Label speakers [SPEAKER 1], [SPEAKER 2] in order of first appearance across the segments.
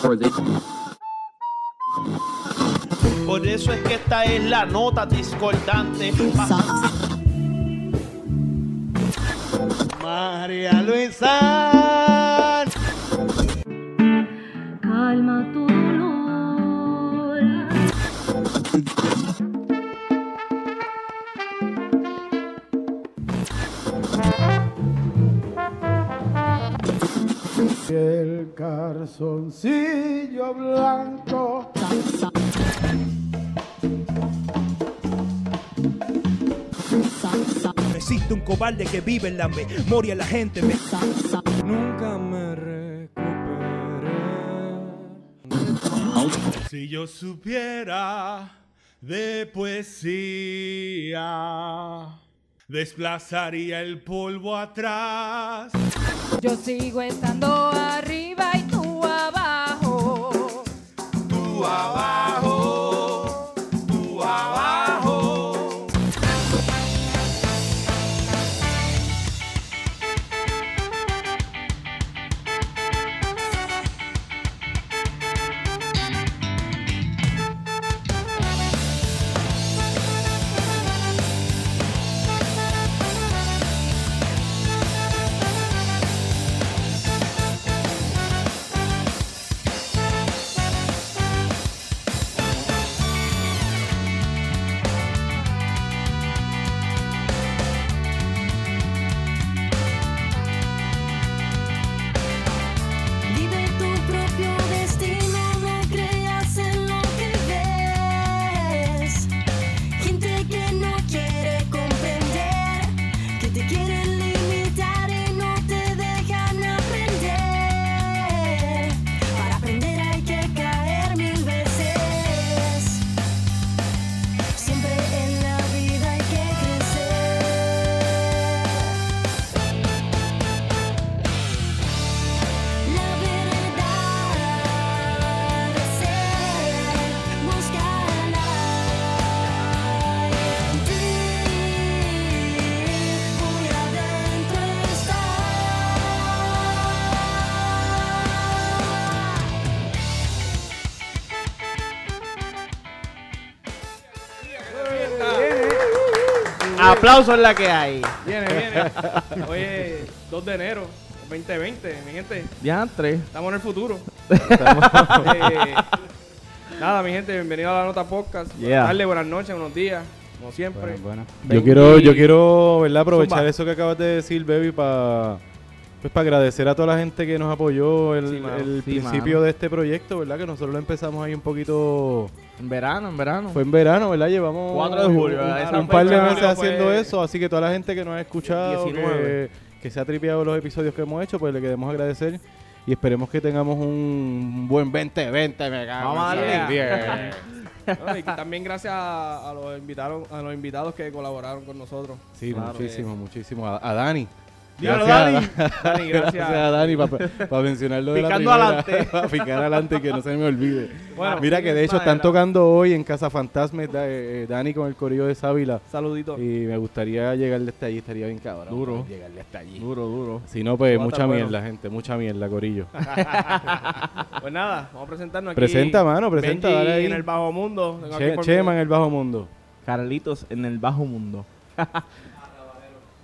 [SPEAKER 1] for this.
[SPEAKER 2] Por eso es que esta es la nota discordante. María Luisa.
[SPEAKER 3] Calma tu dolor.
[SPEAKER 4] El calzoncillo blanco.
[SPEAKER 5] Existe un cobarde que vive en la memoria de la gente. Me...
[SPEAKER 6] Nunca me recuperé.
[SPEAKER 7] Si yo supiera de poesía, desplazaría el polvo atrás.
[SPEAKER 8] Yo sigo estando arriba y tú abajo.
[SPEAKER 7] Tú abajo, tú abajo.
[SPEAKER 3] Vive tu propio destino, no creas en lo que ves. Gente que no quiere comprender, que te quieren limitar y no te dejan aprender. Para aprender hay que caer mil veces. Siempre en la vida hay que crecer. La verdad es ser, buscarla en ti, muy adentro está.
[SPEAKER 2] Aplausos la que hay.
[SPEAKER 6] Viene, viene. Hoy es 2 de enero 2020, mi gente.
[SPEAKER 5] Diantre.
[SPEAKER 6] Estamos en el futuro. Eh, nada, mi gente, bienvenido a la Nota Podcast.
[SPEAKER 5] Yeah.
[SPEAKER 6] Buenas tardes, buenas noches, buenos días, como siempre.
[SPEAKER 9] Yo quiero, yo quiero ¿verdad? aprovechar
[SPEAKER 6] Zumba.
[SPEAKER 9] eso que acabas de decir, Baby, para pues, para agradecer a toda la gente que nos apoyó el,
[SPEAKER 6] Sí, mano.
[SPEAKER 9] el
[SPEAKER 5] Sí,
[SPEAKER 9] principio
[SPEAKER 5] mano.
[SPEAKER 9] de este proyecto, ¿verdad? Que nosotros lo empezamos ahí un poquito...
[SPEAKER 5] En verano, en verano.
[SPEAKER 9] Fue en verano, ¿verdad? Llevamos
[SPEAKER 2] 4 de julio,
[SPEAKER 9] un,
[SPEAKER 2] ¿verdad? Esa
[SPEAKER 9] un par de
[SPEAKER 6] fecha,
[SPEAKER 9] meses
[SPEAKER 6] julio,
[SPEAKER 9] haciendo
[SPEAKER 6] pues,
[SPEAKER 9] eso, así que toda la gente que nos ha escuchado, que,
[SPEAKER 2] 19.
[SPEAKER 9] que se ha tripeado los episodios que hemos hecho, pues le queremos agradecer y esperemos que tengamos un buen 2020, me cago.
[SPEAKER 2] Vamos a
[SPEAKER 9] en
[SPEAKER 2] darle.
[SPEAKER 9] diez.
[SPEAKER 6] No, y también gracias a, a los invitados, a los invitados que colaboraron con nosotros.
[SPEAKER 9] Sí,
[SPEAKER 6] Claro,
[SPEAKER 9] muchísimo, muchísimo. A, a Dani.
[SPEAKER 6] Dígalo,
[SPEAKER 9] Gracias a-
[SPEAKER 6] Dani,
[SPEAKER 9] Gracias,
[SPEAKER 6] gracias.
[SPEAKER 9] a Dani para mencionarlo de la
[SPEAKER 2] Picando
[SPEAKER 9] primera,
[SPEAKER 2] adelante.
[SPEAKER 9] pa picar adelante y que no se me olvide.
[SPEAKER 6] Bueno,
[SPEAKER 9] Mira que de hecho están
[SPEAKER 2] madera.
[SPEAKER 9] tocando hoy en Casa Fantasma eh, eh, Dani con el corillo de Sábila.
[SPEAKER 6] Saluditos.
[SPEAKER 9] Y me gustaría llegarle hasta allí, estaría bien cabrón.
[SPEAKER 5] Duro.
[SPEAKER 9] Llegarle hasta allí.
[SPEAKER 5] Duro, duro.
[SPEAKER 9] Si no, pues
[SPEAKER 6] Va a
[SPEAKER 9] mucha
[SPEAKER 6] estar bueno.
[SPEAKER 9] mierda, gente, mucha mierda, corillo.
[SPEAKER 6] Pues nada, vamos a presentarnos aquí.
[SPEAKER 9] Presenta, mano, presenta,
[SPEAKER 6] Benji
[SPEAKER 9] dale ahí.
[SPEAKER 6] en el bajo mundo. Tengo aquí
[SPEAKER 9] Che-
[SPEAKER 6] por
[SPEAKER 9] Chema
[SPEAKER 6] mí.
[SPEAKER 9] en el bajo mundo.
[SPEAKER 5] Carlitos en el bajo mundo.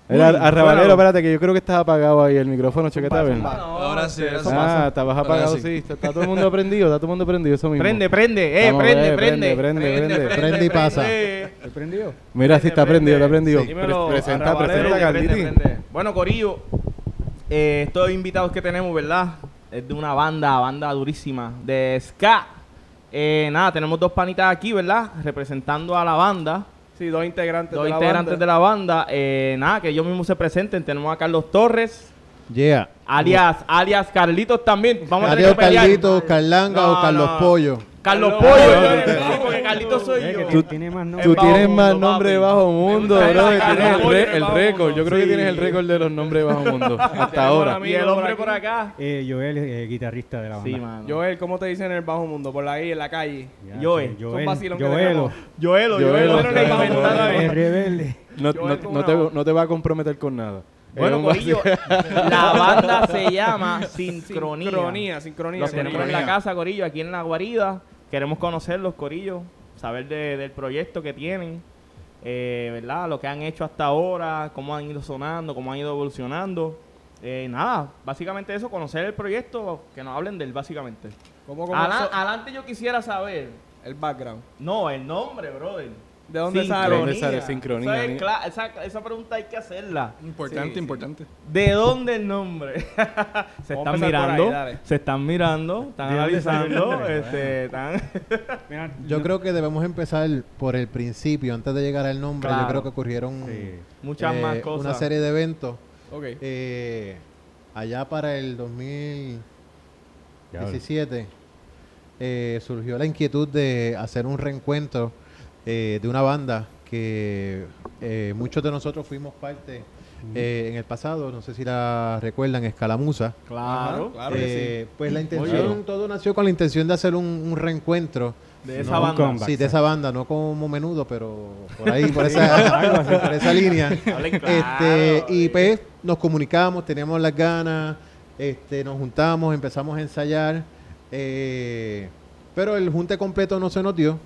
[SPEAKER 9] El ar- arrabalero,
[SPEAKER 5] bueno.
[SPEAKER 9] espérate, que yo creo que estás apagado ahí el micrófono, chequete a ver.
[SPEAKER 7] Ahora sí, ahora sí.
[SPEAKER 9] Ah, estabas apagado, sí. Está, está todo el mundo prendido, está todo el mundo prendido, eso mismo.
[SPEAKER 2] Prende, prende, eh,
[SPEAKER 9] Vamos,
[SPEAKER 2] prende,
[SPEAKER 9] eh,
[SPEAKER 2] prende,
[SPEAKER 9] prende, prende, prende.
[SPEAKER 1] Prende y pasa.
[SPEAKER 6] Eh,
[SPEAKER 9] Mira, si está
[SPEAKER 6] prende,
[SPEAKER 9] prendido,
[SPEAKER 6] prende.
[SPEAKER 9] está prendido.
[SPEAKER 6] Sí, dímelo,
[SPEAKER 9] Pre- presenta,
[SPEAKER 6] arrabalero,
[SPEAKER 9] presenta,
[SPEAKER 6] prende,
[SPEAKER 9] Carliti.
[SPEAKER 6] prende.
[SPEAKER 5] Bueno, Corillo, eh, estos invitados que tenemos, ¿verdad? Es de una banda, banda durísima, de Ska. Eh, nada, tenemos dos panitas aquí, ¿verdad? Representando a la banda,
[SPEAKER 6] Sí, dos integrantes
[SPEAKER 5] dos
[SPEAKER 6] de la
[SPEAKER 5] integrantes de
[SPEAKER 6] banda.
[SPEAKER 5] la banda. Eh, nada, que ellos mismos se presenten. Tenemos a Carlos Torres,
[SPEAKER 1] Yeah.
[SPEAKER 5] alias, alias Carlitos también. Vamos a tener
[SPEAKER 1] Adiós,
[SPEAKER 5] que pelear.
[SPEAKER 1] Carlitos, Carlanga
[SPEAKER 5] No,
[SPEAKER 1] o Carlos
[SPEAKER 5] no.
[SPEAKER 1] Pollo.
[SPEAKER 5] Carlos
[SPEAKER 6] Carlos
[SPEAKER 5] Pollo,
[SPEAKER 6] Pollo,
[SPEAKER 5] yo-
[SPEAKER 6] Carlos
[SPEAKER 5] sí, porque Carlitos soy yo.
[SPEAKER 9] Tú, tú
[SPEAKER 5] Bajo
[SPEAKER 9] tienes más
[SPEAKER 5] Mundo,
[SPEAKER 9] nombre de
[SPEAKER 5] papi.
[SPEAKER 9] bajo mundo,
[SPEAKER 6] gusta el
[SPEAKER 9] bro.
[SPEAKER 6] bajo
[SPEAKER 9] Tienes el,
[SPEAKER 6] mundo,
[SPEAKER 9] re-
[SPEAKER 6] el
[SPEAKER 9] el
[SPEAKER 6] bajo
[SPEAKER 9] récord.
[SPEAKER 6] mundo.
[SPEAKER 9] Yo creo que
[SPEAKER 6] Sí.
[SPEAKER 9] tienes el récord de los nombres de bajo mundo hasta ahora.
[SPEAKER 5] Y el hombre por acá.
[SPEAKER 10] Eh, Joel, eh, guitarrista de la banda.
[SPEAKER 5] Sí, mano.
[SPEAKER 6] Joel, ¿cómo te dicen en el bajo mundo? Por ahí, en la calle.
[SPEAKER 10] Ya,
[SPEAKER 5] Joel.
[SPEAKER 10] sí,
[SPEAKER 6] Un
[SPEAKER 10] Joel,
[SPEAKER 6] vacilón que
[SPEAKER 10] Joelo,
[SPEAKER 6] tenemos. Joelo, Joelo,
[SPEAKER 9] Joelo,
[SPEAKER 6] Joelo en el bajo
[SPEAKER 9] Joelo,
[SPEAKER 6] mundo.
[SPEAKER 9] Joelo.
[SPEAKER 6] dale.
[SPEAKER 10] es rebelde.
[SPEAKER 6] Joel
[SPEAKER 9] No, no-
[SPEAKER 6] con
[SPEAKER 9] no
[SPEAKER 6] una
[SPEAKER 9] te,
[SPEAKER 6] voz.
[SPEAKER 9] no te va a comprometer con nada.
[SPEAKER 5] Bueno,
[SPEAKER 9] Era un
[SPEAKER 5] Corillo, la banda se llama Sincronía.
[SPEAKER 6] Sincronía, sincronía.
[SPEAKER 5] Los tenemos en la
[SPEAKER 6] sincronía.
[SPEAKER 5] casa, Corillo, aquí en la guarida. Queremos conocerlos, Corillo, saber de- del proyecto que tienen, eh, ¿verdad? Lo que han hecho hasta ahora, cómo han ido sonando, cómo han ido evolucionando. Eh, nada, básicamente eso, conocer el proyecto, que nos hablen del básicamente.
[SPEAKER 6] ¿Cómo
[SPEAKER 5] Ala-
[SPEAKER 6] comenzó
[SPEAKER 5] Adelante yo quisiera saber,
[SPEAKER 6] el background?
[SPEAKER 5] no, el nombre, brother.
[SPEAKER 6] ¿De dónde
[SPEAKER 9] ¿De
[SPEAKER 6] sale?
[SPEAKER 9] dónde sale sincronía?
[SPEAKER 5] Eso es cla- esa, esa pregunta hay que hacerla.
[SPEAKER 7] Importante, importante.
[SPEAKER 5] ¿De dónde el nombre? se están
[SPEAKER 6] Vamos a empezar por
[SPEAKER 5] mirando,
[SPEAKER 6] ahí, dale.
[SPEAKER 5] se están mirando, están
[SPEAKER 10] ¿De dónde salió el
[SPEAKER 5] analizando,
[SPEAKER 10] nombre?
[SPEAKER 5] este, están...
[SPEAKER 10] Mira,
[SPEAKER 1] Yo creo que debemos empezar por el principio, antes de llegar al nombre.
[SPEAKER 5] Claro.
[SPEAKER 1] Yo creo que ocurrieron
[SPEAKER 10] Sí.
[SPEAKER 5] Muchas
[SPEAKER 1] eh,
[SPEAKER 5] más cosas.
[SPEAKER 1] una serie de eventos.
[SPEAKER 6] Ok.
[SPEAKER 1] eh, allá para el 2017 eh, surgió la inquietud de hacer un reencuentro eh, de una banda que eh, muchos de nosotros fuimos parte eh, en el pasado, no sé si la recuerdan, Escalamusa.
[SPEAKER 5] Claro.
[SPEAKER 7] Claro que
[SPEAKER 1] Eh, Pues la intención, todo nació con la intención de hacer un, un reencuentro.
[SPEAKER 5] De esa
[SPEAKER 1] No,
[SPEAKER 5] banda.
[SPEAKER 10] un comeback.
[SPEAKER 1] Sí, de esa banda, no como menudo, pero por ahí, por esa, por esa línea.
[SPEAKER 5] Hablen claro, eh.
[SPEAKER 1] Este, y
[SPEAKER 5] oye.
[SPEAKER 1] pues nos comunicamos, teníamos las ganas, este, nos juntamos, empezamos a ensayar, eh, pero el junte completo no se nos dio.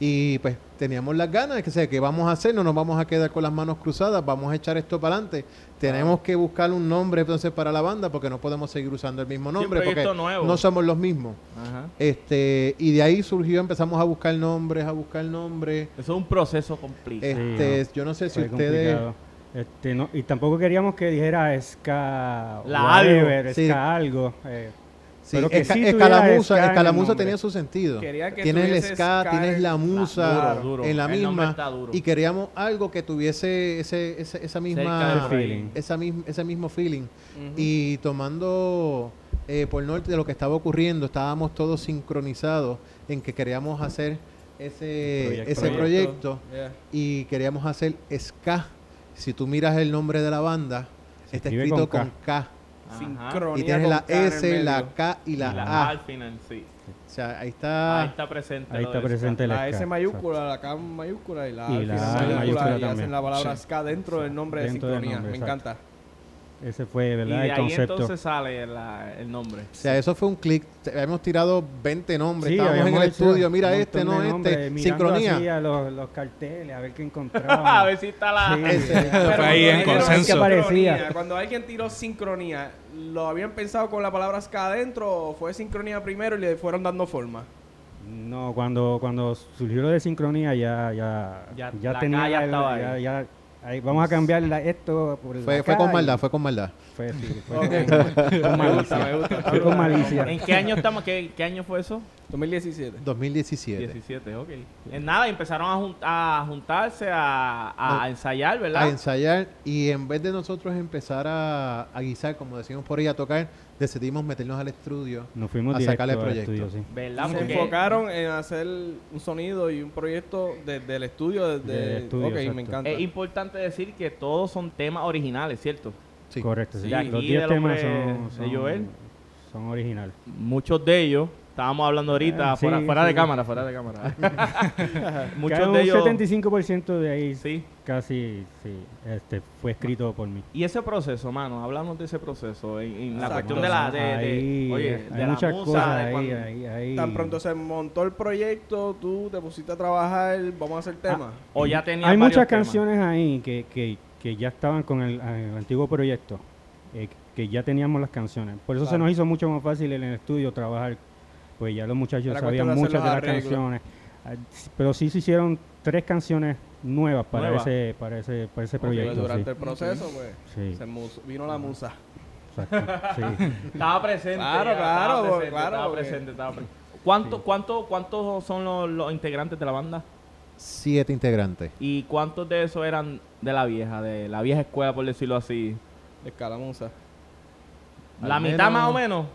[SPEAKER 1] Y pues teníamos las ganas, que sé, ¿qué vamos a hacer? No nos vamos a quedar con las manos cruzadas, vamos a echar esto para adelante. Tenemos que buscar un nombre entonces para la banda porque no podemos seguir usando el mismo nombre porque
[SPEAKER 5] proyecto nuevo.
[SPEAKER 1] no somos los mismos.
[SPEAKER 5] Ajá.
[SPEAKER 1] Este, y de ahí surgió, empezamos a buscar nombres, a buscar nombres.
[SPEAKER 5] Eso es un proceso completo.
[SPEAKER 1] Este, yo no sé si
[SPEAKER 10] fue
[SPEAKER 1] ustedes
[SPEAKER 10] complicado. Este, no, y tampoco queríamos que dijera ska
[SPEAKER 5] La
[SPEAKER 10] whatever,
[SPEAKER 1] sí.
[SPEAKER 10] ska algo. eh,
[SPEAKER 1] Sí,
[SPEAKER 10] pero que
[SPEAKER 1] esca-
[SPEAKER 10] sí tuviera
[SPEAKER 1] escalamusa,
[SPEAKER 10] ska en el
[SPEAKER 1] escalamusa
[SPEAKER 10] nombre.
[SPEAKER 1] tenía su sentido.
[SPEAKER 6] Quería que
[SPEAKER 1] Tienes el
[SPEAKER 6] tuviese
[SPEAKER 1] ska,
[SPEAKER 6] ska
[SPEAKER 1] tienes
[SPEAKER 6] en-
[SPEAKER 1] la musa
[SPEAKER 5] Ah, duro, duro.
[SPEAKER 1] en la
[SPEAKER 5] El nombre
[SPEAKER 1] misma
[SPEAKER 5] está duro.
[SPEAKER 1] y queríamos algo que tuviese ese, ese- esa
[SPEAKER 5] Cerca
[SPEAKER 1] misma
[SPEAKER 5] del
[SPEAKER 10] feeling.
[SPEAKER 1] esa misma ese mismo feeling y tomando eh, por norte de lo que estaba ocurriendo estábamos todos sincronizados en que queríamos hacer ese
[SPEAKER 10] Proyecto.
[SPEAKER 1] ese proyecto
[SPEAKER 6] Yeah.
[SPEAKER 1] y queríamos hacer ska. Si tú miras el nombre de la banda está
[SPEAKER 10] escribe
[SPEAKER 1] escrito
[SPEAKER 10] con
[SPEAKER 1] con K,
[SPEAKER 5] Ajá.
[SPEAKER 6] Sincronía.
[SPEAKER 1] y tienes
[SPEAKER 6] con
[SPEAKER 1] la
[SPEAKER 6] K en el
[SPEAKER 1] S, la
[SPEAKER 6] medio.
[SPEAKER 1] K y la
[SPEAKER 5] Y la
[SPEAKER 1] A.
[SPEAKER 5] al final, sí.
[SPEAKER 1] O sea, ahí
[SPEAKER 5] Ah. Ahí
[SPEAKER 1] está.
[SPEAKER 5] está presente.
[SPEAKER 10] Ahí
[SPEAKER 5] lo
[SPEAKER 10] está
[SPEAKER 5] del
[SPEAKER 10] presente el
[SPEAKER 6] La
[SPEAKER 10] ska,
[SPEAKER 6] S mayúscula, la K mayúscula y la A
[SPEAKER 10] Y
[SPEAKER 6] al
[SPEAKER 10] la
[SPEAKER 6] final
[SPEAKER 10] A
[SPEAKER 6] mayúscula,
[SPEAKER 10] mayúscula
[SPEAKER 6] y hacen
[SPEAKER 10] también.
[SPEAKER 6] la palabra ska dentro del nombre
[SPEAKER 10] Dentro
[SPEAKER 6] de
[SPEAKER 10] del
[SPEAKER 6] sincronía.
[SPEAKER 10] nombre,
[SPEAKER 6] Me
[SPEAKER 10] exacto.
[SPEAKER 6] encanta.
[SPEAKER 10] ska. Ese fue,
[SPEAKER 5] ska. Y de
[SPEAKER 10] ¿verdad?
[SPEAKER 5] ahí
[SPEAKER 10] el concepto.
[SPEAKER 5] entonces sale la- el nombre.
[SPEAKER 1] O sea, eso fue un clic. Te- Hemos tirado 20 nombres.
[SPEAKER 10] Sí,
[SPEAKER 1] Estábamos en
[SPEAKER 10] habíamos
[SPEAKER 1] el
[SPEAKER 10] hecho
[SPEAKER 1] estudio.
[SPEAKER 10] un
[SPEAKER 1] Mira
[SPEAKER 10] montón
[SPEAKER 1] este,
[SPEAKER 10] de
[SPEAKER 1] no
[SPEAKER 10] nombres,
[SPEAKER 1] este.
[SPEAKER 10] mirando así
[SPEAKER 1] Sincronía.
[SPEAKER 10] a los, los carteles, a ver qué encontrábamos.
[SPEAKER 5] a ver si está la...
[SPEAKER 10] Sí.
[SPEAKER 1] Ese.
[SPEAKER 6] Pero
[SPEAKER 7] Fue ahí
[SPEAKER 6] cuando
[SPEAKER 7] en
[SPEAKER 6] dijeron
[SPEAKER 7] consenso.
[SPEAKER 6] sincronía,
[SPEAKER 10] Parecía.
[SPEAKER 6] Cuando alguien tiró sincronía, ¿lo habían pensado con la palabra ska adentro o fue sincronía primero y le fueron dando forma?
[SPEAKER 10] No, cuando, cuando surgió lo de sincronía ya, ya,
[SPEAKER 5] Ya-
[SPEAKER 10] ya,
[SPEAKER 5] la
[SPEAKER 10] tenía
[SPEAKER 5] K ya
[SPEAKER 10] la-
[SPEAKER 5] estaba ahí.
[SPEAKER 10] ya- ya- ahí, vamos a cambiar la- esto por la
[SPEAKER 1] Fue, fue
[SPEAKER 10] K
[SPEAKER 1] con
[SPEAKER 10] y-
[SPEAKER 1] maldad, fue con maldad.
[SPEAKER 10] Fue, sí, fue
[SPEAKER 6] Ok.
[SPEAKER 10] con, con
[SPEAKER 6] Me gusta, me
[SPEAKER 10] malicia.
[SPEAKER 6] gusta.
[SPEAKER 10] Fue con malicia.
[SPEAKER 5] ¿En qué año estamos? ¿Qué, qué año fue eso?
[SPEAKER 6] 2017.
[SPEAKER 1] 2017.
[SPEAKER 5] 17, ok. En nada, y empezaron a, jun- a juntarse, a, a
[SPEAKER 1] No.
[SPEAKER 5] ensayar, ¿verdad?
[SPEAKER 1] A ensayar y en vez de nosotros empezar a, a guisar, como decimos por ahí, a tocar, decidimos meternos al estudio.
[SPEAKER 10] Nos fuimos
[SPEAKER 1] A
[SPEAKER 10] directo
[SPEAKER 1] sacarle
[SPEAKER 10] al
[SPEAKER 1] proyecto.
[SPEAKER 10] estudio, sí.
[SPEAKER 5] ¿Verdad?
[SPEAKER 6] Se enfocaron en hacer un sonido y un proyecto desde el estudio. Desde,
[SPEAKER 10] Desde el estudio,
[SPEAKER 6] ok, me
[SPEAKER 10] exacto.
[SPEAKER 6] encanta.
[SPEAKER 5] es importante decir que todos son temas originales, ¿cierto?
[SPEAKER 1] Sí.
[SPEAKER 10] Correcto,
[SPEAKER 5] Sí,
[SPEAKER 10] sí. Los
[SPEAKER 5] y
[SPEAKER 10] 10
[SPEAKER 5] del
[SPEAKER 10] temas
[SPEAKER 5] hombre
[SPEAKER 10] son,
[SPEAKER 5] de Joel.
[SPEAKER 10] son, son originales.
[SPEAKER 5] Muchos de ellos, estábamos hablando ahorita,
[SPEAKER 10] Ah, sí,
[SPEAKER 5] fuera, fuera de
[SPEAKER 10] sí.
[SPEAKER 5] cámara, fuera de cámara.
[SPEAKER 10] Cada
[SPEAKER 5] Muchos
[SPEAKER 10] un
[SPEAKER 5] de ellos...
[SPEAKER 10] 75% de ahí
[SPEAKER 5] Sí.
[SPEAKER 10] casi sí, este, fue escrito por mí.
[SPEAKER 5] Y ese proceso, mano, hablamos de ese proceso, en, en la
[SPEAKER 6] Exacto.
[SPEAKER 5] cuestión de la, de, de-
[SPEAKER 10] Ahí,
[SPEAKER 5] oye,
[SPEAKER 10] hay
[SPEAKER 5] de la
[SPEAKER 10] muchas
[SPEAKER 5] musa,
[SPEAKER 10] cosas
[SPEAKER 5] de
[SPEAKER 10] ahí,
[SPEAKER 5] cuando-
[SPEAKER 10] ahí, ahí.
[SPEAKER 6] Tan pronto se montó el proyecto, tú te pusiste a trabajar, vamos a hacer tema.
[SPEAKER 5] o ya tenía
[SPEAKER 10] Hay
[SPEAKER 5] varios
[SPEAKER 10] muchas
[SPEAKER 5] temas.
[SPEAKER 10] canciones ahí que, que, que ya estaban con el, el antiguo proyecto, eh, que ya teníamos las canciones. Por eso se
[SPEAKER 6] Claro.
[SPEAKER 10] nos hizo mucho más fácil en el estudio trabajar, pues ya los muchachos
[SPEAKER 6] Era
[SPEAKER 10] sabían
[SPEAKER 6] cuestión de hacer
[SPEAKER 10] muchas de las
[SPEAKER 6] los arreglos.
[SPEAKER 10] canciones. Ah, s- Pero sí se hicieron tres canciones nuevas para
[SPEAKER 5] Nuevas.
[SPEAKER 10] ese para ese, para ese
[SPEAKER 6] Porque
[SPEAKER 10] proyecto.
[SPEAKER 6] durante el
[SPEAKER 10] sí.
[SPEAKER 6] proceso, pues,
[SPEAKER 10] Sí,
[SPEAKER 6] se mus- vino la musa.
[SPEAKER 10] exacto, sí.
[SPEAKER 5] Estaba presente.
[SPEAKER 6] Claro,
[SPEAKER 5] ya, estaba
[SPEAKER 6] claro,
[SPEAKER 5] presente,
[SPEAKER 6] porque- claro,
[SPEAKER 5] Estaba
[SPEAKER 6] porque-
[SPEAKER 5] presente, estaba presente. ¿Cuánto, cuánto, ¿Cuántos son los, los integrantes de la banda?
[SPEAKER 1] Siete integrantes.
[SPEAKER 5] ¿Y cuántos de esos eran de la vieja, de la vieja escuela, por decirlo así?
[SPEAKER 6] De escalamusa.
[SPEAKER 1] Al
[SPEAKER 5] ¿La mitad
[SPEAKER 1] menos-
[SPEAKER 5] más o menos?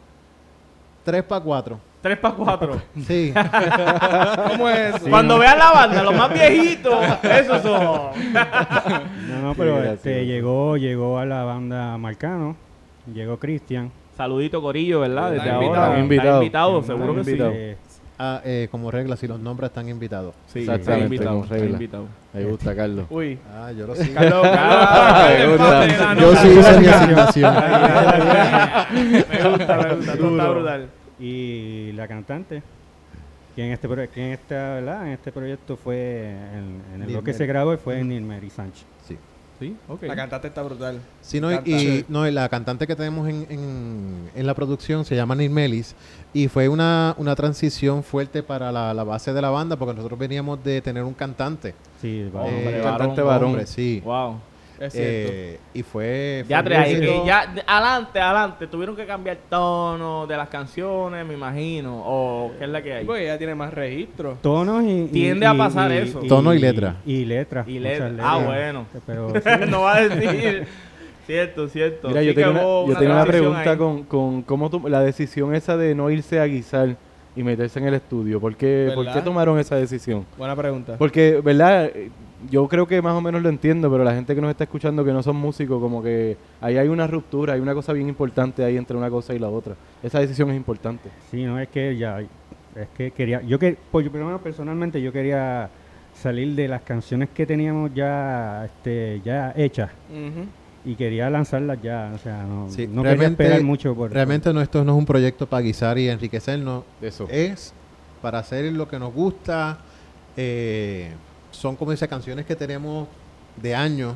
[SPEAKER 1] Tres para cuatro.
[SPEAKER 5] ¿Tres para cuatro?
[SPEAKER 1] Sí.
[SPEAKER 6] ¿Cómo es eso?
[SPEAKER 5] Cuando vean la banda, los más viejitos, esos son.
[SPEAKER 10] No, no,
[SPEAKER 9] Qué
[SPEAKER 10] pero
[SPEAKER 9] gracioso.
[SPEAKER 10] este, llegó, llegó a la banda Marcano, llegó Cristian.
[SPEAKER 5] Saludito, Corillo, ¿verdad? Desde
[SPEAKER 6] Está
[SPEAKER 5] ahora.
[SPEAKER 6] invitado.
[SPEAKER 5] Está
[SPEAKER 9] Invitado.
[SPEAKER 5] invitado, seguro que
[SPEAKER 10] Entonces,
[SPEAKER 5] sí.
[SPEAKER 10] eh,
[SPEAKER 1] A ah, eh, como regla, si los nombres están invitados.
[SPEAKER 5] Sí,
[SPEAKER 9] Exactamente,
[SPEAKER 5] está invitado,
[SPEAKER 9] como
[SPEAKER 5] está
[SPEAKER 9] regla.
[SPEAKER 5] invitado.
[SPEAKER 9] Me gusta, Carlos.
[SPEAKER 5] Uy.
[SPEAKER 1] Ah, yo lo sigo.
[SPEAKER 5] Carlos, Carlos,
[SPEAKER 1] Ah,
[SPEAKER 5] Carlos,
[SPEAKER 1] me
[SPEAKER 5] empate,
[SPEAKER 1] gusta.
[SPEAKER 5] la
[SPEAKER 1] Yo
[SPEAKER 5] nota.
[SPEAKER 1] sí hice mi asignación.
[SPEAKER 5] Me gusta, me gusta, todo está
[SPEAKER 10] Duro.
[SPEAKER 5] brutal.
[SPEAKER 10] Y la cantante, que en este, pro- que en esta, ¿verdad? En este proyecto fue, en, en el bloque
[SPEAKER 1] Nilmeri.
[SPEAKER 10] que se grabó, fue Nilmeri Sánchez.
[SPEAKER 1] Sí.
[SPEAKER 5] Sí, ok.
[SPEAKER 6] La cantante está brutal.
[SPEAKER 1] Sí, no, y-
[SPEAKER 6] Canta.
[SPEAKER 1] y, no, y la cantante que tenemos en, en- en la producción se llama Nirmelis y fue una, una transición fuerte para la, la base de la banda porque nosotros veníamos de tener un cantante.
[SPEAKER 10] Sí, va-
[SPEAKER 5] Hombre,
[SPEAKER 1] Eh,
[SPEAKER 5] varón,
[SPEAKER 9] cantante varón.
[SPEAKER 1] hombre, sí.
[SPEAKER 5] Wow.
[SPEAKER 6] Es cierto.
[SPEAKER 1] Eh, y fue...
[SPEAKER 5] Ya
[SPEAKER 1] fue
[SPEAKER 5] tres
[SPEAKER 1] un
[SPEAKER 5] ahí,
[SPEAKER 1] éxito.
[SPEAKER 5] que ya, de- adelante, adelante. Tuvieron que cambiar tono de las canciones, me imagino. O qué es la que hay.
[SPEAKER 6] Porque Pues, ella tiene más registros.
[SPEAKER 10] Tonos y... y-
[SPEAKER 5] Tiende a pasar eso.
[SPEAKER 1] Tono y letra.
[SPEAKER 10] Y letra.
[SPEAKER 5] Y
[SPEAKER 10] muchas
[SPEAKER 5] letra.
[SPEAKER 10] letras.
[SPEAKER 5] Ah, bueno.
[SPEAKER 10] Pero
[SPEAKER 5] no va a decir. cierto, cierto.
[SPEAKER 9] Mira,
[SPEAKER 5] Sí
[SPEAKER 9] yo
[SPEAKER 5] que
[SPEAKER 9] tengo una,
[SPEAKER 5] hubo
[SPEAKER 9] yo tengo una
[SPEAKER 5] transición
[SPEAKER 9] pregunta
[SPEAKER 5] ahí.
[SPEAKER 9] con, con cómo tú- la decisión esa de no irse a guisar y meterse en el estudio. ¿Por qué, ¿por qué
[SPEAKER 6] ¿Verdad?
[SPEAKER 9] tomaron esa decisión?
[SPEAKER 6] Buena pregunta.
[SPEAKER 9] Porque, ¿verdad? Eh, Yo creo que más o menos lo entiendo, pero la gente que nos está escuchando que no son músicos, como que ahí hay una ruptura, hay una cosa bien importante ahí entre una cosa y la otra. Esa decisión es importante.
[SPEAKER 10] sí, no, es que ya... Es que quería... Yo que, pues, yo primero, personalmente yo quería salir de las canciones que teníamos ya, este, ya hechas
[SPEAKER 6] Ujú.
[SPEAKER 10] y quería lanzarlas ya. O sea, no,
[SPEAKER 1] Sí,
[SPEAKER 10] no quería
[SPEAKER 1] realmente-
[SPEAKER 10] esperar mucho. Por,
[SPEAKER 1] Realmente no, esto no es un proyecto para guisar y enriquecernos.
[SPEAKER 9] Eso.
[SPEAKER 1] Es para hacer lo que nos gusta. eh, son como dice canciones que tenemos de años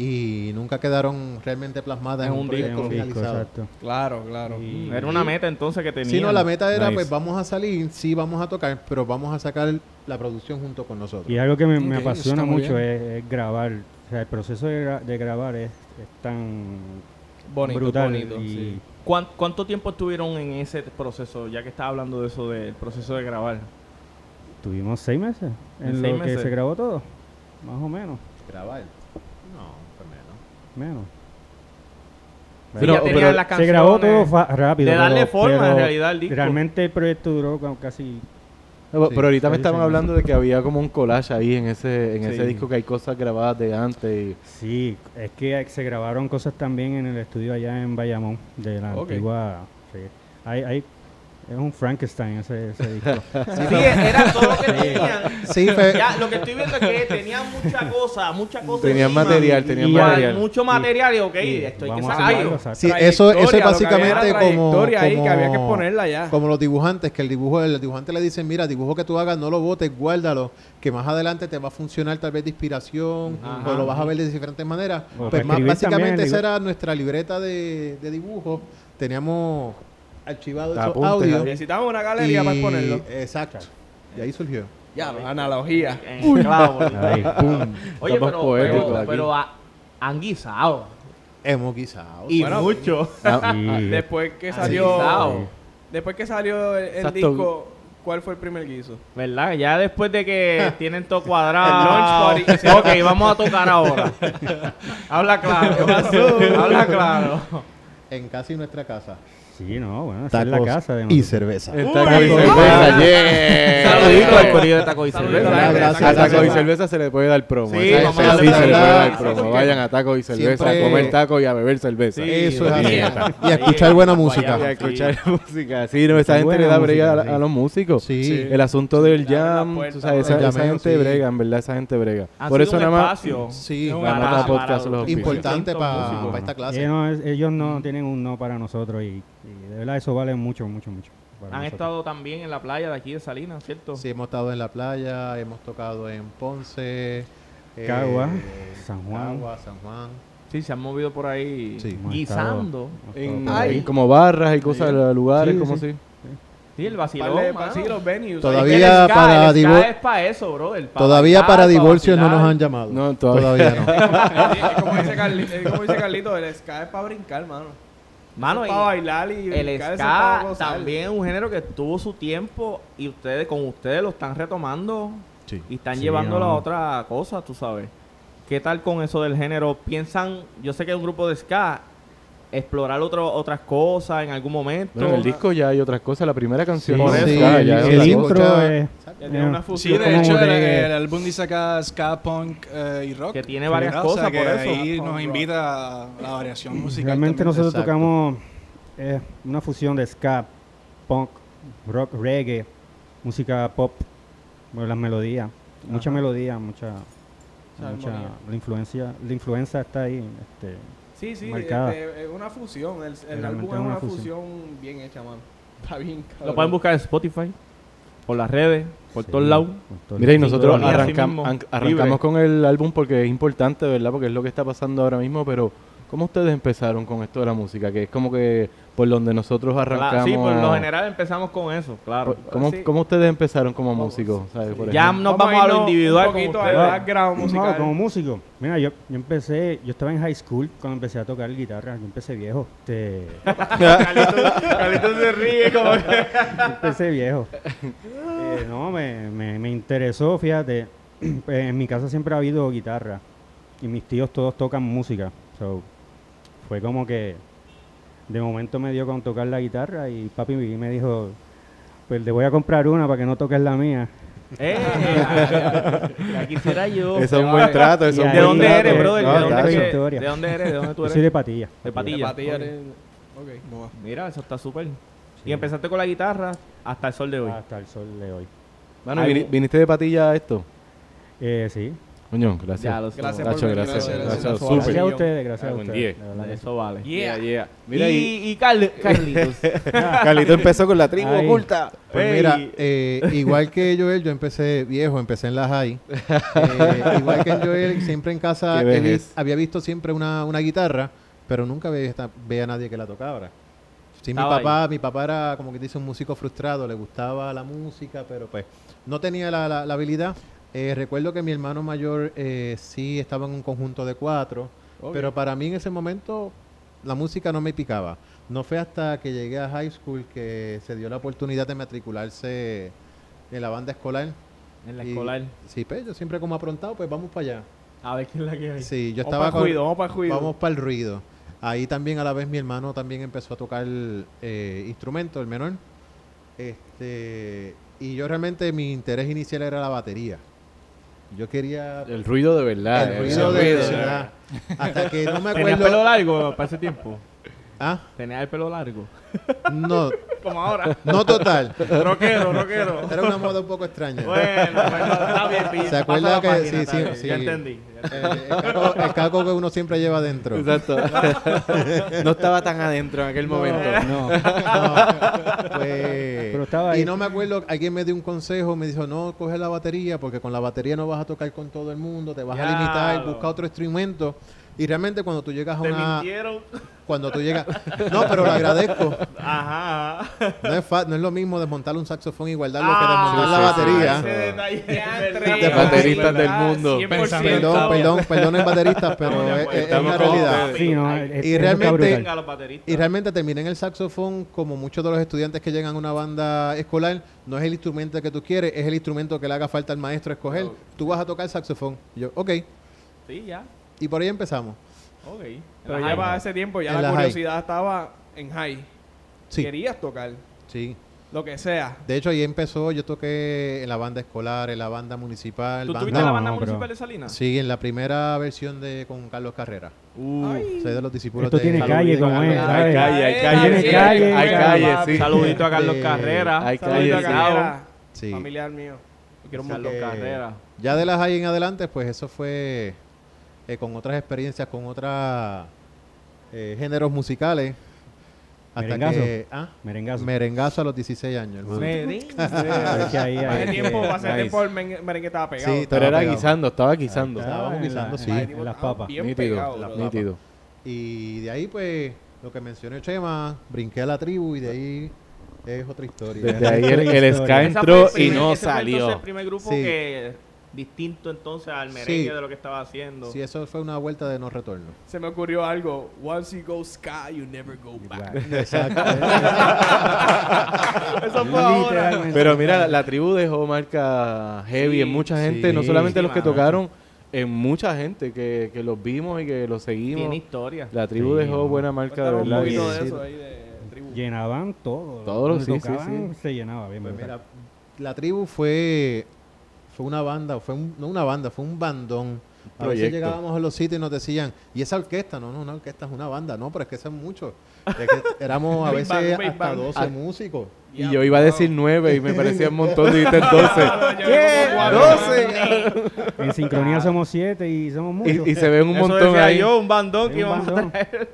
[SPEAKER 1] y nunca quedaron realmente plasmadas en, un, proyecto
[SPEAKER 10] un disco,
[SPEAKER 1] finalizado.
[SPEAKER 10] exacto.
[SPEAKER 6] Claro, claro. Mm.
[SPEAKER 10] Y-
[SPEAKER 5] Era una meta entonces que tenía.
[SPEAKER 1] Si no, la meta era
[SPEAKER 9] Nice.
[SPEAKER 1] pues vamos a salir, sí vamos a tocar, pero vamos a sacar la producción junto con nosotros.
[SPEAKER 10] Y algo que me, me
[SPEAKER 6] Ok,
[SPEAKER 10] apasiona
[SPEAKER 6] está muy
[SPEAKER 10] mucho
[SPEAKER 6] bien.
[SPEAKER 10] es, es grabar. O sea, el proceso de, gra- de grabar es, es tan
[SPEAKER 6] Bonito,
[SPEAKER 10] brutal.
[SPEAKER 6] bonito.
[SPEAKER 10] y
[SPEAKER 6] sí.
[SPEAKER 5] ¿Cuán- ¿Cuánto tiempo estuvieron en ese proceso? Ya que estaba hablando de eso, del proceso de grabar.
[SPEAKER 10] Tuvimos seis meses en,
[SPEAKER 5] En
[SPEAKER 10] lo
[SPEAKER 5] seis
[SPEAKER 10] que
[SPEAKER 5] meses.
[SPEAKER 10] se grabó todo. Más o menos.
[SPEAKER 1] Grabar. No, fue menos.
[SPEAKER 10] menos.
[SPEAKER 9] Pero-
[SPEAKER 5] ya tenían
[SPEAKER 9] pero-
[SPEAKER 5] las
[SPEAKER 10] Se
[SPEAKER 5] canciones.
[SPEAKER 10] grabó todo fa- rápido.
[SPEAKER 5] de darle
[SPEAKER 10] pero-
[SPEAKER 5] forma,
[SPEAKER 10] pero
[SPEAKER 5] en realidad, al disco.
[SPEAKER 10] Realmente el proyecto duró ca- casi...
[SPEAKER 9] No,
[SPEAKER 1] Sí,
[SPEAKER 9] pero ahorita me
[SPEAKER 10] sí,
[SPEAKER 9] estaban
[SPEAKER 10] sí.
[SPEAKER 9] hablando de que había como un collage ahí en ese en ese
[SPEAKER 5] Sí.
[SPEAKER 9] disco que hay cosas grabadas de antes. y-
[SPEAKER 10] Sí, es que se grabaron cosas también en el estudio allá en Bayamón, de la
[SPEAKER 6] Ok.
[SPEAKER 10] antigua... sí. Hay, hay, es un Frankenstein ese, ese disco.
[SPEAKER 5] Sí, era todo lo que
[SPEAKER 6] Eh,
[SPEAKER 5] tenían.
[SPEAKER 1] Sí, fue-
[SPEAKER 5] Ya, lo que estoy viendo es que tenían mucha cosa, mucha cosa.
[SPEAKER 9] Tenían
[SPEAKER 5] encima.
[SPEAKER 9] material, tenían
[SPEAKER 5] Igual,
[SPEAKER 9] material.
[SPEAKER 5] Mucho material y, ok,
[SPEAKER 10] Y
[SPEAKER 5] esto hay que
[SPEAKER 10] vamos a
[SPEAKER 5] sacarlo.
[SPEAKER 10] hacerlo, exacto.
[SPEAKER 1] Sí, eso, eso es
[SPEAKER 6] Trayectoria, lo que había
[SPEAKER 1] básicamente
[SPEAKER 6] era
[SPEAKER 1] como,
[SPEAKER 6] trayectoria ahí, que había que
[SPEAKER 1] como-
[SPEAKER 6] ponerla ya.
[SPEAKER 1] como los dibujantes, que el dibujo, el dibujante le dicen, mira, el dibujo que tú hagas, no lo botes, guárdalo, que más adelante te va a funcionar tal vez de inspiración,
[SPEAKER 5] Ajá.
[SPEAKER 1] o lo vas a ver de diferentes maneras.
[SPEAKER 10] O
[SPEAKER 1] pues
[SPEAKER 10] para
[SPEAKER 1] más,
[SPEAKER 10] escribir también,
[SPEAKER 1] básicamente
[SPEAKER 10] digo.
[SPEAKER 1] esa era nuestra libreta de, de dibujo. Teníamos archivado
[SPEAKER 9] Los
[SPEAKER 1] esos
[SPEAKER 9] apuntes
[SPEAKER 1] audios.
[SPEAKER 9] ahí.
[SPEAKER 6] Necesitábamos una galería para
[SPEAKER 1] y-
[SPEAKER 6] exponerlo.
[SPEAKER 1] Exacto. Y ahí surgió.
[SPEAKER 6] Ya, analogía.
[SPEAKER 5] Eh, claro, boludo.
[SPEAKER 10] Ahí, pum.
[SPEAKER 5] Oye,
[SPEAKER 9] Estamos
[SPEAKER 5] pero,
[SPEAKER 9] poéticos
[SPEAKER 5] pero,
[SPEAKER 9] aquí.
[SPEAKER 5] pero a- han guisado.
[SPEAKER 1] Hemos guisado.
[SPEAKER 5] Y
[SPEAKER 6] Bueno,
[SPEAKER 5] mucho.
[SPEAKER 10] Y-
[SPEAKER 6] Después que
[SPEAKER 5] Han
[SPEAKER 6] salió.
[SPEAKER 5] guisado.
[SPEAKER 6] Después que salió el, el
[SPEAKER 9] Exacto.
[SPEAKER 6] disco, ¿cuál fue el primer guiso?
[SPEAKER 5] ¿Verdad? Ya después de que tienen todo cuadrado.
[SPEAKER 6] El launch party.
[SPEAKER 5] ok, vamos a tocar ahora. Habla claro. Habla claro.
[SPEAKER 1] En casi nuestra casa. Eh,
[SPEAKER 10] Sí, no, bueno, esa es la casa de
[SPEAKER 1] y
[SPEAKER 10] nosotros.
[SPEAKER 1] cerveza.
[SPEAKER 9] Está con
[SPEAKER 5] Ah.
[SPEAKER 9] cerveza, yeah.
[SPEAKER 5] Saludito
[SPEAKER 9] eh,
[SPEAKER 5] al corillo de Taco y
[SPEAKER 6] Saludito.
[SPEAKER 5] Cerveza.
[SPEAKER 1] Gracias,
[SPEAKER 5] Gracias.
[SPEAKER 9] A
[SPEAKER 1] gracias.
[SPEAKER 9] taco y cerveza se le puede dar promo.
[SPEAKER 5] Sí,
[SPEAKER 9] Esa-
[SPEAKER 5] vamos
[SPEAKER 9] esa
[SPEAKER 1] a
[SPEAKER 9] sí se le puede
[SPEAKER 1] hablar.
[SPEAKER 9] dar promo. Vayan a taco y cerveza,
[SPEAKER 1] Siempre-
[SPEAKER 9] a comer taco y a beber cerveza.
[SPEAKER 1] Eso es así.
[SPEAKER 5] puñeta.
[SPEAKER 1] Y a escuchar buena
[SPEAKER 9] Y
[SPEAKER 1] música.
[SPEAKER 9] a escuchar música. Sí, no, esa
[SPEAKER 10] Muy
[SPEAKER 9] gente
[SPEAKER 10] buena
[SPEAKER 9] le da brega
[SPEAKER 10] música,
[SPEAKER 9] a,
[SPEAKER 10] sí.
[SPEAKER 9] a los músicos.
[SPEAKER 1] Sí.
[SPEAKER 9] El asunto del
[SPEAKER 6] le abren la
[SPEAKER 9] jam,
[SPEAKER 6] puerta,
[SPEAKER 9] tú sabes, esa,
[SPEAKER 1] El
[SPEAKER 9] esa
[SPEAKER 1] llameo,
[SPEAKER 9] gente
[SPEAKER 1] sí.
[SPEAKER 9] brega, en verdad, esa gente brega.
[SPEAKER 5] Ha
[SPEAKER 9] Por
[SPEAKER 5] sido
[SPEAKER 9] eso
[SPEAKER 5] un
[SPEAKER 9] nada más...
[SPEAKER 5] espacio
[SPEAKER 1] Sí,
[SPEAKER 5] un
[SPEAKER 9] la nota
[SPEAKER 5] para-
[SPEAKER 9] podcast
[SPEAKER 5] para
[SPEAKER 9] los
[SPEAKER 5] los
[SPEAKER 1] importante Ah, para
[SPEAKER 5] músicos.
[SPEAKER 1] esta clase.
[SPEAKER 10] Eh, no, es- ellos no tienen un no para nosotros y, y de verdad eso vale mucho, mucho, mucho. para
[SPEAKER 5] Han
[SPEAKER 10] nosotros.
[SPEAKER 5] estado también en la playa de aquí de Salinas, ¿cierto?
[SPEAKER 1] Sí, hemos estado en la playa, hemos tocado en Ponce, eh,
[SPEAKER 10] Cagua, San Juan.
[SPEAKER 1] Cagua, San Juan.
[SPEAKER 5] Sí, se han movido por ahí
[SPEAKER 1] Sí.
[SPEAKER 10] Hemos
[SPEAKER 5] guisando.
[SPEAKER 10] estado-
[SPEAKER 9] En,
[SPEAKER 10] hemos estado
[SPEAKER 9] en como barras y cosas, lugares,
[SPEAKER 10] Sí,
[SPEAKER 9] como
[SPEAKER 10] sí.
[SPEAKER 9] si...
[SPEAKER 5] Ah, Sí, el
[SPEAKER 6] Par
[SPEAKER 5] vacilón.
[SPEAKER 6] de-
[SPEAKER 5] mano.
[SPEAKER 6] sí, los venues.
[SPEAKER 1] Todavía-
[SPEAKER 5] Es que el ska-
[SPEAKER 1] para
[SPEAKER 5] el ska
[SPEAKER 1] divo-
[SPEAKER 5] es para eso, bro. el pa'
[SPEAKER 1] Todavía
[SPEAKER 5] bailar,
[SPEAKER 1] para
[SPEAKER 5] pa'
[SPEAKER 1] divorcio no nos
[SPEAKER 5] vacilar.
[SPEAKER 1] han llamado.
[SPEAKER 9] No,
[SPEAKER 1] Pues
[SPEAKER 9] todavía.
[SPEAKER 1] no.
[SPEAKER 6] Ahí- ahí Eh, como, dice Carli- ahí como dice Carlito, el ska es para brincar, mano.
[SPEAKER 5] Mano,
[SPEAKER 6] para
[SPEAKER 5] Ah, y
[SPEAKER 6] bailar y
[SPEAKER 5] el
[SPEAKER 6] brincar, eso es pa'
[SPEAKER 5] ska
[SPEAKER 6] gozar.
[SPEAKER 5] también es un género que tuvo su tiempo y ustedes, con ustedes lo están retomando
[SPEAKER 1] Sí.
[SPEAKER 5] y están
[SPEAKER 10] Sí,
[SPEAKER 5] llevándolo a
[SPEAKER 10] no.
[SPEAKER 5] otra cosa, tú sabes. ¿Qué tal con eso del género? ¿Piensan, yo sé que es un grupo de ska, explorar otro, otras cosas en algún momento?
[SPEAKER 9] Bueno, en el disco ya hay otras cosas. La primera canción...
[SPEAKER 10] Sí,
[SPEAKER 9] es
[SPEAKER 10] sí,
[SPEAKER 1] eso,
[SPEAKER 9] ska, ya es otra
[SPEAKER 10] el, el
[SPEAKER 9] cosa.
[SPEAKER 10] intro
[SPEAKER 1] cosa.
[SPEAKER 10] es...
[SPEAKER 6] Ya tiene
[SPEAKER 10] eh,
[SPEAKER 6] una fusión.
[SPEAKER 7] Sí, de
[SPEAKER 10] como
[SPEAKER 7] hecho, el,
[SPEAKER 10] de-
[SPEAKER 7] el álbum dice acá ska, punk eh, y rock.
[SPEAKER 5] Que tiene varias
[SPEAKER 7] ¿verdad?
[SPEAKER 5] cosas
[SPEAKER 7] o sea,
[SPEAKER 5] por
[SPEAKER 7] que
[SPEAKER 5] eso.
[SPEAKER 7] ahí
[SPEAKER 6] Punk
[SPEAKER 7] nos
[SPEAKER 6] rock.
[SPEAKER 7] invita a la variación musical.
[SPEAKER 10] Realmente
[SPEAKER 7] también.
[SPEAKER 10] nosotros
[SPEAKER 1] Exacto.
[SPEAKER 10] tocamos eh, una fusión de ska, punk, rock, reggae, música pop, bueno, las melodías, mucha melodía, mucha,
[SPEAKER 6] Esa
[SPEAKER 10] mucha
[SPEAKER 6] armonía.
[SPEAKER 10] la influencia, la influencia está ahí, este,
[SPEAKER 6] Sí, sí,
[SPEAKER 10] marcada.
[SPEAKER 6] este, es una fusión. El, el
[SPEAKER 10] Realmente
[SPEAKER 6] álbum es
[SPEAKER 10] es una
[SPEAKER 6] una
[SPEAKER 10] fusión.
[SPEAKER 6] fusión. bien hecha, mano. Está bien, cabrón.
[SPEAKER 5] Lo pueden buscar en Spotify, por las redes, por todos lados.
[SPEAKER 9] Mira, y nosotros
[SPEAKER 5] Sintonía, así
[SPEAKER 9] arrancam-
[SPEAKER 5] mismo,
[SPEAKER 9] an-
[SPEAKER 5] libre.
[SPEAKER 9] arrancamos con el álbum porque es importante, ¿verdad? Porque es lo que está pasando ahora mismo, pero ¿cómo ustedes empezaron con esto de la música? Que es como que por donde nosotros
[SPEAKER 5] Claro,
[SPEAKER 9] arrancamos.
[SPEAKER 5] Ah, Sí, por lo general empezamos con eso, claro.
[SPEAKER 9] ¿Cómo,
[SPEAKER 5] Sí.
[SPEAKER 9] cómo ustedes empezaron como músicos? ¿sabes? Por
[SPEAKER 5] Ya
[SPEAKER 9] ejemplo?
[SPEAKER 5] nos vamos, a
[SPEAKER 6] irnos
[SPEAKER 5] lo
[SPEAKER 6] un
[SPEAKER 5] individual con
[SPEAKER 6] poquito al
[SPEAKER 5] ustedes.
[SPEAKER 6] background
[SPEAKER 10] No,
[SPEAKER 6] musical.
[SPEAKER 10] como músico. Mira, yo, yo empecé, yo estaba en high school cuando empecé a tocar guitarra, yo empecé viejo. Este,
[SPEAKER 5] Carlitos se ríe como que...
[SPEAKER 10] empecé viejo. Eh, no, me, me, me interesó, fíjate. pues, en mi casa siempre ha habido guitarra y mis tíos todos tocan música. So, fue como que de momento me dio con tocar la guitarra y papi me dijo, pues le voy a comprar una para que no toques la mía.
[SPEAKER 5] Eh, la, la quisiera yo.
[SPEAKER 1] Eso es un buen trato, eso
[SPEAKER 10] Y
[SPEAKER 1] es un
[SPEAKER 5] ¿De
[SPEAKER 1] buen
[SPEAKER 10] ahí-
[SPEAKER 5] dónde
[SPEAKER 1] trato.
[SPEAKER 5] eres, brother?
[SPEAKER 1] No,
[SPEAKER 5] ¿De dónde,
[SPEAKER 1] tacho.
[SPEAKER 5] eres?
[SPEAKER 10] historia.
[SPEAKER 5] ¿De dónde eres? ¿De dónde tú
[SPEAKER 10] Yo
[SPEAKER 5] eres?
[SPEAKER 10] soy de Patilla.
[SPEAKER 5] De
[SPEAKER 6] De
[SPEAKER 5] Patilla.
[SPEAKER 6] Patilla,
[SPEAKER 5] Ok.
[SPEAKER 6] eres- ok.
[SPEAKER 7] Boba.
[SPEAKER 5] Mira, eso está súper. Y empezaste con la guitarra hasta el sol de hoy.
[SPEAKER 10] Ah, Hasta el sol de hoy.
[SPEAKER 9] Mano, vini- ¿viniste de patilla a esto?
[SPEAKER 10] Eh, sí.
[SPEAKER 9] Coño, gracias.
[SPEAKER 5] ya lo sé.
[SPEAKER 6] Gracias
[SPEAKER 9] Tacho,
[SPEAKER 6] por venir,
[SPEAKER 9] gracias,
[SPEAKER 6] gracias.
[SPEAKER 9] gracias,
[SPEAKER 6] Gracias.
[SPEAKER 10] Gracias a
[SPEAKER 6] Super.
[SPEAKER 10] ustedes, gracias
[SPEAKER 9] Ah,
[SPEAKER 10] a
[SPEAKER 9] buen
[SPEAKER 10] ustedes.
[SPEAKER 9] día.
[SPEAKER 10] de verdad que sí.
[SPEAKER 5] Eso vale.
[SPEAKER 6] Yeah.
[SPEAKER 9] Mira,
[SPEAKER 5] y,
[SPEAKER 9] y-
[SPEAKER 5] y Carl- Carlitos.
[SPEAKER 1] Carlito empezó con la tribu
[SPEAKER 10] Ay.
[SPEAKER 1] oculta. Pues
[SPEAKER 5] Ey.
[SPEAKER 1] mira, eh, igual que Joel, yo empecé viejo, empecé en la high. Eh, igual que Joel, siempre en casa
[SPEAKER 9] Qué
[SPEAKER 1] he vi-
[SPEAKER 9] vejez.
[SPEAKER 1] había visto siempre una, una guitarra, pero nunca ve- esta- veía a nadie que la tocaba. Sí, mi
[SPEAKER 5] Estaba
[SPEAKER 1] papá, mi papá era como que dice un músico frustrado, le gustaba la música, pero pues no tenía la, la- la habilidad. Eh, recuerdo que mi hermano mayor eh, sí estaba en un conjunto de cuatro,
[SPEAKER 5] Oh,
[SPEAKER 1] pero para mí en ese momento la música no me picaba. No fue hasta que llegué a high school que se dio la oportunidad de matricularse en la banda escolar.
[SPEAKER 5] En la
[SPEAKER 1] Y-
[SPEAKER 5] escolar.
[SPEAKER 1] Sí, pues yo siempre como aprontado, pues vamos para allá.
[SPEAKER 5] A ver quién es la que hay.
[SPEAKER 1] Sí, yo
[SPEAKER 6] Vamos
[SPEAKER 1] estaba
[SPEAKER 6] para
[SPEAKER 1] con,
[SPEAKER 6] el juido, vamos para el juido.
[SPEAKER 1] Vamos para el ruido. Ahí también a la vez mi hermano también empezó a tocar eh, instrumento, el menor. Este, y yo realmente mi interés inicial era la batería. Yo quería
[SPEAKER 9] El ruido de verdad.
[SPEAKER 1] el
[SPEAKER 9] eh,
[SPEAKER 1] ruido
[SPEAKER 9] el
[SPEAKER 1] de
[SPEAKER 9] ruido, eh.
[SPEAKER 1] verdad. Hasta que no me
[SPEAKER 5] ¿Tenías pelo
[SPEAKER 1] acuerdo.
[SPEAKER 5] largo para ese tiempo?
[SPEAKER 1] Ah,
[SPEAKER 5] ¿Tenías el pelo largo?
[SPEAKER 1] no,
[SPEAKER 5] Como ahora.
[SPEAKER 1] no total.
[SPEAKER 5] Roquero, roquero.
[SPEAKER 1] Era una moda un poco extraña.
[SPEAKER 5] Bueno, bueno, está bien, pillo.
[SPEAKER 1] ¿Se
[SPEAKER 5] Pasa
[SPEAKER 1] acuerda
[SPEAKER 5] la
[SPEAKER 1] que-
[SPEAKER 5] página,
[SPEAKER 1] sí,
[SPEAKER 5] está
[SPEAKER 1] sí,
[SPEAKER 5] bien.
[SPEAKER 1] sí.
[SPEAKER 5] Ya entendí. ya entendí.
[SPEAKER 1] El, Eh, el caco, el caco que uno siempre lleva adentro.
[SPEAKER 9] Exacto. no estaba tan adentro en aquel momento.
[SPEAKER 10] No.
[SPEAKER 1] No, pues,
[SPEAKER 10] Pero estaba
[SPEAKER 1] Y
[SPEAKER 10] ahí.
[SPEAKER 1] no me acuerdo, alguien me dio un consejo, me dijo, no, coge la batería, porque con la batería no vas a tocar con todo el mundo, te vas a limitar,
[SPEAKER 5] Diablo.
[SPEAKER 1] busca otro instrumento. Y realmente cuando tú llegas a
[SPEAKER 5] Te
[SPEAKER 1] una...
[SPEAKER 5] mintieron.
[SPEAKER 1] Cuando tú llegas... No, pero lo agradezco.
[SPEAKER 5] Ajá. ajá.
[SPEAKER 1] No es, fa- no es lo mismo desmontar un saxofón y guardarlo
[SPEAKER 5] Ah,
[SPEAKER 1] que desmontar
[SPEAKER 9] sí, sí,
[SPEAKER 1] la
[SPEAKER 9] sí.
[SPEAKER 1] batería.
[SPEAKER 5] ese detalle,
[SPEAKER 6] Diantre.
[SPEAKER 5] ¿verdad?
[SPEAKER 9] bateristas
[SPEAKER 6] Ay,
[SPEAKER 9] del
[SPEAKER 6] ¿verdad?
[SPEAKER 9] mundo.
[SPEAKER 6] 100%.
[SPEAKER 1] Perdón, perdón, perdón en bateristas,
[SPEAKER 5] Estamos de
[SPEAKER 1] pero es,
[SPEAKER 5] acuerdo.
[SPEAKER 1] es- es la
[SPEAKER 9] Estamos con
[SPEAKER 1] realidad. eh.
[SPEAKER 9] ustedes.
[SPEAKER 10] Sí, no,
[SPEAKER 5] Ay,
[SPEAKER 10] es- es-
[SPEAKER 1] y
[SPEAKER 10] es
[SPEAKER 1] realmente-
[SPEAKER 10] brutal.
[SPEAKER 5] Venga, los bateristas.
[SPEAKER 1] Y realmente terminé en el saxofón, como muchos de los estudiantes que llegan a una banda escolar, no es el instrumento que tú quieres, es el instrumento que le haga falta al maestro escoger. Tú vas a tocar saxofón. Y yo, ok.
[SPEAKER 5] Sí, ya.
[SPEAKER 1] Y por ahí empezamos.
[SPEAKER 5] Ok.
[SPEAKER 6] Pero
[SPEAKER 5] Ajá.
[SPEAKER 6] ya para ese tiempo, ya
[SPEAKER 1] En
[SPEAKER 6] la
[SPEAKER 1] la high.
[SPEAKER 6] curiosidad estaba en high.
[SPEAKER 1] Sí.
[SPEAKER 6] Querías tocar
[SPEAKER 1] Sí.
[SPEAKER 6] lo que sea.
[SPEAKER 1] De hecho, ahí empezó, yo toqué en la banda escolar, en la banda municipal.
[SPEAKER 5] ¿Tú
[SPEAKER 1] banda-
[SPEAKER 5] tuviste
[SPEAKER 10] No,
[SPEAKER 5] la banda
[SPEAKER 10] no, pero-
[SPEAKER 5] municipal de Salinas?
[SPEAKER 1] Sí, en la primera versión de con Carlos Carrera. Soy de los discípulos
[SPEAKER 10] Esto
[SPEAKER 1] de
[SPEAKER 10] tiene
[SPEAKER 1] Carlos
[SPEAKER 10] calle
[SPEAKER 1] Carrera.
[SPEAKER 10] como es,
[SPEAKER 5] Hay
[SPEAKER 10] ¿sabes?
[SPEAKER 9] calle, hay calle.
[SPEAKER 10] Tiene calle,
[SPEAKER 9] hay calle, sí.
[SPEAKER 5] Saludito a Carlos
[SPEAKER 1] Eh,
[SPEAKER 5] Carrera.
[SPEAKER 9] hay
[SPEAKER 5] Saludito
[SPEAKER 9] calle,
[SPEAKER 5] a
[SPEAKER 9] Este sí.
[SPEAKER 5] Carrera.
[SPEAKER 6] Carrera,
[SPEAKER 1] Sí.
[SPEAKER 6] familiar mío. Lo Quiero un
[SPEAKER 1] Así
[SPEAKER 6] montón.
[SPEAKER 1] que-
[SPEAKER 5] Carrera.
[SPEAKER 1] Ya de las ahí en adelante, pues eso fue eh, con otras experiencias, con otros géneros musicales. Hasta
[SPEAKER 10] Merengazo.
[SPEAKER 1] que. ¿ah?
[SPEAKER 10] Merengazo.
[SPEAKER 1] Merengazo a los 16 años, hermano.
[SPEAKER 10] Pero es que ahí-
[SPEAKER 6] Hace
[SPEAKER 10] ahí-
[SPEAKER 6] tiempo, hace
[SPEAKER 9] Nice.
[SPEAKER 6] tiempo el men- merengue estaba pegado.
[SPEAKER 1] Sí,
[SPEAKER 9] Pero era
[SPEAKER 1] pegado.
[SPEAKER 9] guisando, estaba guisando.
[SPEAKER 1] Estábamos
[SPEAKER 10] en la-
[SPEAKER 1] guisando, sí.
[SPEAKER 6] Ay,
[SPEAKER 10] en-
[SPEAKER 6] tipo,
[SPEAKER 10] En las
[SPEAKER 6] estaba
[SPEAKER 10] papas.
[SPEAKER 6] bien
[SPEAKER 9] nítido,
[SPEAKER 6] pegado, bro.
[SPEAKER 9] nítido.
[SPEAKER 1] Y de ahí, pues, lo que mencionó Chema, brinqué a la tribu y de ahí es otra historia.
[SPEAKER 9] Desde ahí el,
[SPEAKER 10] Esa
[SPEAKER 9] el
[SPEAKER 10] fue
[SPEAKER 9] ska
[SPEAKER 10] la
[SPEAKER 9] entró
[SPEAKER 5] Ese fue
[SPEAKER 9] y
[SPEAKER 5] el primer-
[SPEAKER 9] no
[SPEAKER 5] ese fue entonces
[SPEAKER 9] salió.
[SPEAKER 5] el primer grupo
[SPEAKER 1] Sí.
[SPEAKER 5] que distinto entonces al merengue
[SPEAKER 1] Sí.
[SPEAKER 5] de lo que estaba haciendo.
[SPEAKER 1] Sí, eso fue una vuelta de no retorno.
[SPEAKER 6] Se me ocurrió algo. Once you go sky, you never go back.
[SPEAKER 5] Eso fue ahora.
[SPEAKER 10] Literalmente.
[SPEAKER 9] Pero mira, la, la tribu dejó marca heavy
[SPEAKER 5] Sí,
[SPEAKER 9] en mucha gente, no
[SPEAKER 1] sí,
[SPEAKER 9] solamente
[SPEAKER 5] sí,
[SPEAKER 9] los que
[SPEAKER 5] mano.
[SPEAKER 9] tocaron, en mucha gente que, que los vimos y que los
[SPEAKER 5] Tiene
[SPEAKER 9] seguimos.
[SPEAKER 5] historia.
[SPEAKER 9] La tribu
[SPEAKER 10] Sí,
[SPEAKER 9] dejó
[SPEAKER 10] mano.
[SPEAKER 9] buena marca de
[SPEAKER 6] Cuéntanos un
[SPEAKER 9] verdad.
[SPEAKER 6] poquito
[SPEAKER 9] y-
[SPEAKER 6] de eso ahí de tribu.
[SPEAKER 10] Llenaban todo.
[SPEAKER 9] Todos los-
[SPEAKER 10] Donde
[SPEAKER 9] sí, sí,
[SPEAKER 10] tocaban, Se llenaba bien.
[SPEAKER 1] Pues
[SPEAKER 10] brutal.
[SPEAKER 1] mira, la tribu fue, fue una banda, fue un- no una banda, fue un bandón A veces
[SPEAKER 11] Proyecto.
[SPEAKER 1] llegábamos a los sitios y nos decían, ¿y esa orquesta? No, no, una orquesta es una banda. No, pero es que eso es mucho. Es que éramos a
[SPEAKER 11] Big band,
[SPEAKER 1] veces
[SPEAKER 11] big
[SPEAKER 1] hasta
[SPEAKER 11] band.
[SPEAKER 1] 12
[SPEAKER 11] Ah,
[SPEAKER 1] músicos.
[SPEAKER 9] Y yo iba a decir nueve y me parecía un montón. Dijiste doce. ¿Qué? Doce.
[SPEAKER 10] En sincronía somos siete y somos muchos.
[SPEAKER 9] Y- y se ven un
[SPEAKER 10] Eso
[SPEAKER 9] montón
[SPEAKER 10] decía
[SPEAKER 9] ahí.
[SPEAKER 5] yo, un bandón
[SPEAKER 10] Sí,
[SPEAKER 5] que
[SPEAKER 10] un
[SPEAKER 5] íbamos a
[SPEAKER 10] bandón.
[SPEAKER 5] traer.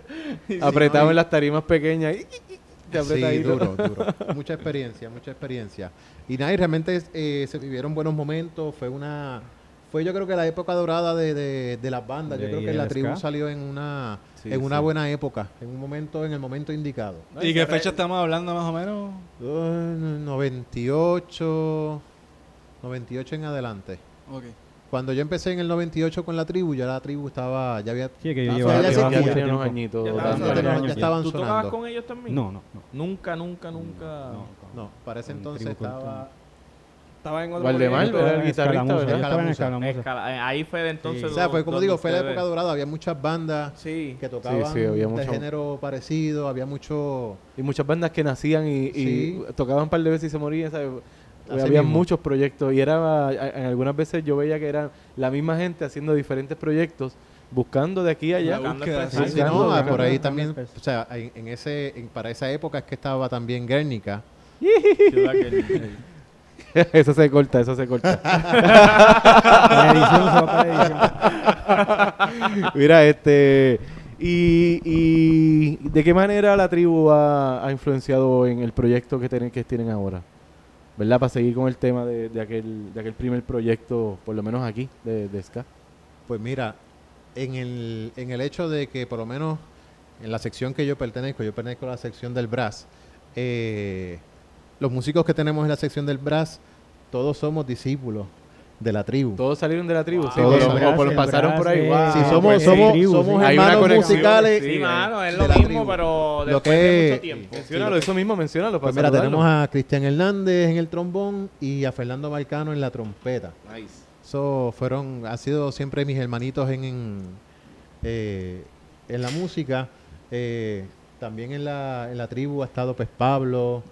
[SPEAKER 5] Sí,
[SPEAKER 9] Apretado
[SPEAKER 5] no,
[SPEAKER 9] en las tarimas pequeñas. y- y- y- Te
[SPEAKER 1] Sí,
[SPEAKER 9] apretas ahí.
[SPEAKER 1] duro, duro. Mucha experiencia, mucha experiencia. Y nada, y realmente eh, se vivieron buenos momentos. Fue una. Fue yo creo que la época dorada de, de- de las bandas. Yo
[SPEAKER 11] De
[SPEAKER 1] creo que la
[SPEAKER 11] ILSK.
[SPEAKER 1] tribu salió en una
[SPEAKER 11] Sí,
[SPEAKER 1] en una
[SPEAKER 11] sí.
[SPEAKER 1] buena época, en un momento, en el momento indicado.
[SPEAKER 7] ¿Y qué fecha estamos hablando más o menos?
[SPEAKER 1] Eh, 98, 98 en adelante.
[SPEAKER 7] Ok.
[SPEAKER 1] Cuando yo empecé en el 98 con la tribu, ya la tribu estaba, ya había...
[SPEAKER 10] Sí, que yo
[SPEAKER 1] estaba-
[SPEAKER 10] llevaba-
[SPEAKER 1] ya existía.
[SPEAKER 10] llevaba mucho tiempo. Ya estaba
[SPEAKER 1] Ya
[SPEAKER 10] sonando.
[SPEAKER 1] estaban- ya estaban
[SPEAKER 5] ¿Tú tocabas
[SPEAKER 1] sonando.
[SPEAKER 5] con ellos también?
[SPEAKER 10] No, no, no.
[SPEAKER 5] Nunca, nunca, nunca.
[SPEAKER 1] No, para ese
[SPEAKER 5] Con
[SPEAKER 1] entonces
[SPEAKER 5] tribu, con
[SPEAKER 1] estaba...
[SPEAKER 6] Estaba en otro
[SPEAKER 9] Valdemar
[SPEAKER 6] proyecto.
[SPEAKER 9] era el guitarrista,
[SPEAKER 10] Escalamuza,
[SPEAKER 9] ¿verdad?
[SPEAKER 10] yo estaba en Escalamuza.
[SPEAKER 5] Escala- eh, ahí fue de entonces.
[SPEAKER 1] o sea,
[SPEAKER 5] donde-
[SPEAKER 1] pues como
[SPEAKER 5] donde
[SPEAKER 1] digo, fue la
[SPEAKER 5] ustedes-
[SPEAKER 1] época dorada, había muchas bandas
[SPEAKER 6] Sí.
[SPEAKER 1] que tocaban
[SPEAKER 9] sí, había
[SPEAKER 1] de
[SPEAKER 9] mucho-
[SPEAKER 1] género parecido, había mucho...
[SPEAKER 9] Y muchas bandas que nacían y, y
[SPEAKER 1] Sí.
[SPEAKER 9] tocaban un par de veces y se morían, ¿sabes?
[SPEAKER 1] Así
[SPEAKER 9] Había
[SPEAKER 1] mismo.
[SPEAKER 9] muchos proyectos y era, a- en algunas veces yo veía que eran la misma gente haciendo diferentes proyectos, buscando de aquí a allá.
[SPEAKER 7] La búsqueda,
[SPEAKER 1] Sí, sí, no, ah, por ahí también,
[SPEAKER 10] pues.
[SPEAKER 1] o sea, en, en ese, en- para esa época es que estaba también Guernica.
[SPEAKER 5] Ciudad que-
[SPEAKER 9] eso se corta, eso se corta.
[SPEAKER 10] La edición se va para la edición.
[SPEAKER 9] Mira, este. Y, y de qué manera la tribu ha, ha influenciado en el proyecto que tienen, que tienen ahora? ¿Verdad? Para seguir con el tema de, de aquel, de aquel primer proyecto, por lo menos aquí, de, de Ska.
[SPEAKER 1] Pues mira, en el, en el hecho de que por lo menos en la sección que yo pertenezco, yo pertenezco a la sección del brass, eh, los músicos que tenemos en la sección del brass, todos somos discípulos de la tribu.
[SPEAKER 9] Todos salieron de la tribu, sí,
[SPEAKER 1] Todos
[SPEAKER 9] por lo-
[SPEAKER 1] somos-
[SPEAKER 9] por- por- pasaron por ahí. wow.
[SPEAKER 1] Sí, somos,
[SPEAKER 9] Pues sí,
[SPEAKER 1] somos,
[SPEAKER 9] tribu,
[SPEAKER 1] somos
[SPEAKER 9] sí. Hay una
[SPEAKER 1] hermanos
[SPEAKER 9] conexión,
[SPEAKER 1] musicales.
[SPEAKER 9] sí,
[SPEAKER 5] mano, es
[SPEAKER 1] de
[SPEAKER 5] lo
[SPEAKER 1] la
[SPEAKER 5] mismo,
[SPEAKER 1] tribu.
[SPEAKER 5] pero
[SPEAKER 1] Lo
[SPEAKER 5] después
[SPEAKER 1] que
[SPEAKER 5] de
[SPEAKER 1] es-
[SPEAKER 5] mucho tiempo.
[SPEAKER 9] Menciónalo, eso mismo, menciónalo. para
[SPEAKER 1] Pues mira,
[SPEAKER 9] saludarlo.
[SPEAKER 1] tenemos a Cristian Hernández en el trombón y a Fernando Marcano en la trompeta.
[SPEAKER 11] Nice.
[SPEAKER 1] So, fueron, han sido siempre mis hermanitos en, en, eh, en la música. Eh, también en la, en la tribu ha estado pues Pablo,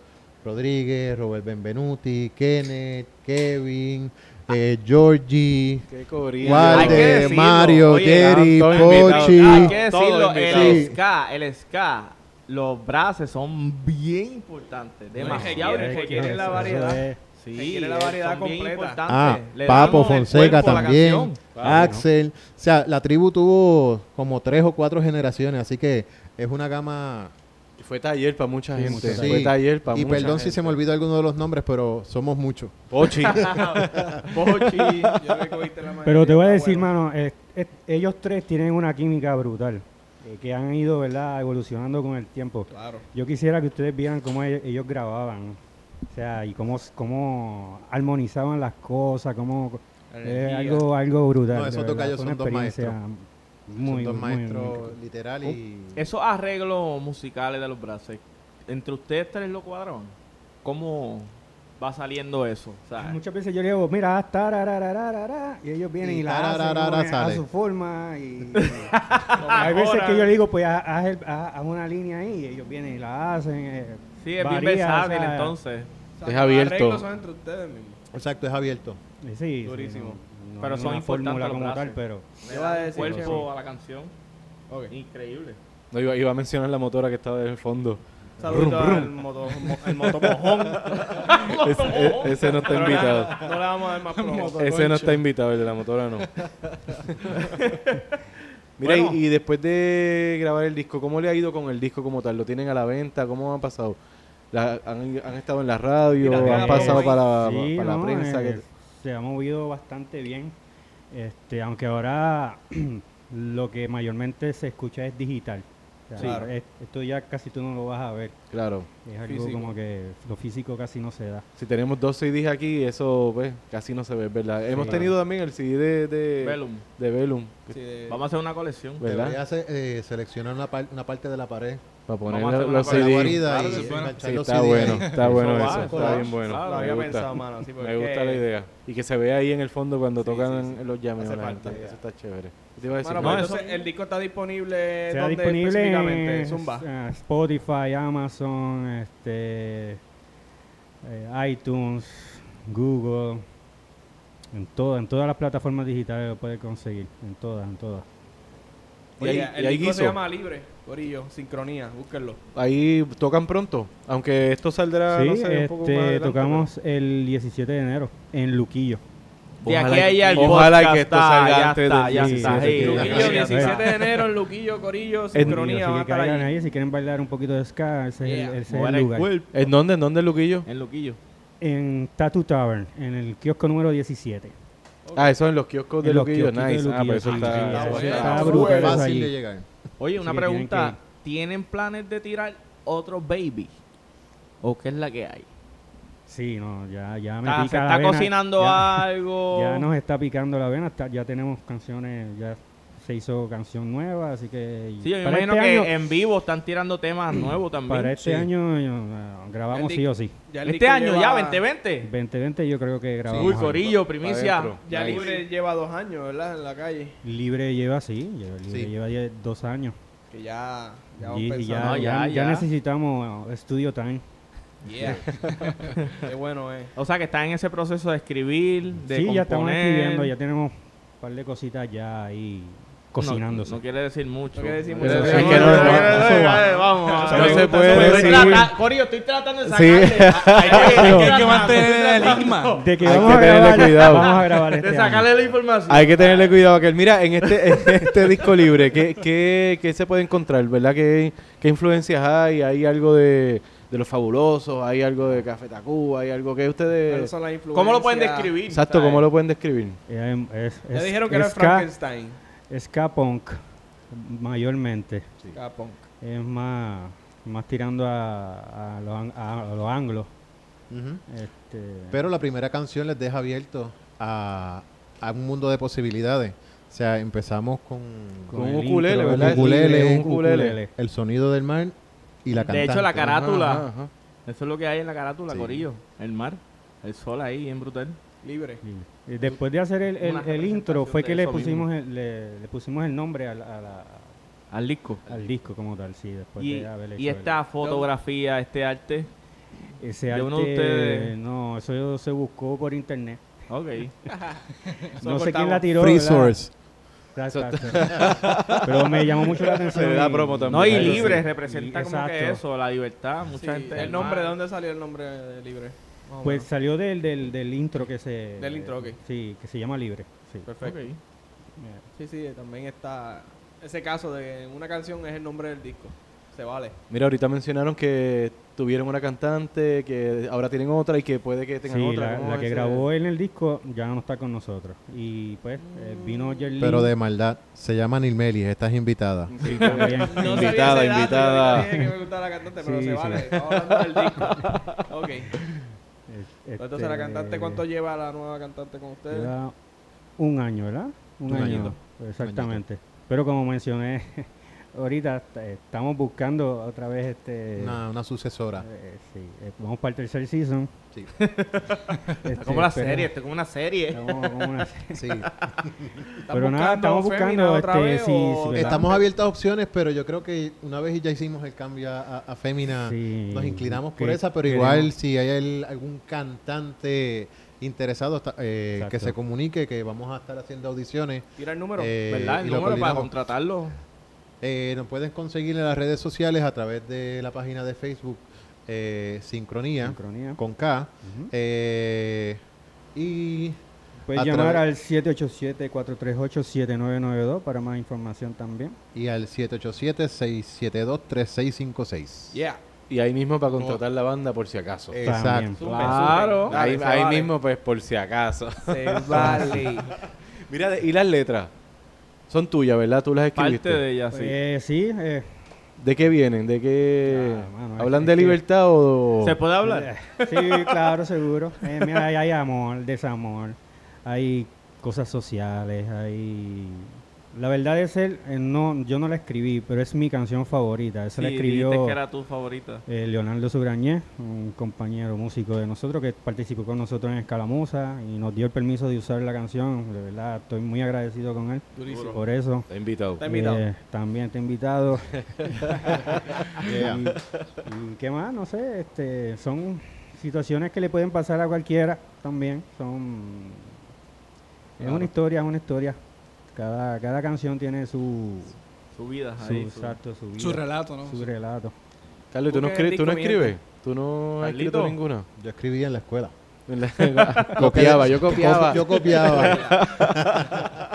[SPEAKER 1] Rodríguez, Robert Benvenuti, Kenneth, Kevin, eh, Georgie,
[SPEAKER 9] Qué corillo.
[SPEAKER 5] Hay que
[SPEAKER 1] Walde,
[SPEAKER 5] decirlo,
[SPEAKER 1] Mario,
[SPEAKER 5] oye,
[SPEAKER 1] Jerry,
[SPEAKER 9] están todos
[SPEAKER 1] Pochi.
[SPEAKER 9] invitados.
[SPEAKER 5] Hay que decirlo,
[SPEAKER 9] Todos
[SPEAKER 5] el
[SPEAKER 9] invitados.
[SPEAKER 5] ska, el ska, los brazos son bien importantes, demasiado
[SPEAKER 6] requiere- requiere la
[SPEAKER 5] importantes.
[SPEAKER 6] variedad.
[SPEAKER 5] Eso es. Sí,
[SPEAKER 6] Requiere la
[SPEAKER 5] son
[SPEAKER 6] variedad
[SPEAKER 5] bien
[SPEAKER 6] completa.
[SPEAKER 5] importantes.
[SPEAKER 1] Ah,
[SPEAKER 5] Le
[SPEAKER 1] Papo
[SPEAKER 5] damos el
[SPEAKER 1] Fonseca
[SPEAKER 5] cuerpo a la
[SPEAKER 1] también, Ah,
[SPEAKER 5] canción.
[SPEAKER 1] Axel. O sea, la tribu tuvo como tres o cuatro generaciones, así que es una gama...
[SPEAKER 9] Y Fue taller para mucha gente.
[SPEAKER 1] Sí.
[SPEAKER 9] Fue taller para
[SPEAKER 1] y
[SPEAKER 9] mucha
[SPEAKER 1] perdón si
[SPEAKER 9] gente.
[SPEAKER 1] se me olvidó alguno de los nombres, pero somos muchos.
[SPEAKER 9] Pochi.
[SPEAKER 5] Pochi,
[SPEAKER 6] yo creo que cogiste la
[SPEAKER 10] Pero te voy a
[SPEAKER 6] mayoría,
[SPEAKER 10] decir,
[SPEAKER 6] bueno.
[SPEAKER 10] mano, es- es- ellos tres tienen una química brutal, eh, que han ido, ¿verdad?, evolucionando con el tiempo.
[SPEAKER 6] Claro.
[SPEAKER 10] Yo quisiera que ustedes vieran cómo ellos, ellos grababan, o sea, y cómo, cómo armonizaban las cosas, cómo... eh,
[SPEAKER 6] Energía.
[SPEAKER 10] algo, algo brutal.
[SPEAKER 1] No,
[SPEAKER 10] de
[SPEAKER 1] esos
[SPEAKER 10] verdad,
[SPEAKER 1] tocayos
[SPEAKER 10] fue una
[SPEAKER 1] son dos
[SPEAKER 10] experiencia
[SPEAKER 1] maestros.
[SPEAKER 10] Muy,
[SPEAKER 1] Son dos
[SPEAKER 10] muy,
[SPEAKER 1] maestros
[SPEAKER 10] muy-
[SPEAKER 1] literal y...
[SPEAKER 5] Esos arreglos musicales de los brazos, entre ustedes tres lo cuadraron. ¿Cómo va saliendo eso? O sea,
[SPEAKER 10] Muchas veces yo le digo, mira, haz tarararararara", y ellos vienen y,
[SPEAKER 1] Y
[SPEAKER 10] la hacen
[SPEAKER 1] tarararara
[SPEAKER 10] ¿no? a
[SPEAKER 1] sale.
[SPEAKER 10] su forma. Y, hay veces
[SPEAKER 5] Ahora.
[SPEAKER 10] que yo le digo, pues haz, haz el- haz- haz una línea ahí, y ellos vienen y la hacen. eh,
[SPEAKER 5] sí, es bien
[SPEAKER 10] varía,
[SPEAKER 5] versátil
[SPEAKER 10] o sea,
[SPEAKER 5] entonces.
[SPEAKER 6] O sea,
[SPEAKER 9] Es
[SPEAKER 6] los
[SPEAKER 9] abierto.
[SPEAKER 6] arreglos son entre ustedes mismos.
[SPEAKER 1] Exacto, es abierto.
[SPEAKER 10] eh, Sí,
[SPEAKER 6] Durísimo.
[SPEAKER 5] Pero
[SPEAKER 10] hay
[SPEAKER 5] son
[SPEAKER 10] una
[SPEAKER 5] importantes
[SPEAKER 10] fórmula
[SPEAKER 5] los
[SPEAKER 10] como
[SPEAKER 5] brazos.
[SPEAKER 10] tal, pero
[SPEAKER 5] Le
[SPEAKER 6] Yo iba a
[SPEAKER 5] da
[SPEAKER 6] decir,
[SPEAKER 5] cuerpo
[SPEAKER 6] sí.
[SPEAKER 5] a la canción. Increíble.
[SPEAKER 9] No, iba, iba a mencionar la motora que estaba en el fondo.
[SPEAKER 6] Saludos al moto, mo- el motomojón.
[SPEAKER 9] Ese, e- ese no está
[SPEAKER 6] Pero
[SPEAKER 9] invitado.
[SPEAKER 6] nada, No le vamos a dar más promo.
[SPEAKER 9] Ese no está invitado, el de la motora no. Mira, y-
[SPEAKER 6] Bueno.
[SPEAKER 9] y, después de grabar el disco, ¿cómo le ha ido con el disco como tal? ¿Lo tienen a la venta? ¿Cómo han pasado? La- han, han estado en la radio?
[SPEAKER 6] Mira,
[SPEAKER 9] ¿Han
[SPEAKER 10] eh,
[SPEAKER 6] mira,
[SPEAKER 9] pasado
[SPEAKER 6] mira,
[SPEAKER 9] para, la-
[SPEAKER 10] Sí,
[SPEAKER 9] para la
[SPEAKER 10] no,
[SPEAKER 9] prensa?
[SPEAKER 10] eh,
[SPEAKER 9] que-
[SPEAKER 10] Se ha movido bastante bien. Este, aunque ahora lo que mayormente se escucha es digital. O sea,
[SPEAKER 6] Claro.
[SPEAKER 10] es- esto ya casi tú no lo vas a ver.
[SPEAKER 9] Claro.
[SPEAKER 10] Es algo
[SPEAKER 6] Físico.
[SPEAKER 10] como que lo físico casi no se da.
[SPEAKER 9] Si tenemos dos CDs aquí, eso pues casi no se ve, ¿verdad? Hemos
[SPEAKER 10] Sí.
[SPEAKER 9] tenido también el CD de, de
[SPEAKER 5] Velum.
[SPEAKER 9] de Velum, que-
[SPEAKER 6] Sí, de-
[SPEAKER 5] Vamos a hacer una colección.
[SPEAKER 9] ¿Verdad?
[SPEAKER 1] Debería se- eh, seleccionar una, par- una parte de la pared,
[SPEAKER 9] para poner
[SPEAKER 5] Vamos a hacer
[SPEAKER 9] los,
[SPEAKER 5] una
[SPEAKER 1] de la
[SPEAKER 9] CDs.
[SPEAKER 1] guarida
[SPEAKER 6] Claro,
[SPEAKER 1] y
[SPEAKER 6] eso es bueno.
[SPEAKER 1] enganchar
[SPEAKER 9] Sí,
[SPEAKER 1] los
[SPEAKER 9] está
[SPEAKER 1] CD
[SPEAKER 9] bueno,
[SPEAKER 1] ahí.
[SPEAKER 9] está bueno
[SPEAKER 5] va,
[SPEAKER 9] eso,
[SPEAKER 5] eso
[SPEAKER 9] Ah, está
[SPEAKER 5] va.
[SPEAKER 9] bien bueno.
[SPEAKER 5] Claro,
[SPEAKER 6] Lo
[SPEAKER 9] me
[SPEAKER 6] Ah, había
[SPEAKER 9] gusta.
[SPEAKER 6] pensado, mano. así,
[SPEAKER 9] Me
[SPEAKER 6] porque-
[SPEAKER 9] gusta la idea. Y que se vea ahí en el fondo cuando
[SPEAKER 6] Sí,
[SPEAKER 9] tocan
[SPEAKER 6] sí, sí.
[SPEAKER 9] los llameos.
[SPEAKER 6] Hace
[SPEAKER 9] la
[SPEAKER 6] falta.
[SPEAKER 9] gente. Eso está chévere. ¿Qué te iba a decir?
[SPEAKER 6] Mano,
[SPEAKER 5] No,
[SPEAKER 6] pues,
[SPEAKER 5] eso-
[SPEAKER 6] entonces el disco está disponible
[SPEAKER 10] Está
[SPEAKER 6] ¿dónde
[SPEAKER 10] disponible
[SPEAKER 6] específicamente?
[SPEAKER 10] en
[SPEAKER 6] Zumba.
[SPEAKER 10] eh, Spotify, Amazon, este, eh, iTunes, Google, En todas, en todas las plataformas digitales lo puedes conseguir. En todas, en todas.
[SPEAKER 6] Oye,
[SPEAKER 9] Y hay-
[SPEAKER 6] el
[SPEAKER 9] y hay
[SPEAKER 6] disco se
[SPEAKER 9] guiso.
[SPEAKER 6] llama Libre, Corillo, Sincronía, búsquenlo.
[SPEAKER 9] Ahí tocan pronto, aunque esto saldrá,
[SPEAKER 10] sí,
[SPEAKER 9] Ah, no sé, un poco más
[SPEAKER 10] este,
[SPEAKER 9] adelante,
[SPEAKER 10] tocamos el 17 de enero en Luquillo.
[SPEAKER 5] De aquí
[SPEAKER 9] Ojalá
[SPEAKER 5] a
[SPEAKER 9] que-
[SPEAKER 5] allá el
[SPEAKER 9] ojalá
[SPEAKER 5] podcast
[SPEAKER 9] que esto
[SPEAKER 5] está,
[SPEAKER 9] salga
[SPEAKER 5] ya
[SPEAKER 9] antes
[SPEAKER 5] está,
[SPEAKER 9] del
[SPEAKER 5] ya
[SPEAKER 9] sí,
[SPEAKER 5] está,
[SPEAKER 9] sí,
[SPEAKER 5] sí.
[SPEAKER 9] sí, sí.
[SPEAKER 6] Luquillo,
[SPEAKER 5] Ya está.
[SPEAKER 6] 17 de enero en Luquillo, Corillo,
[SPEAKER 10] Así
[SPEAKER 6] Sincronía, va a
[SPEAKER 10] que
[SPEAKER 6] estar
[SPEAKER 10] caigan
[SPEAKER 6] ahí.
[SPEAKER 10] ahí si quieren bailar un poquito de ska, ese es el-
[SPEAKER 6] Yeah.
[SPEAKER 10] ese es el,
[SPEAKER 5] Mover el
[SPEAKER 10] lugar.
[SPEAKER 5] cuerpo.
[SPEAKER 9] ¿En dónde? ¿En dónde, Luquillo?
[SPEAKER 5] En Luquillo.
[SPEAKER 10] En Tattoo Tavern, en el kiosco número 17.
[SPEAKER 9] Ah, eso en los kioscos de
[SPEAKER 10] En los
[SPEAKER 9] Luquillo.
[SPEAKER 10] kiosquitos de
[SPEAKER 9] Nice. Ah,
[SPEAKER 10] Luquillo,
[SPEAKER 9] pues eso
[SPEAKER 10] sí, sí,
[SPEAKER 9] está.
[SPEAKER 10] sí,
[SPEAKER 9] eso
[SPEAKER 10] sí.
[SPEAKER 9] está-
[SPEAKER 10] Está
[SPEAKER 1] Fue
[SPEAKER 10] brutal eso
[SPEAKER 1] fácil
[SPEAKER 10] allí.
[SPEAKER 1] de llegar.
[SPEAKER 5] Oye, una
[SPEAKER 10] que tienen
[SPEAKER 5] pregunta. ¿Tienen planes de tirar otro baby? ¿O qué es la que hay?
[SPEAKER 10] Sí, no, ya, ya me
[SPEAKER 5] Está-
[SPEAKER 10] pica
[SPEAKER 5] Ah, ¿Se
[SPEAKER 10] la
[SPEAKER 5] está
[SPEAKER 10] vena.
[SPEAKER 5] cocinando
[SPEAKER 10] Ya-
[SPEAKER 5] algo?
[SPEAKER 10] Ya nos está picando la vena, está- ya tenemos canciones, ya se hizo canción nueva, así que... y
[SPEAKER 5] Sí, yo me
[SPEAKER 10] para
[SPEAKER 5] imagino
[SPEAKER 10] este
[SPEAKER 5] que
[SPEAKER 10] año-
[SPEAKER 5] en vivo están tirando temas nuevos también.
[SPEAKER 10] Para este
[SPEAKER 5] Sí.
[SPEAKER 10] año yo, eh, grabamos
[SPEAKER 6] El
[SPEAKER 10] sí o sí.
[SPEAKER 6] Ya el
[SPEAKER 5] Este
[SPEAKER 6] disco
[SPEAKER 5] año ya,
[SPEAKER 6] lleva-
[SPEAKER 5] 2020.
[SPEAKER 10] 2020 yo creo que grabamos.
[SPEAKER 5] Uy,
[SPEAKER 10] algo.
[SPEAKER 5] Corillo, primicia.
[SPEAKER 9] adentro.
[SPEAKER 6] Ya
[SPEAKER 9] Nice.
[SPEAKER 6] Libre lleva dos años, ¿verdad? En la calle.
[SPEAKER 10] Libre lleva, sí, lleva- Libre
[SPEAKER 1] Sí.
[SPEAKER 10] lleva ya dos años.
[SPEAKER 6] Que ya, ya vamos
[SPEAKER 10] Y, y ya,
[SPEAKER 6] pensando.
[SPEAKER 5] No,
[SPEAKER 10] ya,
[SPEAKER 5] ya,
[SPEAKER 10] ya
[SPEAKER 5] ya.
[SPEAKER 10] necesitamos estudio time.
[SPEAKER 6] Yeah. Qué bueno eh. es.
[SPEAKER 5] O sea, que están en ese proceso de escribir, de
[SPEAKER 10] sí, ya estamos
[SPEAKER 5] componer.
[SPEAKER 10] escribiendo, ya tenemos un par de cositas ya ahí cocinándose.
[SPEAKER 5] No, no quiere decir mucho.
[SPEAKER 6] No quiere decir
[SPEAKER 5] No
[SPEAKER 6] mucho.
[SPEAKER 5] quiere decir
[SPEAKER 9] Es
[SPEAKER 5] mucho.
[SPEAKER 9] que no-
[SPEAKER 5] No quiere
[SPEAKER 9] no-
[SPEAKER 5] decir-
[SPEAKER 9] eso
[SPEAKER 5] Ay, Vamos.
[SPEAKER 9] No
[SPEAKER 5] vamos.
[SPEAKER 9] se puede
[SPEAKER 5] Estoy
[SPEAKER 9] decir.
[SPEAKER 5] trata- Corillo, estoy tratando de
[SPEAKER 9] Sí.
[SPEAKER 5] sacarle. Hay que- hay que mantener el
[SPEAKER 7] enigma.
[SPEAKER 10] de que
[SPEAKER 9] Hay
[SPEAKER 10] vamos
[SPEAKER 9] que
[SPEAKER 10] a
[SPEAKER 9] tenerle
[SPEAKER 10] grabar,
[SPEAKER 9] cuidado.
[SPEAKER 10] vamos a grabar este
[SPEAKER 5] De
[SPEAKER 10] año.
[SPEAKER 5] sacarle la información.
[SPEAKER 9] Hay que tenerle cuidado que mira, en este, en este disco libre, ¿qué, qué, qué se puede encontrar? ¿Verdad? ¿Qué, qué influencias hay? ¿Hay algo de, de los fabulosos? ¿Hay algo de Café Tacuba? ¿Hay algo que
[SPEAKER 6] ¿Cuáles
[SPEAKER 9] ustedes...
[SPEAKER 6] son las influencias?
[SPEAKER 5] Eh, ¿Cómo lo pueden describir?
[SPEAKER 9] Exacto, ¿cómo lo pueden describir?
[SPEAKER 10] Eh, es-
[SPEAKER 6] Ya
[SPEAKER 10] es-
[SPEAKER 6] dijeron que
[SPEAKER 10] es
[SPEAKER 6] era
[SPEAKER 10] ska-
[SPEAKER 6] Frankenstein.
[SPEAKER 10] es ska punk, mayormente.
[SPEAKER 6] Capón.
[SPEAKER 10] Es más, más tirando a, a los, ang- a los anglos.
[SPEAKER 1] Ujú.
[SPEAKER 10] Este,
[SPEAKER 1] Pero la primera canción les deja abierto a, a un mundo de posibilidades. O sea, empezamos con,
[SPEAKER 9] Con
[SPEAKER 10] el
[SPEAKER 9] un ukulele,
[SPEAKER 10] intro,
[SPEAKER 1] ¿verdad?
[SPEAKER 10] un ukulele,
[SPEAKER 1] Un
[SPEAKER 10] un ukulele.
[SPEAKER 9] ukulele.
[SPEAKER 1] el sonido del mar y la
[SPEAKER 5] De
[SPEAKER 1] cantante.
[SPEAKER 5] hecho, la carátula.
[SPEAKER 9] Ajá, ajá.
[SPEAKER 5] Eso es lo que hay en la carátula,
[SPEAKER 1] Sí.
[SPEAKER 5] Corillo. El mar, el sol ahí, bien brutal.
[SPEAKER 6] Libre.
[SPEAKER 10] Y Después de hacer el, el-
[SPEAKER 5] Una
[SPEAKER 10] el
[SPEAKER 5] representación
[SPEAKER 10] intro fue
[SPEAKER 5] de
[SPEAKER 10] que le
[SPEAKER 5] eso mismo.
[SPEAKER 10] pusimos el, le, le pusimos el nombre al, a la-
[SPEAKER 5] Al disco.
[SPEAKER 10] al disco como tal, sí, después
[SPEAKER 5] Y,
[SPEAKER 10] de haber hecho
[SPEAKER 5] y
[SPEAKER 10] Pues el-
[SPEAKER 5] esta fotografía, este arte.
[SPEAKER 10] ese
[SPEAKER 5] de
[SPEAKER 10] arte,
[SPEAKER 5] uno de ustedes.
[SPEAKER 10] no, eso se buscó por internet.
[SPEAKER 5] Ok.
[SPEAKER 6] Eso
[SPEAKER 10] No sé quién
[SPEAKER 6] cortamos.
[SPEAKER 10] la tiró.
[SPEAKER 1] Free
[SPEAKER 10] ¿verdad?
[SPEAKER 1] Source.
[SPEAKER 10] Exacto, exacto. Pero me llamó mucho la atención.
[SPEAKER 9] Se le da
[SPEAKER 10] y-
[SPEAKER 9] promo también.
[SPEAKER 5] No, y
[SPEAKER 9] Ahí sí.
[SPEAKER 5] libre representa como que
[SPEAKER 10] Exacto.
[SPEAKER 5] eso, la libertad. Mucha
[SPEAKER 6] Sí,
[SPEAKER 5] gente.
[SPEAKER 6] el nombre, ¿de dónde salió el nombre de Libre? Más o
[SPEAKER 10] Pues
[SPEAKER 6] menos.
[SPEAKER 10] salió del, del, del intro que se...
[SPEAKER 6] Del intro, ok.
[SPEAKER 10] Sí, que se llama Libre. Sí.
[SPEAKER 6] Perfecto.
[SPEAKER 5] Ok.
[SPEAKER 6] Sí, sí, también está ese caso de que en una canción es el nombre del disco. Se vale.
[SPEAKER 9] Mira, ahorita mencionaron que tuvieron una cantante, que ahora tienen otra y que puede que tengan
[SPEAKER 10] Sí,
[SPEAKER 9] otra.
[SPEAKER 10] la,
[SPEAKER 9] ¿Cómo
[SPEAKER 10] la
[SPEAKER 9] es
[SPEAKER 10] que
[SPEAKER 9] ese?
[SPEAKER 10] grabó en el disco ya no está con nosotros. Y pues eh, vino Jerlyn.
[SPEAKER 1] Pero de maldad. Se llama Nilmelis. Estás invitada.
[SPEAKER 10] Sí, también.
[SPEAKER 6] No sabía
[SPEAKER 9] Invitada,
[SPEAKER 6] ese dato, yo
[SPEAKER 9] invitada.
[SPEAKER 6] dije que me gustaba la cantante, pero
[SPEAKER 10] Sí,
[SPEAKER 6] se
[SPEAKER 10] sí.
[SPEAKER 6] vale. Estamos hablando del disco. Ok. Pues
[SPEAKER 10] Este,
[SPEAKER 6] Entonces, la cantante, ¿cuánto lleva la nueva cantante con ustedes?
[SPEAKER 10] Lleva un año, ¿verdad? Un,
[SPEAKER 1] Un
[SPEAKER 10] año.
[SPEAKER 1] añito.
[SPEAKER 10] Exactamente. Pero como mencioné ahorita, est- estamos buscando otra vez este.
[SPEAKER 1] Una, una sucesora.
[SPEAKER 10] eh, sí, eh, vamos para el tercer season.
[SPEAKER 1] Sí.
[SPEAKER 5] Está como la serie,
[SPEAKER 10] serie
[SPEAKER 5] está como una serie.
[SPEAKER 10] Estamos, como una serie.
[SPEAKER 1] Sí.
[SPEAKER 10] Pero nada, estamos
[SPEAKER 6] fémina
[SPEAKER 10] buscando,
[SPEAKER 6] otra
[SPEAKER 10] este,
[SPEAKER 6] vez
[SPEAKER 10] sí,
[SPEAKER 6] o-
[SPEAKER 10] sí, ¿verdad?
[SPEAKER 1] Estamos abiertas a opciones, pero yo creo que una vez ya hicimos el cambio a, a Fémina,
[SPEAKER 10] Sí.
[SPEAKER 1] nos inclinamos por
[SPEAKER 10] Que-
[SPEAKER 1] esa, pero
[SPEAKER 10] queremos-
[SPEAKER 1] igual si hay el- algún cantante interesado está- eh,
[SPEAKER 10] Exacto.
[SPEAKER 1] que se comunique, que vamos a estar haciendo audiciones,
[SPEAKER 6] Tira el número.
[SPEAKER 1] Eh,
[SPEAKER 5] ¿Verdad? El
[SPEAKER 1] y lo
[SPEAKER 5] número para
[SPEAKER 1] coordinamos.
[SPEAKER 5] contratarlo.
[SPEAKER 1] Eh, nos pueden conseguir en las redes sociales a través de la página de Facebook eh, Sincronía,
[SPEAKER 10] Sincronía.
[SPEAKER 1] con K.
[SPEAKER 10] Ujú.
[SPEAKER 1] eh, y
[SPEAKER 10] Puedes
[SPEAKER 1] a
[SPEAKER 10] llamar
[SPEAKER 1] través-
[SPEAKER 10] al 787-438-7992 para más información también.
[SPEAKER 1] y al 787-672-3656.
[SPEAKER 6] Yeah.
[SPEAKER 9] Y ahí mismo para contratar la banda por si acaso.
[SPEAKER 1] Exacto.
[SPEAKER 6] Zumben,
[SPEAKER 5] Eh, Claro.
[SPEAKER 6] zumben. Dale,
[SPEAKER 9] ahí
[SPEAKER 6] se
[SPEAKER 9] ahí
[SPEAKER 6] vale.
[SPEAKER 9] mismo, pues por si acaso.
[SPEAKER 6] Se vale.
[SPEAKER 9] Mira, de- y las letras. Son tuyas, ¿verdad? Tú las escribiste.
[SPEAKER 5] Parte de ella,
[SPEAKER 10] También.
[SPEAKER 5] sí.
[SPEAKER 10] Eh, sí, eh,
[SPEAKER 9] ¿De qué vienen? ¿De qué?
[SPEAKER 10] Ah, mano,
[SPEAKER 9] ¿Hablan
[SPEAKER 10] es
[SPEAKER 9] de
[SPEAKER 10] que-
[SPEAKER 9] libertad o...?
[SPEAKER 5] ¿Se puede hablar?
[SPEAKER 10] eh, Sí, claro, seguro. Eh, mira, ahí hay amor, desamor, hay cosas sociales, hay... La verdad es el, eh, no, yo no la escribí, pero es mi canción favorita. Esa la
[SPEAKER 5] Sí,
[SPEAKER 10] escribió
[SPEAKER 5] dijiste que era tu favorita.
[SPEAKER 10] eh, Leonardo Sugrañé, un compañero músico de nosotros que participó con nosotros en Escalamusa y nos dio el permiso de usar la canción. De verdad, estoy muy agradecido con él
[SPEAKER 6] Durísimo.
[SPEAKER 10] por eso.
[SPEAKER 9] Te he invitado.
[SPEAKER 6] Está invitado.
[SPEAKER 10] Eh, también te he invitado.
[SPEAKER 1] Yeah.
[SPEAKER 10] Y, y qué más, no sé, este, son situaciones que le pueden pasar a cualquiera también. Son Es una historia, es una historia. Cada, cada canción tiene su,
[SPEAKER 5] Su vida
[SPEAKER 10] su,
[SPEAKER 5] ahí. su-
[SPEAKER 10] exacto, su, vida,
[SPEAKER 7] Su relato, ¿no?
[SPEAKER 10] Su relato.
[SPEAKER 9] Carlos, ¿tú no,
[SPEAKER 6] Busquen el
[SPEAKER 9] escri- tú no
[SPEAKER 6] disco, mi
[SPEAKER 9] escribes?
[SPEAKER 6] gente.
[SPEAKER 9] ¿Tú no has
[SPEAKER 5] Carlito.
[SPEAKER 9] escrito ninguna?
[SPEAKER 1] Yo escribía en la escuela.
[SPEAKER 9] copiaba, yo copiaba.
[SPEAKER 1] Yo copiaba.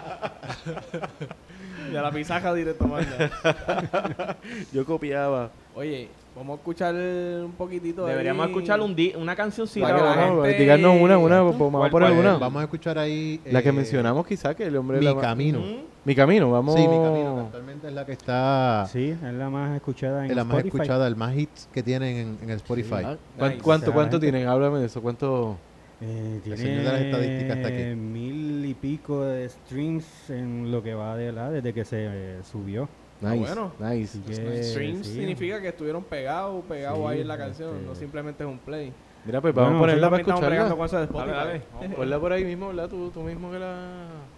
[SPEAKER 6] De la pisaja directo, manda.
[SPEAKER 9] Yo copiaba.
[SPEAKER 6] Oye, vamos a escuchar un poquitito de.
[SPEAKER 5] Deberíamos
[SPEAKER 6] ahí. Eh,
[SPEAKER 5] escuchar un di- una cancioncita.
[SPEAKER 6] Para que la
[SPEAKER 5] ¿verdad?
[SPEAKER 6] gente-
[SPEAKER 9] Vamos a digarnos una, una, pues, vamos a
[SPEAKER 5] ¿Cuál,
[SPEAKER 9] poner
[SPEAKER 5] cuál?
[SPEAKER 9] una.
[SPEAKER 1] Vamos a escuchar ahí.
[SPEAKER 9] La que
[SPEAKER 1] eh,
[SPEAKER 9] mencionamos quizá, que el hombre...
[SPEAKER 1] Mi
[SPEAKER 9] la Oh. va-
[SPEAKER 1] camino.
[SPEAKER 5] Mm.
[SPEAKER 9] Mi camino, vamos...
[SPEAKER 1] Sí, mi camino. que Actualmente es la que está.
[SPEAKER 10] Sí, es la más escuchada en
[SPEAKER 1] es la más
[SPEAKER 10] Spotify.
[SPEAKER 1] escuchada, el más hits que tienen en, en el Spotify.
[SPEAKER 9] Ah, ¿cuán-
[SPEAKER 6] Nice.
[SPEAKER 9] ¿Cuánto, cuánto
[SPEAKER 10] Excelente.
[SPEAKER 9] tienen? Háblame de eso, ¿cuánto...?
[SPEAKER 10] Eh,
[SPEAKER 1] El
[SPEAKER 10] tiene
[SPEAKER 1] señor de las estadísticas está aquí.
[SPEAKER 10] mil y pico de streams en lo que va de la desde que se eh, subió.
[SPEAKER 9] Nice,
[SPEAKER 6] bueno.
[SPEAKER 9] nice.
[SPEAKER 10] Así que,
[SPEAKER 6] Streams
[SPEAKER 10] sí.
[SPEAKER 6] significa que estuvieron pegados, pegados
[SPEAKER 10] Sí,
[SPEAKER 6] ahí en la canción.
[SPEAKER 10] este-
[SPEAKER 6] No simplemente es un play.
[SPEAKER 9] Mira, pues vamos
[SPEAKER 10] Bueno,
[SPEAKER 9] a ponerla
[SPEAKER 6] También
[SPEAKER 9] para
[SPEAKER 6] estamos bregando con
[SPEAKER 9] escucharla.
[SPEAKER 6] eso de Spotify.
[SPEAKER 5] Dale, dale.
[SPEAKER 9] Ponla por ahí mismo, ¿verdad? Tú, tú mismo que la...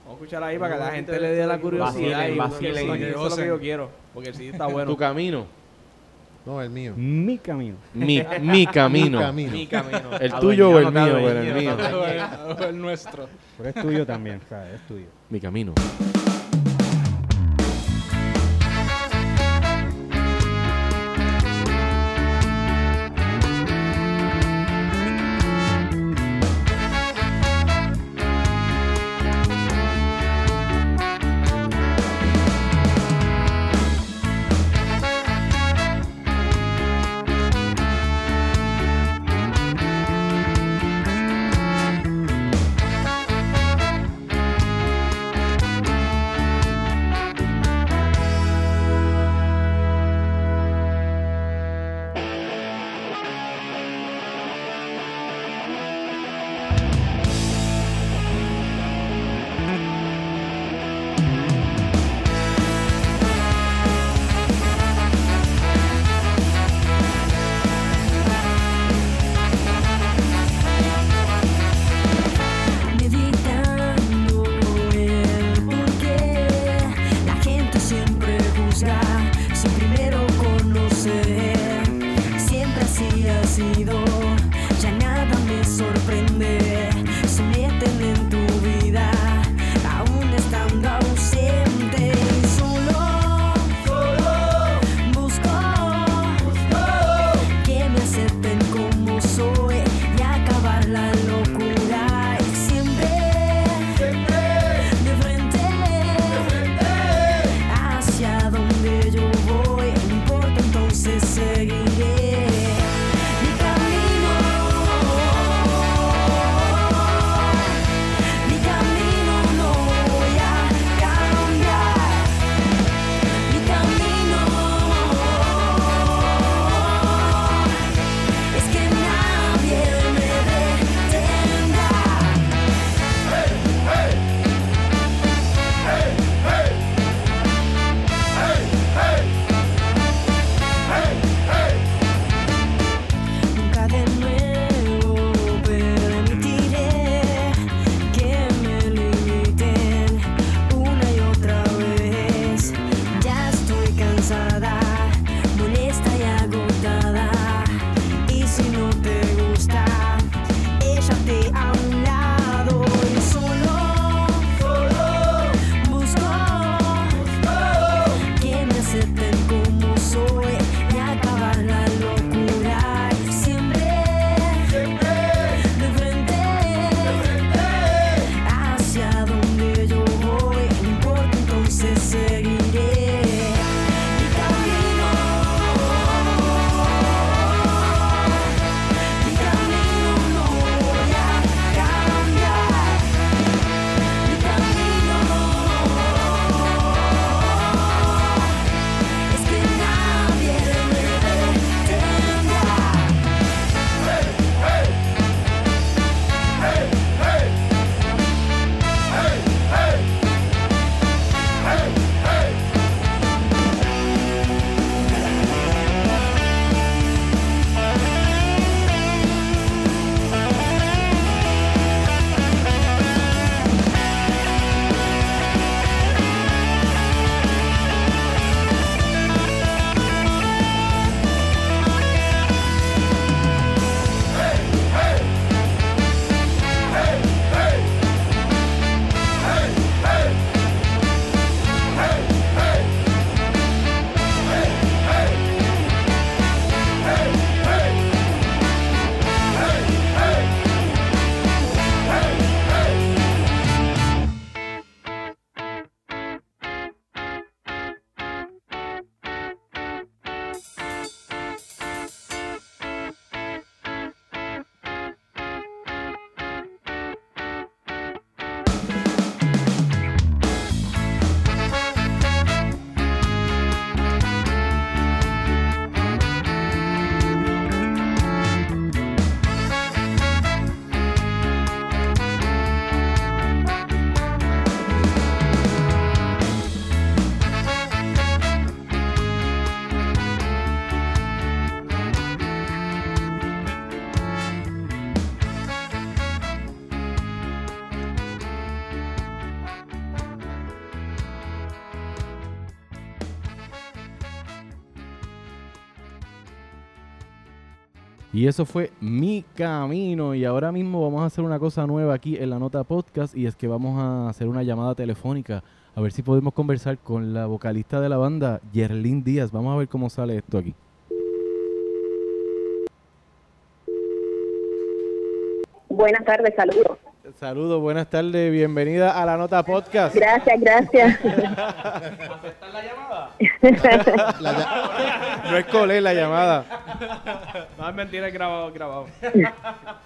[SPEAKER 6] Vamos a escuchar ahí para que la gente le dé la curiosidad.
[SPEAKER 5] Vacilen,
[SPEAKER 6] y
[SPEAKER 5] vacilen.
[SPEAKER 6] Eso es lo que yo quiero. Porque el CD está
[SPEAKER 9] Tu
[SPEAKER 6] bueno.
[SPEAKER 9] camino.
[SPEAKER 1] No, el mío.
[SPEAKER 10] Mi camino.
[SPEAKER 9] Mi, mi camino.
[SPEAKER 1] Mi camino.
[SPEAKER 6] Mi camino.
[SPEAKER 9] El tuyo o el mío,
[SPEAKER 5] Adueñado,
[SPEAKER 9] bueno, el mío.
[SPEAKER 5] adueñado,
[SPEAKER 7] O el nuestro.
[SPEAKER 10] Pero es tuyo también, o sea, es tuyo.
[SPEAKER 9] Mi camino.
[SPEAKER 3] Meditando el porqué la gente siempre juzga sin primero conocer. Siempre así ha sido, ya nada me sorprende. Se meten en tu vida, aún estando ausente. Y solo, solo, busco que me acepten como soy y acabar la locura. Y siempre, de frente, hacia donde yo voy, no importa, entonces seguiré. Mi camino
[SPEAKER 9] Y eso fue mi camino. Y ahora mismo vamos a hacer una cosa nueva aquí en la Nota Podcast. Y es que vamos a hacer una llamada telefónica. A ver si podemos conversar con la vocalista de la banda, Yerlin Díaz. Vamos a ver cómo sale esto aquí.
[SPEAKER 11] Buenas tardes, saludos.
[SPEAKER 9] Saludos, buenas tardes. Bienvenida a la Nota Podcast.
[SPEAKER 11] Gracias, gracias.
[SPEAKER 9] No es colé la llamada.
[SPEAKER 6] No es mentira, es grabado, es grabado.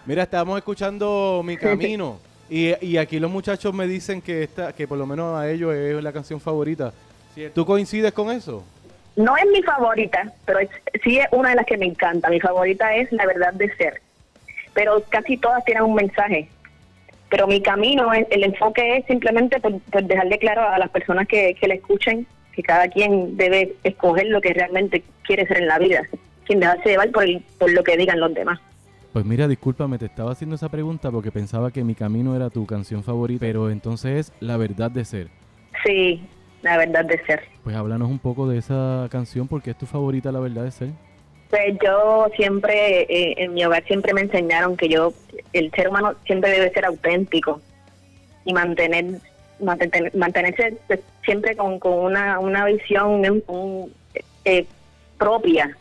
[SPEAKER 9] Mira, estábamos escuchando Mi Camino. Y, y aquí los muchachos me dicen que esta, que por lo menos a ellos es la canción favorita. ¿Tú coincides con eso?
[SPEAKER 11] No es mi favorita, pero es- sí es una de las que me encanta. Mi favorita es La Verdad de Ser. Pero casi todas tienen un mensaje. Pero mi camino, el, el enfoque es simplemente por, por dejarle claro a las personas que, que la escuchen que cada quien debe escoger lo que realmente quiere ser en la vida. Quien dejarse llevar por, el- por lo que digan los demás.
[SPEAKER 9] Pues mira, discúlpame, te estaba haciendo esa pregunta porque pensaba que Mi Camino era tu canción favorita, pero entonces es La Verdad de Ser.
[SPEAKER 11] Sí, La Verdad de Ser.
[SPEAKER 9] Pues háblanos un poco de esa canción porque es tu favorita, La Verdad de Ser.
[SPEAKER 11] Pues yo siempre, eh, en mi hogar siempre me enseñaron que yo, el ser humano siempre debe ser auténtico y mantener, mantener- mantenerse pues, siempre con, con una, una visión un- un, eh, propia,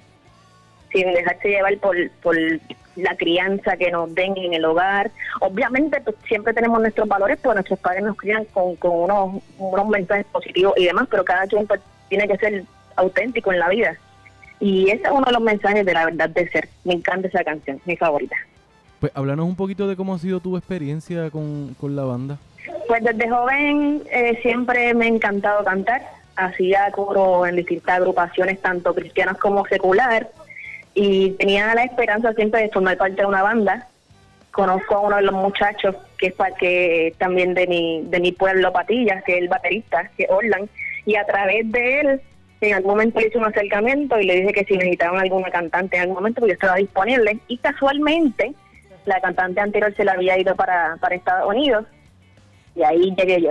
[SPEAKER 11] sin dejarse llevar por, por la crianza que nos den en el hogar. Obviamente pues, siempre tenemos nuestros valores, porque nuestros padres nos crían con, con unos, unos mensajes positivos y demás, pero cada quien pues, tiene que ser auténtico en la vida. Y ese es uno de los mensajes de la verdad de ser. Me encanta esa canción, mi favorita.
[SPEAKER 9] Pues háblanos un poquito de cómo ha sido tu experiencia con, con la banda.
[SPEAKER 11] Pues desde joven eh, siempre me ha encantado cantar. Hacía coro en distintas agrupaciones, tanto cristianas como secular. Y tenía la esperanza siempre de formar parte de una banda. Conozco a uno de los muchachos que es pa- que también de mi, de mi pueblo, Patillas, que es el baterista, que es Orlan. Y a través de él, en algún momento le hice un acercamiento y le dije que si necesitaban alguna cantante en algún momento, pues yo estaba disponible. Y casualmente, la cantante anterior se la había ido para, para Estados Unidos y ahí llegué yo.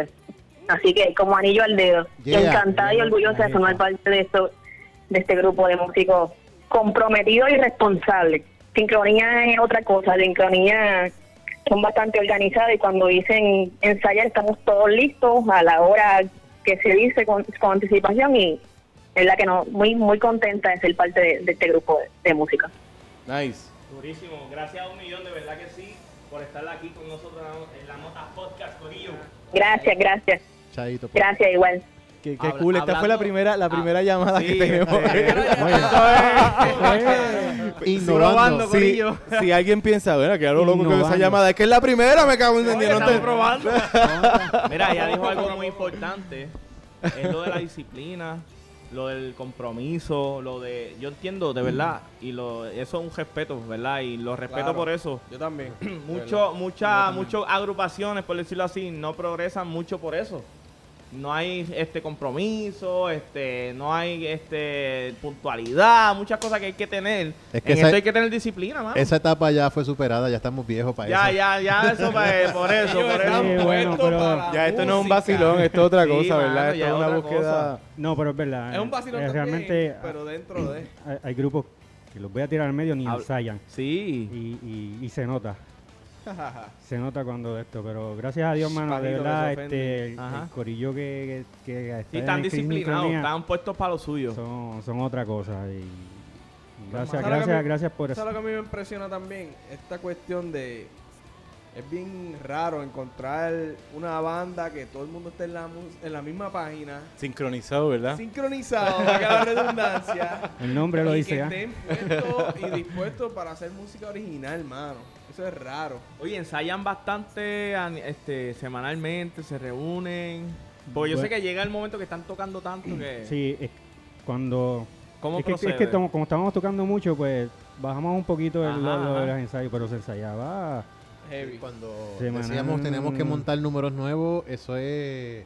[SPEAKER 11] Así que como anillo al dedo,
[SPEAKER 3] Yeah,
[SPEAKER 11] encantada y
[SPEAKER 3] yeah,
[SPEAKER 11] orgullosa de formar parte de esto, de este grupo de músicos comprometidos y responsables. Sincronía es otra cosa, sincronía son bastante organizados y cuando dicen ensayar estamos todos listos a la hora que se dice con, con anticipación y es la que no, muy muy contenta de ser parte de, de este grupo de- de música.
[SPEAKER 9] Nice.
[SPEAKER 5] Durísimo. Gracias a un millón, de verdad que sí, por estar aquí con nosotros en la Nota Podcast, Corillo.
[SPEAKER 11] Gracias, gracias.
[SPEAKER 1] Chaito. pues.
[SPEAKER 11] Gracias igual.
[SPEAKER 9] Qué,
[SPEAKER 1] Habla-
[SPEAKER 9] cool, esta fue la
[SPEAKER 1] hablando-
[SPEAKER 9] primera, la primera llamada Ah, que
[SPEAKER 1] sí,
[SPEAKER 9] tenemos.
[SPEAKER 1] Innovando,
[SPEAKER 9] si,
[SPEAKER 1] corillo.
[SPEAKER 9] si alguien piensa, bueno, que algo loco que esa
[SPEAKER 1] Innovando.
[SPEAKER 9] llamada, es que es la primera, me cago en el día, no te-
[SPEAKER 5] probando. Mira, ella dijo algo muy importante. Es lo de la disciplina, lo del compromiso, lo de... Yo entiendo, de verdad, y lo eso es un respeto, ¿verdad? Y lo respeto
[SPEAKER 6] Claro.
[SPEAKER 5] por eso.
[SPEAKER 6] Yo también.
[SPEAKER 5] Mucho, mucha, muchas agrupaciones, por decirlo así, no progresan mucho por eso. No hay este compromiso, este, no hay este puntualidad, muchas cosas que hay que tener.
[SPEAKER 1] Es que
[SPEAKER 5] en
[SPEAKER 1] esa-
[SPEAKER 5] esto hay que tener disciplina, mano.
[SPEAKER 1] Esa etapa ya fue superada, ya estamos viejos para
[SPEAKER 5] Ya,
[SPEAKER 1] eso.
[SPEAKER 5] ya, ya, eso pa- por eso, por eso.
[SPEAKER 10] Sí, bueno, pero
[SPEAKER 9] Ya, esto no es un vacilón, esto es otra
[SPEAKER 5] Sí,
[SPEAKER 9] cosa,
[SPEAKER 5] mano,
[SPEAKER 9] ¿verdad? Esto
[SPEAKER 5] ya
[SPEAKER 9] es
[SPEAKER 5] es
[SPEAKER 9] una
[SPEAKER 5] otra
[SPEAKER 9] búsqueda.
[SPEAKER 10] Ah, No, pero es verdad.
[SPEAKER 6] Es un vacilón
[SPEAKER 10] Eh,
[SPEAKER 6] también,
[SPEAKER 10] Realmente
[SPEAKER 6] pero dentro de...
[SPEAKER 10] hay, hay grupos que los voy a tirar al medio ni
[SPEAKER 5] Habla-
[SPEAKER 10] ensayan.
[SPEAKER 5] Sí.
[SPEAKER 10] Y, y- y se nota. Se nota cuando esto, pero gracias a Dios, mano, de
[SPEAKER 5] Patito, que
[SPEAKER 10] verdad,
[SPEAKER 5] se
[SPEAKER 10] este, el,
[SPEAKER 5] ofende. Ajá.
[SPEAKER 10] el corillo que, que, que está
[SPEAKER 5] Sí,
[SPEAKER 10] en
[SPEAKER 5] están
[SPEAKER 10] el Crisis
[SPEAKER 5] disciplinados,
[SPEAKER 10] Sincronía
[SPEAKER 5] están puestos para lo suyo.
[SPEAKER 10] son, son otra cosa. Y
[SPEAKER 6] ¿Sabes lo
[SPEAKER 10] gracias,
[SPEAKER 6] que a
[SPEAKER 10] gracias,
[SPEAKER 6] mí-
[SPEAKER 10] gracias por eso.
[SPEAKER 6] ¿Sabes lo que a mí me impresiona también? Esta cuestión de... Es bien raro encontrar una banda que todo el mundo esté en la, mus- en la misma página,
[SPEAKER 9] Sincronizado, ¿verdad?
[SPEAKER 6] sincronizado, valga la redundancia.
[SPEAKER 10] El nombre lo
[SPEAKER 6] y
[SPEAKER 10] dice ¿ah?
[SPEAKER 6] que
[SPEAKER 10] ya.
[SPEAKER 6] estén puestos y dispuestos para hacer música original, mano. Eso es raro.
[SPEAKER 5] Oye, ensayan bastante an- este, semanalmente, se reúnen. Porque yo
[SPEAKER 10] Bueno.
[SPEAKER 5] sé que llega el momento que están tocando tanto que...
[SPEAKER 10] Sí, es- cuando.
[SPEAKER 5] ¿Cómo
[SPEAKER 10] es que, es que
[SPEAKER 5] procede?
[SPEAKER 10] como, como estábamos tocando mucho, pues bajamos un poquito el,
[SPEAKER 5] Ajá,
[SPEAKER 10] lo- lo
[SPEAKER 5] ajá.
[SPEAKER 10] de los ensayos, pero se ensayaba.
[SPEAKER 6] Heavy.
[SPEAKER 1] Cuando
[SPEAKER 10] Semanal.
[SPEAKER 1] decíamos tenemos que montar números nuevos, eso es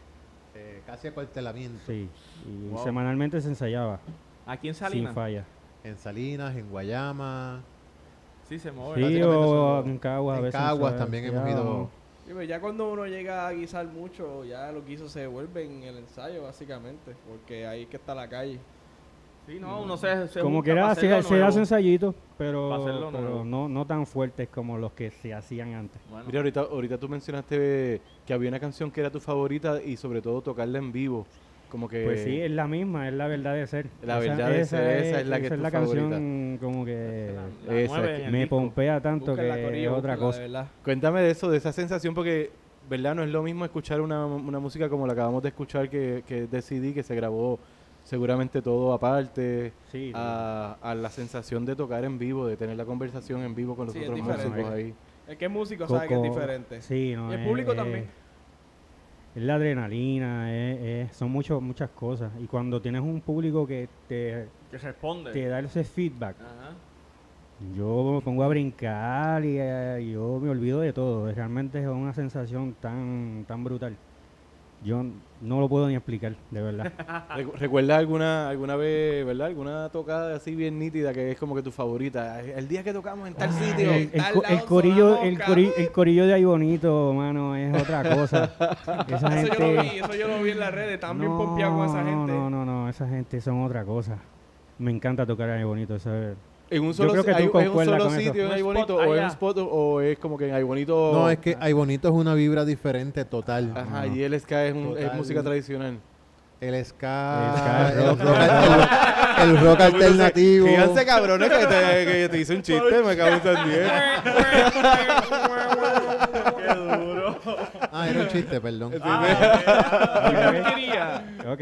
[SPEAKER 1] eh, casi acuartelamiento.
[SPEAKER 10] Sí, y
[SPEAKER 1] Wow.
[SPEAKER 10] semanalmente se ensayaba.
[SPEAKER 5] Aquí en
[SPEAKER 10] Sin
[SPEAKER 5] Salinas.
[SPEAKER 10] falla.
[SPEAKER 1] En Salinas, en Guayama,
[SPEAKER 5] Sí, se mueve.
[SPEAKER 10] Sí,
[SPEAKER 1] Básicamente
[SPEAKER 10] o
[SPEAKER 1] son-
[SPEAKER 10] en Caguas. a
[SPEAKER 1] en
[SPEAKER 10] veces
[SPEAKER 1] Caguas
[SPEAKER 10] se
[SPEAKER 1] también hemos
[SPEAKER 10] ensayaba.
[SPEAKER 1] ido.
[SPEAKER 6] Sí, pero ya cuando uno llega a guisar mucho, ya lo que hizo se devuelve en el ensayo, básicamente, porque ahí es que está la calle.
[SPEAKER 5] Sí, no, uno se, se
[SPEAKER 10] como
[SPEAKER 5] busca
[SPEAKER 10] que era,
[SPEAKER 5] para
[SPEAKER 10] se,
[SPEAKER 5] hacerlo
[SPEAKER 10] se
[SPEAKER 5] nuevo.
[SPEAKER 10] hace ensayito, pero,
[SPEAKER 5] Para hacerlo
[SPEAKER 10] pero
[SPEAKER 5] nuevo.
[SPEAKER 10] no, no tan fuertes como los que se hacían antes.
[SPEAKER 9] Mira, ahorita, ahorita tú mencionaste eh, que había una canción que era tu favorita y sobre todo tocarla en vivo. Como que...
[SPEAKER 10] Pues sí, es la misma, es la verdad de ser.
[SPEAKER 9] Eh, La verdad de ser, esa es la que
[SPEAKER 10] esa
[SPEAKER 9] es tu
[SPEAKER 10] es la
[SPEAKER 9] favorita.
[SPEAKER 10] canción como que
[SPEAKER 9] la Esa nueve es en que- el
[SPEAKER 10] me
[SPEAKER 9] disco.
[SPEAKER 10] pompea tanto
[SPEAKER 9] Búscala,
[SPEAKER 10] que
[SPEAKER 9] Corillo,
[SPEAKER 10] es otra
[SPEAKER 9] búscala,
[SPEAKER 10] cosa.
[SPEAKER 9] de Cuéntame de eso, de esa sensación, porque, ¿verdad? No es lo mismo escuchar una, una música como la acabamos de escuchar, que, que es de CD, que se grabó seguramente todo aparte,
[SPEAKER 10] Sí,
[SPEAKER 9] a, a la sensación de tocar en vivo, de tener la conversación en vivo con los
[SPEAKER 6] Sí, es
[SPEAKER 9] otros
[SPEAKER 6] diferente.
[SPEAKER 9] músicos ahí.
[SPEAKER 6] El que es músico sabe que es
[SPEAKER 10] Coco-
[SPEAKER 6] diferente.
[SPEAKER 10] Sí, no,
[SPEAKER 6] y el
[SPEAKER 10] es-
[SPEAKER 6] público
[SPEAKER 10] es-
[SPEAKER 6] también.
[SPEAKER 10] Es la adrenalina, es- es- son mucho, muchas cosas. Y cuando tienes un público que te,
[SPEAKER 5] Que responde.
[SPEAKER 10] te da ese feedback,
[SPEAKER 5] Ajá.
[SPEAKER 10] yo me pongo a brincar y eh, yo me olvido de todo. Es- Realmente es una sensación tan, tan brutal. Yo n- no lo puedo ni explicar, de verdad.
[SPEAKER 9] Recu- ¿Recuerdas alguna, alguna vez, verdad? Alguna tocada así bien nítida que es como que tu favorita? El día que tocamos en tal sitio.
[SPEAKER 10] El,
[SPEAKER 9] tal
[SPEAKER 10] co-
[SPEAKER 9] lado
[SPEAKER 10] el
[SPEAKER 9] sonó
[SPEAKER 10] corillo,
[SPEAKER 9] loca.
[SPEAKER 10] el, cori- el corillo de ahí bonito, mano, es otra cosa. Esa
[SPEAKER 6] Eso yo lo vi,
[SPEAKER 10] gente,
[SPEAKER 6] eso yo lo vi en las redes. También pompeado con esa gente.
[SPEAKER 10] No, no, no, esa gente son otra cosa. Me encanta tocar ahí bonito. Eso es-
[SPEAKER 9] ¿En un
[SPEAKER 10] Yo
[SPEAKER 9] solo,
[SPEAKER 10] creo que
[SPEAKER 9] si- hay-
[SPEAKER 10] tú
[SPEAKER 9] ¿es un
[SPEAKER 10] concuerdas
[SPEAKER 9] solo
[SPEAKER 10] con eso.
[SPEAKER 9] sitio en
[SPEAKER 1] Un
[SPEAKER 9] Ay
[SPEAKER 1] spot
[SPEAKER 9] Bonito? ¿O es
[SPEAKER 1] allá.
[SPEAKER 9] un spot o- o es como que en Ay Bonito?
[SPEAKER 1] No, es que Ay Bonito es una vibra diferente total.
[SPEAKER 9] Ajá, y el ska es, un- es
[SPEAKER 1] Total.
[SPEAKER 9] música tradicional.
[SPEAKER 1] El
[SPEAKER 9] El
[SPEAKER 1] ska,
[SPEAKER 9] ska,
[SPEAKER 1] el rock,
[SPEAKER 9] rock.
[SPEAKER 1] alter- el
[SPEAKER 9] Yo me
[SPEAKER 1] rock
[SPEAKER 9] lo sé.
[SPEAKER 1] alternativo.
[SPEAKER 9] Fíjense, cabrones, que te, que te hice un chiste, me cago en tan 10.
[SPEAKER 5] Qué duro.
[SPEAKER 1] Ah, era un chiste, perdón.
[SPEAKER 5] Ah, ok.
[SPEAKER 10] Ok.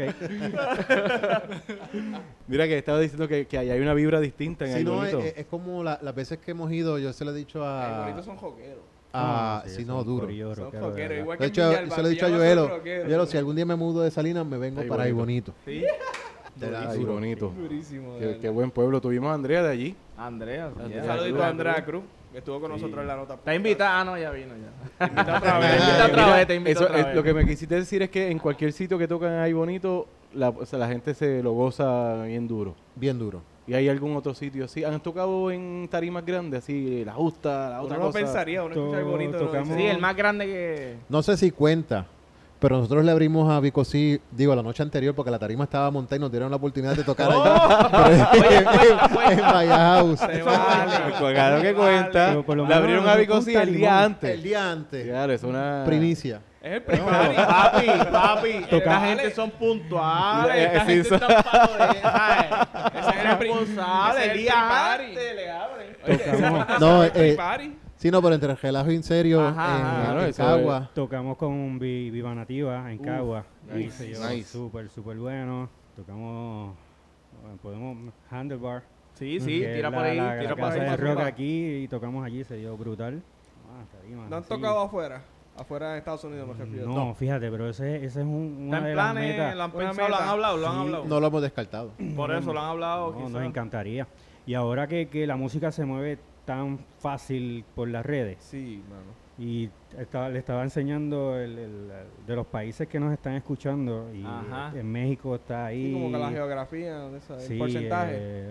[SPEAKER 9] Mira que estaba diciendo que, que ahí hay una vibra distinta en
[SPEAKER 1] Sí,
[SPEAKER 9] Ay
[SPEAKER 1] no, eh, es,
[SPEAKER 9] Bonito.
[SPEAKER 1] es- es como la- las veces que hemos ido, yo se lo he dicho a...
[SPEAKER 6] Ay Bonito son joqueros.
[SPEAKER 1] Ah,
[SPEAKER 10] No, sí,
[SPEAKER 1] si no,
[SPEAKER 10] son
[SPEAKER 1] duro.
[SPEAKER 10] corillo
[SPEAKER 6] Son
[SPEAKER 10] rockero, de
[SPEAKER 6] joqueros,
[SPEAKER 10] verdad.
[SPEAKER 6] igual
[SPEAKER 1] De
[SPEAKER 6] que
[SPEAKER 1] hecho,
[SPEAKER 6] Villalba,
[SPEAKER 1] se lo he dicho a
[SPEAKER 6] Villalba son
[SPEAKER 1] Joelo.
[SPEAKER 6] rockeros.
[SPEAKER 1] Joelo, si algún día me mudo de Salinas, me vengo
[SPEAKER 9] Ay,
[SPEAKER 1] para ahí bonito.
[SPEAKER 5] Sí.
[SPEAKER 1] De la-
[SPEAKER 9] Ay Bonito.
[SPEAKER 6] Durísimo, de
[SPEAKER 9] Qué,
[SPEAKER 6] verdad.
[SPEAKER 9] qué buen pueblo. Tuvimos a Andrea de allí.
[SPEAKER 5] Andrea.
[SPEAKER 9] Andrea
[SPEAKER 5] ya.
[SPEAKER 6] Un saludito a Andrea Cruz, que estuvo con
[SPEAKER 5] Sí.
[SPEAKER 6] nosotros en la nota.
[SPEAKER 5] Está invitada. Ah, no, ya vino ya. Te invita otra vez.
[SPEAKER 9] Mira,
[SPEAKER 5] Te invita otra
[SPEAKER 9] mira,
[SPEAKER 5] vez. Te invita
[SPEAKER 9] eso
[SPEAKER 5] otra
[SPEAKER 9] es-
[SPEAKER 5] vez.
[SPEAKER 9] Lo que me quisiste decir es que en cualquier sitio que tocan ahí bonito, la, o sea, la gente se lo goza bien duro.
[SPEAKER 1] Bien duro.
[SPEAKER 9] ¿Y hay algún otro sitio así? ¿Han tocado en tarimas grandes así? La justa, la
[SPEAKER 6] Uno
[SPEAKER 9] otra
[SPEAKER 6] no
[SPEAKER 9] cosa?
[SPEAKER 6] pensaría, uno escucha Ay
[SPEAKER 10] To-
[SPEAKER 6] bonito. ¿no?
[SPEAKER 10] tocamos-
[SPEAKER 5] Sí, el más grande que.
[SPEAKER 1] No sé si cuenta, pero nosotros le abrimos a Bicosí, digo, la noche anterior, porque la tarima estaba montada y nos dieron la oportunidad de tocar allí. Pero en- en, en Bahía House.
[SPEAKER 6] Se vale.
[SPEAKER 9] Pues claro que cuenta.
[SPEAKER 10] Pero por lo
[SPEAKER 9] Le
[SPEAKER 10] menos
[SPEAKER 9] abrieron
[SPEAKER 10] no
[SPEAKER 9] a
[SPEAKER 10] es un
[SPEAKER 9] Bicosí el día
[SPEAKER 10] tarimón.
[SPEAKER 9] antes.
[SPEAKER 1] El día antes.
[SPEAKER 9] Claro, es una...
[SPEAKER 1] Primicia.
[SPEAKER 6] Es el
[SPEAKER 5] Papi,
[SPEAKER 6] primario.
[SPEAKER 5] papi, papi, esta
[SPEAKER 10] Toca-
[SPEAKER 5] gente son puntuales,
[SPEAKER 9] Eh,
[SPEAKER 5] esta
[SPEAKER 9] sí,
[SPEAKER 5] gente
[SPEAKER 9] son-
[SPEAKER 5] está palo de, ¿sabes?
[SPEAKER 6] Ese es el prim-
[SPEAKER 5] responsable,
[SPEAKER 6] ese es
[SPEAKER 5] el
[SPEAKER 6] el
[SPEAKER 5] día
[SPEAKER 6] primari.
[SPEAKER 5] antes le abren.
[SPEAKER 6] Oye, esa-
[SPEAKER 10] Tocamos-
[SPEAKER 6] esa
[SPEAKER 1] No,
[SPEAKER 6] es el
[SPEAKER 1] eh,
[SPEAKER 6] primari.
[SPEAKER 1] Sí, no, pero entre el relajo y en serio,
[SPEAKER 5] Ajá,
[SPEAKER 1] en,
[SPEAKER 5] ajá,
[SPEAKER 1] en
[SPEAKER 9] no, eso
[SPEAKER 1] Cagua.
[SPEAKER 10] Tocamos con Vi- Viva Nativa en Cagua.
[SPEAKER 9] nice,
[SPEAKER 10] Y se llevó
[SPEAKER 9] nice.
[SPEAKER 10] Súper, súper bueno. Tocamos, bueno, podemos, Handlebar.
[SPEAKER 5] Sí, sí,
[SPEAKER 10] que es
[SPEAKER 5] tira
[SPEAKER 10] la-
[SPEAKER 5] por ahí,
[SPEAKER 10] la-
[SPEAKER 5] tira
[SPEAKER 10] la
[SPEAKER 5] por
[SPEAKER 10] casa
[SPEAKER 5] ahí.
[SPEAKER 10] de rock
[SPEAKER 5] papá.
[SPEAKER 10] aquí y tocamos allí, se dio brutal. Ah, tarimas
[SPEAKER 6] No han
[SPEAKER 10] así.
[SPEAKER 6] tocado afuera. Afuera en Estados Unidos, me refiero.
[SPEAKER 10] No, fíjate, pero ese, ese es un,
[SPEAKER 5] Está
[SPEAKER 10] una
[SPEAKER 5] en
[SPEAKER 10] de las metas.
[SPEAKER 5] planes, lo han
[SPEAKER 6] Una
[SPEAKER 5] pensado, lo han
[SPEAKER 6] meta.
[SPEAKER 5] hablado, lo han
[SPEAKER 10] Sí.
[SPEAKER 5] hablado.
[SPEAKER 1] No lo hemos descartado.
[SPEAKER 5] Por eso lo han hablado.
[SPEAKER 10] No, nos
[SPEAKER 5] quizás.
[SPEAKER 10] encantaría. Y ahora que, que la música se mueve tan fácil por las redes,
[SPEAKER 6] Sí, mano.
[SPEAKER 10] y estaba, le estaba enseñando el, el- de los países que nos están escuchando, y
[SPEAKER 5] Ajá.
[SPEAKER 10] en México está ahí,
[SPEAKER 6] Y como que la geografía, ¿dónde sabe?
[SPEAKER 10] sí,
[SPEAKER 6] el porcentaje.
[SPEAKER 10] eh,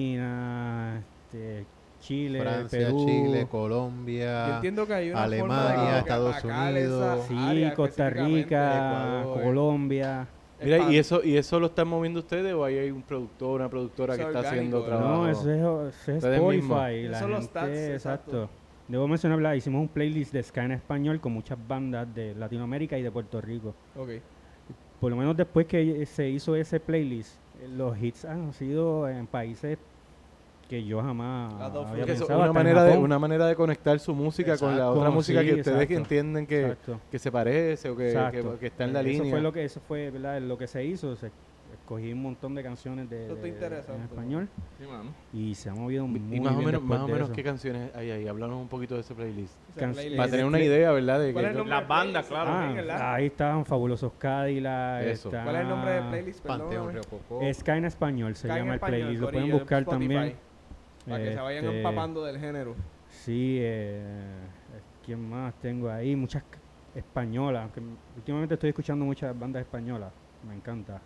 [SPEAKER 10] Argentina, este, Chile,
[SPEAKER 1] Francia,
[SPEAKER 10] Perú,
[SPEAKER 1] Chile,
[SPEAKER 6] Yo
[SPEAKER 1] Colombia,
[SPEAKER 6] entiendo que hay una
[SPEAKER 1] Alemania,
[SPEAKER 6] forma de
[SPEAKER 1] Estados
[SPEAKER 6] atacar esa
[SPEAKER 1] Unidos.
[SPEAKER 10] sí,
[SPEAKER 6] área
[SPEAKER 10] Costa
[SPEAKER 6] específicamente.
[SPEAKER 10] Rica,
[SPEAKER 1] Ecuador.
[SPEAKER 10] Colombia.
[SPEAKER 9] Mira, ¿y
[SPEAKER 6] España.
[SPEAKER 9] eso, ¿y eso lo están moviendo ustedes o ahí hay un productor, una productora
[SPEAKER 6] Eso
[SPEAKER 9] que está
[SPEAKER 6] orgánico,
[SPEAKER 9] haciendo
[SPEAKER 6] ¿no?
[SPEAKER 9] trabajo?
[SPEAKER 10] No, eso es, eso es
[SPEAKER 9] Ustedes
[SPEAKER 10] Spotify.
[SPEAKER 9] mismos.
[SPEAKER 10] la
[SPEAKER 6] Son los
[SPEAKER 10] gente-
[SPEAKER 6] stats, exacto.
[SPEAKER 10] exacto. Debo mencionar, ¿verdad? hicimos un playlist de Ska en español con muchas bandas de Latinoamérica y de Puerto Rico.
[SPEAKER 6] Ok.
[SPEAKER 10] Por lo menos después que eh, se hizo ese playlist, eh, los hits han sido en países que yo jamás
[SPEAKER 6] Adolfo.
[SPEAKER 10] había
[SPEAKER 9] Que eso-
[SPEAKER 10] pensado.
[SPEAKER 9] una,
[SPEAKER 10] hasta en
[SPEAKER 9] manera de,
[SPEAKER 10] Japón.
[SPEAKER 9] una manera de conectar su música con la
[SPEAKER 10] Exacto,
[SPEAKER 9] otra música
[SPEAKER 10] sí,
[SPEAKER 9] que ustedes
[SPEAKER 10] exacto,
[SPEAKER 9] entienden que,
[SPEAKER 10] Exacto.
[SPEAKER 9] que se parece o que,
[SPEAKER 10] exacto.
[SPEAKER 9] que- que está en la
[SPEAKER 10] Eh,
[SPEAKER 9] línea.
[SPEAKER 10] Eso fue lo que, eso fue, ¿verdad? lo que se hizo. Se, escogí un montón de canciones de,
[SPEAKER 6] Eso está
[SPEAKER 10] de- en
[SPEAKER 6] interesante.
[SPEAKER 10] español
[SPEAKER 5] Sí, mano.
[SPEAKER 10] y se ha movido muy
[SPEAKER 9] y más o
[SPEAKER 10] bien
[SPEAKER 9] menos,
[SPEAKER 10] después
[SPEAKER 9] más o
[SPEAKER 10] de
[SPEAKER 9] menos
[SPEAKER 10] eso.
[SPEAKER 9] qué canciones hay ahí. Háblanos un poquito de ese playlist.
[SPEAKER 6] Esa
[SPEAKER 10] Can-
[SPEAKER 6] playlist.
[SPEAKER 9] Para
[SPEAKER 10] ese
[SPEAKER 9] tener una
[SPEAKER 10] play-
[SPEAKER 9] idea, ¿verdad? De
[SPEAKER 6] Eh, este, ¿Cuál
[SPEAKER 9] que-
[SPEAKER 6] es el nombre
[SPEAKER 5] Las
[SPEAKER 6] del
[SPEAKER 5] bandas,
[SPEAKER 6] playlist?
[SPEAKER 5] claro.
[SPEAKER 10] Ah,
[SPEAKER 6] ¿verdad?
[SPEAKER 10] ahí están fabulosos Cadillac.
[SPEAKER 9] Eso.
[SPEAKER 10] está-
[SPEAKER 6] ¿Cuál es el nombre del playlist?
[SPEAKER 1] Panteón,
[SPEAKER 6] Perdóname.
[SPEAKER 1] Rococó.
[SPEAKER 10] Ska en español se
[SPEAKER 6] Caen
[SPEAKER 10] llama
[SPEAKER 6] en
[SPEAKER 10] el
[SPEAKER 6] español,
[SPEAKER 10] playlist. Lo pueden
[SPEAKER 6] corillo,
[SPEAKER 10] buscar
[SPEAKER 6] Spotify,
[SPEAKER 10] también.
[SPEAKER 6] Para que se vayan
[SPEAKER 10] Este,
[SPEAKER 6] empapando del género.
[SPEAKER 10] Sí, eh, ¿quién más tengo ahí? Muchas c- españolas. que m- últimamente estoy escuchando muchas bandas españolas. Me encanta.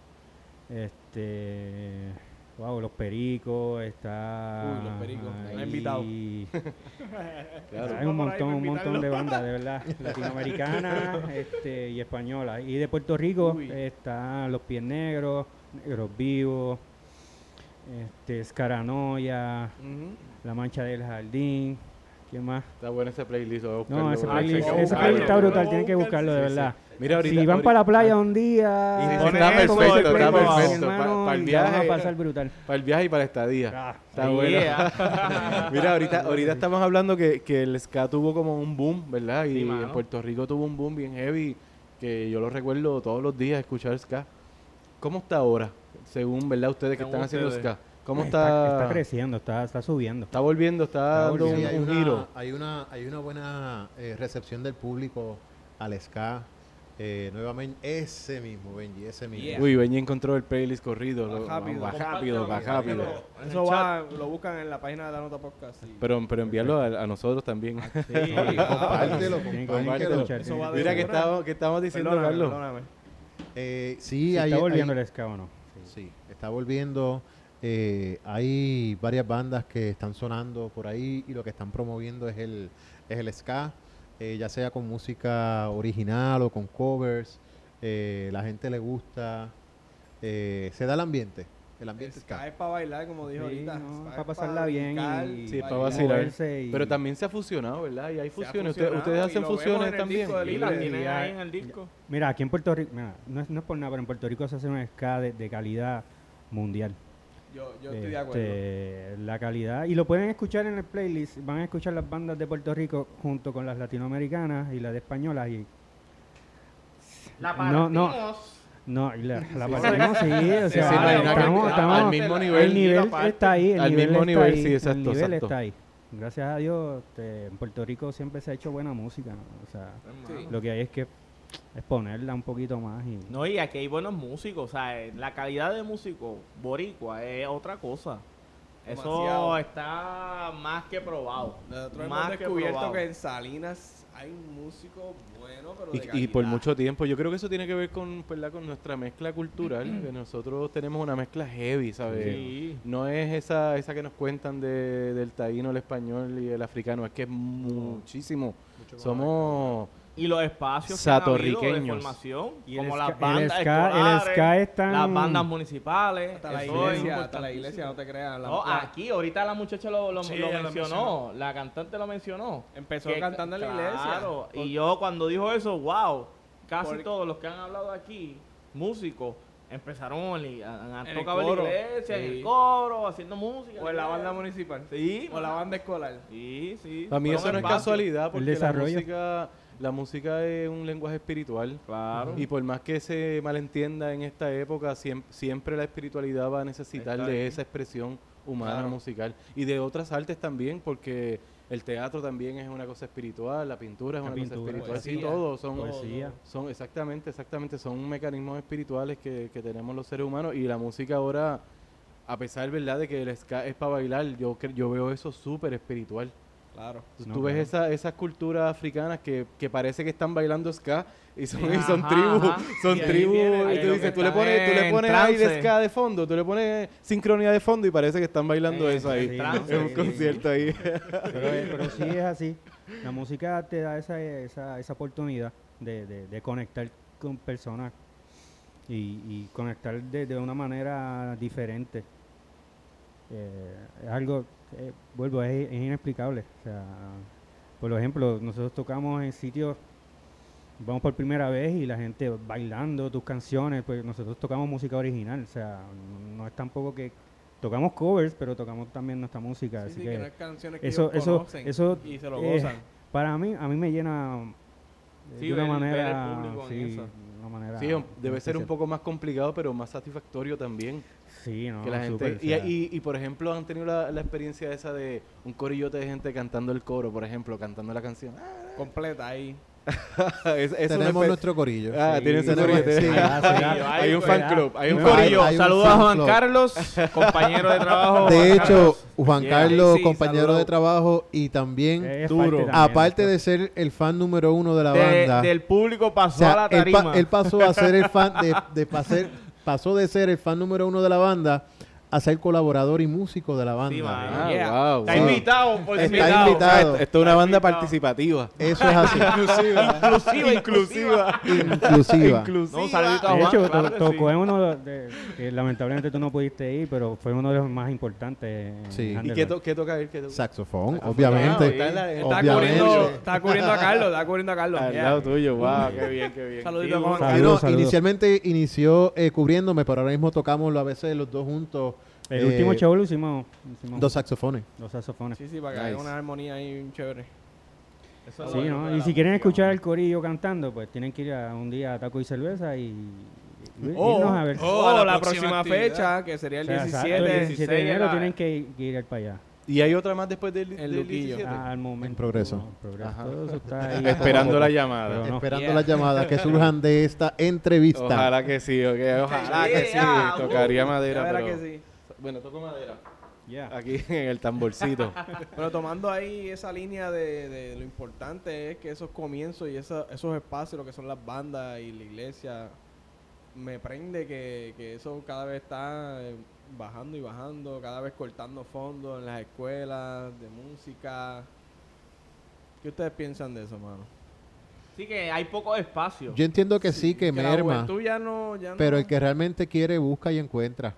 [SPEAKER 10] Este. Wow, Los Pericos, está.
[SPEAKER 6] Uy, Los Pericos, me han
[SPEAKER 10] ahí-
[SPEAKER 6] invitado.
[SPEAKER 9] Claro.
[SPEAKER 10] Hay un
[SPEAKER 5] Vamos por ahí
[SPEAKER 10] montón, un
[SPEAKER 5] para
[SPEAKER 10] montón de bandas, de verdad, latinoamericanas este, y españolas. Y de Puerto Rico
[SPEAKER 6] Uy.
[SPEAKER 10] están Los Pies Negros, Negros Vivos, este, Escaranoia, La Mancha del Jardín, ¿quién más?
[SPEAKER 9] Está bueno ese playlist. voy a
[SPEAKER 10] No,
[SPEAKER 9] buscarlo,
[SPEAKER 10] ese
[SPEAKER 9] voy a
[SPEAKER 10] playlist,
[SPEAKER 9] buscarlo.
[SPEAKER 10] ese playlist está brutal, tienen que buscarlo, de
[SPEAKER 9] Sí, sí.
[SPEAKER 10] verdad.
[SPEAKER 9] Mira, ahorita,
[SPEAKER 10] si van
[SPEAKER 9] ahorita-
[SPEAKER 10] para la playa un día, eh,
[SPEAKER 9] Sí, sí, está
[SPEAKER 10] pongan ese
[SPEAKER 9] perfecto, está
[SPEAKER 10] playlist,
[SPEAKER 9] perfecto. Pa-
[SPEAKER 10] hermano,
[SPEAKER 9] para el
[SPEAKER 10] y la van a
[SPEAKER 9] viaje.
[SPEAKER 10] pasar brutal.
[SPEAKER 9] Para el viaje y para la estadía.
[SPEAKER 10] Ah,
[SPEAKER 9] Está
[SPEAKER 10] ahí,
[SPEAKER 9] bueno.
[SPEAKER 6] ah,
[SPEAKER 10] yeah.
[SPEAKER 9] Mira, ahorita, ahorita estamos hablando que, que el ska tuvo como un boom, ¿verdad? Y
[SPEAKER 5] Sí, mano.
[SPEAKER 9] en Puerto Rico tuvo un boom bien heavy, que yo lo recuerdo todos los días escuchar ska. ¿Cómo está ahora? Según, ¿verdad? Ustedes que
[SPEAKER 10] Según
[SPEAKER 9] están haciendo
[SPEAKER 10] ustedes.
[SPEAKER 9] ska. ¿Cómo
[SPEAKER 10] Está,
[SPEAKER 9] está?
[SPEAKER 10] está creciendo, está, está subiendo.
[SPEAKER 9] Está volviendo, está dando un,
[SPEAKER 1] Sí, hay,
[SPEAKER 9] un
[SPEAKER 1] una,
[SPEAKER 9] giro.
[SPEAKER 1] hay una hay una buena eh, recepción del público al ska. Eh, nuevamente, ese mismo, Benji, ese mismo.
[SPEAKER 9] Uy, Benji encontró el playlist corrido. lo- Va
[SPEAKER 6] rápido,
[SPEAKER 9] rápido, va
[SPEAKER 6] compártelo,
[SPEAKER 9] rápido.
[SPEAKER 6] compártelo. Eso va, lo buscan en la página de la nota podcast. y-
[SPEAKER 9] Pero, pero envíalo a, a nosotros también.
[SPEAKER 6] sí. ah, Compártelo, compártelo. Eso va de
[SPEAKER 9] Mira que
[SPEAKER 6] sobra.
[SPEAKER 9] estamos, que estamos diciendo,
[SPEAKER 6] Perdóname,
[SPEAKER 9] Carlos.
[SPEAKER 6] perdóname.
[SPEAKER 1] Eh, sí,
[SPEAKER 10] Sí,
[SPEAKER 1] hay-
[SPEAKER 10] está volviendo
[SPEAKER 1] hay-
[SPEAKER 10] el ska, ¿o no?
[SPEAKER 1] Sí, está volviendo. eh, hay varias bandas que están sonando por ahí y lo que están promoviendo es el, es el ska, eh, ya sea con música original o con covers. eh, la gente le gusta. eh, se da el ambiente. El ambiente ska.
[SPEAKER 6] Ska es para bailar, como dijo
[SPEAKER 10] Sí,
[SPEAKER 6] ahorita.
[SPEAKER 10] no,
[SPEAKER 6] Ska
[SPEAKER 10] pa'
[SPEAKER 6] es
[SPEAKER 10] pasarla bien
[SPEAKER 6] brincar,
[SPEAKER 10] y-
[SPEAKER 9] Sí, para
[SPEAKER 6] bailar.
[SPEAKER 9] vacilar.
[SPEAKER 10] moverse y-
[SPEAKER 9] Pero también se ha fusionado, ¿verdad? Y hay
[SPEAKER 6] Se ha
[SPEAKER 9] fusiones. Ustedes,
[SPEAKER 6] fusionado
[SPEAKER 9] ustedes
[SPEAKER 6] y
[SPEAKER 9] hacen
[SPEAKER 6] lo vemos en
[SPEAKER 9] fusiones
[SPEAKER 6] el
[SPEAKER 9] también.
[SPEAKER 6] disco de
[SPEAKER 5] Y
[SPEAKER 6] Lila.
[SPEAKER 5] la
[SPEAKER 6] Sí,
[SPEAKER 5] tienen
[SPEAKER 6] ya-
[SPEAKER 5] ahí en el disco.
[SPEAKER 10] Mira, aquí en Puerto Rico, mira, no es, no es por nada, pero en Puerto Rico se hace un ska de, de calidad mundial.
[SPEAKER 6] Yo, yo estoy de acuerdo.
[SPEAKER 10] Este, la calidad. Y lo pueden escuchar en el playlist. Van a escuchar las bandas de Puerto Rico junto con las latinoamericanas y las de españolas. Y
[SPEAKER 5] La
[SPEAKER 10] No, no.
[SPEAKER 5] partimos.
[SPEAKER 10] no, y la, la partimos, sí. O sea,
[SPEAKER 9] Sí, sí, no hay nada que-
[SPEAKER 10] estamos,
[SPEAKER 9] al
[SPEAKER 10] estamos-
[SPEAKER 9] mismo
[SPEAKER 10] El
[SPEAKER 9] nivel,
[SPEAKER 10] nivel
[SPEAKER 5] la parte-
[SPEAKER 10] está ahí. El
[SPEAKER 9] al
[SPEAKER 10] nivel
[SPEAKER 9] mismo
[SPEAKER 10] está
[SPEAKER 9] nivel,
[SPEAKER 10] ahí,
[SPEAKER 9] sí, exacto,
[SPEAKER 10] El nivel
[SPEAKER 9] exacto.
[SPEAKER 10] está ahí. Gracias a Dios, este, en Puerto Rico siempre se ha hecho buena música. ¿no? O sea,
[SPEAKER 6] Sí.
[SPEAKER 10] lo que hay es que exponerla un poquito más. Y,
[SPEAKER 5] No, y aquí hay buenos músicos. O sea, eh, la calidad de músico boricua es otra cosa. Eso
[SPEAKER 6] Demasiado.
[SPEAKER 5] está más que probado.
[SPEAKER 6] Nosotros
[SPEAKER 5] más
[SPEAKER 6] hemos descubierto
[SPEAKER 5] probado.
[SPEAKER 6] que en Salinas hay un músico bueno, pero de
[SPEAKER 9] Y- Y, por
[SPEAKER 6] calidad.
[SPEAKER 9] mucho tiempo. Yo creo que eso tiene que ver con, ¿verdad? con nuestra mezcla cultural. que nosotros tenemos una mezcla heavy, ¿sabes?
[SPEAKER 5] Sí.
[SPEAKER 9] No es esa, esa que nos cuentan de- del taíno, el español y el africano. Es que es muchísimo. Somos...
[SPEAKER 5] Y los espacios que han habido de
[SPEAKER 9] Satorriqueños.
[SPEAKER 5] formación,
[SPEAKER 10] Y el
[SPEAKER 5] como
[SPEAKER 10] ska-
[SPEAKER 5] las
[SPEAKER 10] el
[SPEAKER 5] bandas
[SPEAKER 10] ska- el
[SPEAKER 5] escolares,
[SPEAKER 10] ska es tan-
[SPEAKER 9] Mm.
[SPEAKER 5] las bandas municipales.
[SPEAKER 6] Hasta la
[SPEAKER 5] eso es
[SPEAKER 6] iglesia, hasta la
[SPEAKER 5] importantísimo.
[SPEAKER 6] iglesia, no te creas. la-
[SPEAKER 5] No, ah,
[SPEAKER 6] la-
[SPEAKER 5] aquí, ahorita la muchacha lo, lo-
[SPEAKER 2] Sí,
[SPEAKER 5] lo
[SPEAKER 2] ella lo
[SPEAKER 5] mencionó, la cantante lo mencionó.
[SPEAKER 6] Empezó
[SPEAKER 5] Que-
[SPEAKER 6] cantando en la iglesia.
[SPEAKER 5] Claro,
[SPEAKER 6] Por-
[SPEAKER 5] y yo cuando dijo eso, wow, casi
[SPEAKER 6] Por-
[SPEAKER 5] todos los que han hablado aquí, músicos, empezaron en la ig- a, a
[SPEAKER 6] En el
[SPEAKER 5] tocar en la
[SPEAKER 6] coro.
[SPEAKER 5] iglesia, en
[SPEAKER 6] Sí.
[SPEAKER 5] el coro, haciendo música.
[SPEAKER 6] O en la banda municipal.
[SPEAKER 5] Sí,
[SPEAKER 6] O la banda escolar.
[SPEAKER 5] sí, sí.
[SPEAKER 9] Para mí
[SPEAKER 5] Fueron
[SPEAKER 9] eso no es
[SPEAKER 5] espacios.
[SPEAKER 9] casualidad porque la
[SPEAKER 10] desarrollo.
[SPEAKER 9] música, la música es un lenguaje espiritual.
[SPEAKER 5] Claro.
[SPEAKER 9] Y por más que se malentienda en esta época, siem- siempre la espiritualidad va a necesitar
[SPEAKER 5] Está
[SPEAKER 9] de
[SPEAKER 5] ahí.
[SPEAKER 9] esa expresión humana
[SPEAKER 6] Claro.
[SPEAKER 9] musical y de otras artes también, porque el teatro también es una cosa espiritual, la pintura es
[SPEAKER 10] La
[SPEAKER 9] una
[SPEAKER 10] pintura,
[SPEAKER 9] cosa espiritual. sí,
[SPEAKER 6] poesía,
[SPEAKER 9] todo son,
[SPEAKER 10] poesía.
[SPEAKER 9] son exactamente, exactamente, son mecanismos espirituales que, que tenemos los seres humanos y la música ahora, a pesar, verdad, de que el ska es para bailar, yo cre- yo veo eso súper espiritual.
[SPEAKER 6] Claro.
[SPEAKER 9] Tú
[SPEAKER 10] No,
[SPEAKER 9] tú ves
[SPEAKER 10] claro.
[SPEAKER 9] esa- esas culturas africanas que, que parece que están bailando ska y son, y son
[SPEAKER 5] Ajá,
[SPEAKER 9] tribus,
[SPEAKER 5] ajá.
[SPEAKER 9] son
[SPEAKER 5] Y ahí
[SPEAKER 9] tribus,
[SPEAKER 5] viene- ahí
[SPEAKER 9] y tú
[SPEAKER 5] lo
[SPEAKER 9] dices,
[SPEAKER 5] que
[SPEAKER 9] tú le
[SPEAKER 5] están
[SPEAKER 9] pones, tú le
[SPEAKER 5] en
[SPEAKER 9] pones ahí de
[SPEAKER 5] trance.
[SPEAKER 9] ska de fondo, tú le pones sincronía de fondo y parece que están bailando
[SPEAKER 5] En
[SPEAKER 9] eso ahí,
[SPEAKER 5] el trance,
[SPEAKER 9] en un
[SPEAKER 5] sí,
[SPEAKER 9] concierto ahí.
[SPEAKER 10] pero, eh, pero sí es así. La música te da esa, esa, esa oportunidad de, de- de conectar con personas y, y conectar de, de una manera diferente. Eh, es algo, eh, vuelvo, es, es inexplicable. O sea, por ejemplo, nosotros tocamos en sitios, vamos por primera vez y la gente bailando tus canciones, pues nosotros tocamos música original, o sea, no, no es tampoco que tocamos covers, pero tocamos también nuestra música.
[SPEAKER 6] Sí,
[SPEAKER 10] así
[SPEAKER 6] sí, que no es canciones que
[SPEAKER 10] eso,
[SPEAKER 6] ellos
[SPEAKER 10] eso,
[SPEAKER 6] conocen
[SPEAKER 10] eso,
[SPEAKER 6] y se lo
[SPEAKER 10] eh,
[SPEAKER 6] gozan.
[SPEAKER 10] para mí, a mí me llena eh,
[SPEAKER 5] Sí,
[SPEAKER 10] de una
[SPEAKER 5] ver- ver el
[SPEAKER 10] manera,
[SPEAKER 5] público en
[SPEAKER 10] sí,
[SPEAKER 5] eso.
[SPEAKER 10] una manera
[SPEAKER 9] Sí, debe ser un
[SPEAKER 10] especial.
[SPEAKER 9] poco más complicado, pero más satisfactorio también.
[SPEAKER 10] Sí, no,
[SPEAKER 9] que la gente
[SPEAKER 10] súper, o
[SPEAKER 9] y,
[SPEAKER 10] sea,
[SPEAKER 9] y- y, por ejemplo han tenido la, la experiencia esa de un corillote de gente cantando el coro, por ejemplo, cantando la canción.
[SPEAKER 6] Completa ahí.
[SPEAKER 9] Es- es una
[SPEAKER 1] Tenemos
[SPEAKER 9] espe-
[SPEAKER 1] nuestro corillo.
[SPEAKER 9] Ah,
[SPEAKER 1] Sí.
[SPEAKER 9] tienen su
[SPEAKER 1] Tenemos-
[SPEAKER 9] corillo, tienen-
[SPEAKER 1] sí.
[SPEAKER 9] Hay un fan club, hay un
[SPEAKER 10] No,
[SPEAKER 9] corillo.
[SPEAKER 5] Corillo,
[SPEAKER 1] hay un
[SPEAKER 5] saludos a
[SPEAKER 1] fan
[SPEAKER 5] Juan
[SPEAKER 1] club.
[SPEAKER 5] Carlos, compañero de trabajo.
[SPEAKER 1] De
[SPEAKER 5] Juan
[SPEAKER 1] hecho,
[SPEAKER 5] Carlos.
[SPEAKER 1] Juan
[SPEAKER 5] Yeah.
[SPEAKER 1] Carlos,
[SPEAKER 6] Sí,
[SPEAKER 1] compañero
[SPEAKER 6] saludo.
[SPEAKER 1] de trabajo y también,
[SPEAKER 10] es parte
[SPEAKER 5] duro.
[SPEAKER 10] también,
[SPEAKER 1] aparte
[SPEAKER 10] esto-
[SPEAKER 1] de ser el fan número uno de la
[SPEAKER 5] De-
[SPEAKER 1] banda,
[SPEAKER 5] del público
[SPEAKER 1] o
[SPEAKER 5] pasó
[SPEAKER 1] sea,
[SPEAKER 5] a la
[SPEAKER 1] él, pa-
[SPEAKER 5] tarima.
[SPEAKER 1] él pasó a ser el fan de, de pa- ser- pasó de ser el fan número uno de la banda a ser colaborador y músico de la banda.
[SPEAKER 5] Sí, mano.
[SPEAKER 9] Ah,
[SPEAKER 5] Yeah.
[SPEAKER 9] wow,
[SPEAKER 5] Está
[SPEAKER 9] wow.
[SPEAKER 5] invitado, por
[SPEAKER 6] pues,
[SPEAKER 9] Está
[SPEAKER 5] invitado.
[SPEAKER 1] Ah,
[SPEAKER 9] invitado.
[SPEAKER 5] O sea,
[SPEAKER 9] Esto es una
[SPEAKER 5] está
[SPEAKER 9] banda
[SPEAKER 5] invitado.
[SPEAKER 9] participativa.
[SPEAKER 1] Eso es así.
[SPEAKER 5] Inclusiva, inclusiva.
[SPEAKER 1] Inclusiva.
[SPEAKER 5] No, saludito a Juan,
[SPEAKER 10] De hecho,
[SPEAKER 5] claro
[SPEAKER 10] to-
[SPEAKER 5] que sí.
[SPEAKER 10] tocó en uno de, que lamentablemente tú no pudiste ir, pero fue uno de los más importantes. en
[SPEAKER 1] Sí. ¿Y
[SPEAKER 10] Underground.
[SPEAKER 9] ¿Qué, to- qué toca él? ¿Qué toca?
[SPEAKER 1] Saxofón,
[SPEAKER 9] Ah,
[SPEAKER 1] obviamente.
[SPEAKER 9] está en la-
[SPEAKER 6] Está
[SPEAKER 1] Obviamente. Ah,
[SPEAKER 6] cubriendo, está cubriendo a Carlos, está cubriendo a Carlos.
[SPEAKER 9] Al
[SPEAKER 6] yeah.
[SPEAKER 9] lado tuyo, wow, qué bien, qué bien.
[SPEAKER 6] Saludito a
[SPEAKER 9] Sí,
[SPEAKER 6] Juan.
[SPEAKER 1] Ah,
[SPEAKER 10] Saludos,
[SPEAKER 1] no,
[SPEAKER 10] saludos.
[SPEAKER 1] Inicialmente inició eh, cubriéndome, pero ahora mismo tocamos a veces los dos juntos.
[SPEAKER 10] El
[SPEAKER 1] eh,
[SPEAKER 10] último show lo hicimos, hicimos
[SPEAKER 1] Dos saxofones.
[SPEAKER 10] dos saxofones.
[SPEAKER 6] Sí, sí, para que
[SPEAKER 9] Nice.
[SPEAKER 6] haya una armonía ahí bien chévere.
[SPEAKER 5] Eso es
[SPEAKER 10] Sí,
[SPEAKER 5] lo bonito
[SPEAKER 10] ¿no?
[SPEAKER 5] de
[SPEAKER 10] Y
[SPEAKER 5] la
[SPEAKER 10] si quieren
[SPEAKER 5] música,
[SPEAKER 10] escuchar al corillo cantando, pues tienen que ir a un día a Taco y Cerveza y, y- y
[SPEAKER 9] Oh,
[SPEAKER 6] O
[SPEAKER 10] irnos a ver.
[SPEAKER 6] o
[SPEAKER 7] a la
[SPEAKER 6] la
[SPEAKER 7] próxima
[SPEAKER 6] próxima,
[SPEAKER 7] actividad.
[SPEAKER 6] fecha, que sería
[SPEAKER 10] O
[SPEAKER 6] el
[SPEAKER 10] sea, exacto,
[SPEAKER 6] 17.
[SPEAKER 10] el 17 de
[SPEAKER 6] 16
[SPEAKER 10] enero
[SPEAKER 6] la-
[SPEAKER 10] tienen que ir, que ir para allá.
[SPEAKER 9] ¿Y hay otra más después del, del
[SPEAKER 6] Luquillo.
[SPEAKER 9] 17?
[SPEAKER 10] Ah, al momento.
[SPEAKER 1] progreso.
[SPEAKER 10] no, en progreso.
[SPEAKER 9] Ajá.
[SPEAKER 10] Todo eso está ahí.
[SPEAKER 9] Esperando la
[SPEAKER 10] Pero
[SPEAKER 9] llamada.
[SPEAKER 10] no.
[SPEAKER 1] Esperando
[SPEAKER 6] Yeah.
[SPEAKER 1] las llamadas que surjan de esta entrevista.
[SPEAKER 9] Ojalá que sí, ok, ojalá que sí.
[SPEAKER 6] Yeah, uh,
[SPEAKER 9] Tocaría
[SPEAKER 6] ya
[SPEAKER 9] madera,
[SPEAKER 6] verá
[SPEAKER 9] pero...
[SPEAKER 6] que sí.
[SPEAKER 9] Bueno, toco madera.
[SPEAKER 10] Yeah.
[SPEAKER 9] Aquí en el tamborcito.
[SPEAKER 6] Pero tomando ahí esa línea de, de lo importante es que esos comienzos y esa- esos espacios, lo que son las bandas y la iglesia, me prende que, que eso cada vez está eh, bajando y bajando, cada vez cortando fondos en las escuelas de música. ¿Qué ustedes piensan de eso, mano?
[SPEAKER 5] Sí que hay poco espacio.
[SPEAKER 1] Yo entiendo que sí,
[SPEAKER 6] Que
[SPEAKER 1] que
[SPEAKER 6] la
[SPEAKER 1] merma,
[SPEAKER 6] juventud ya no, ya no-
[SPEAKER 1] pero el que realmente quiere busca y encuentra.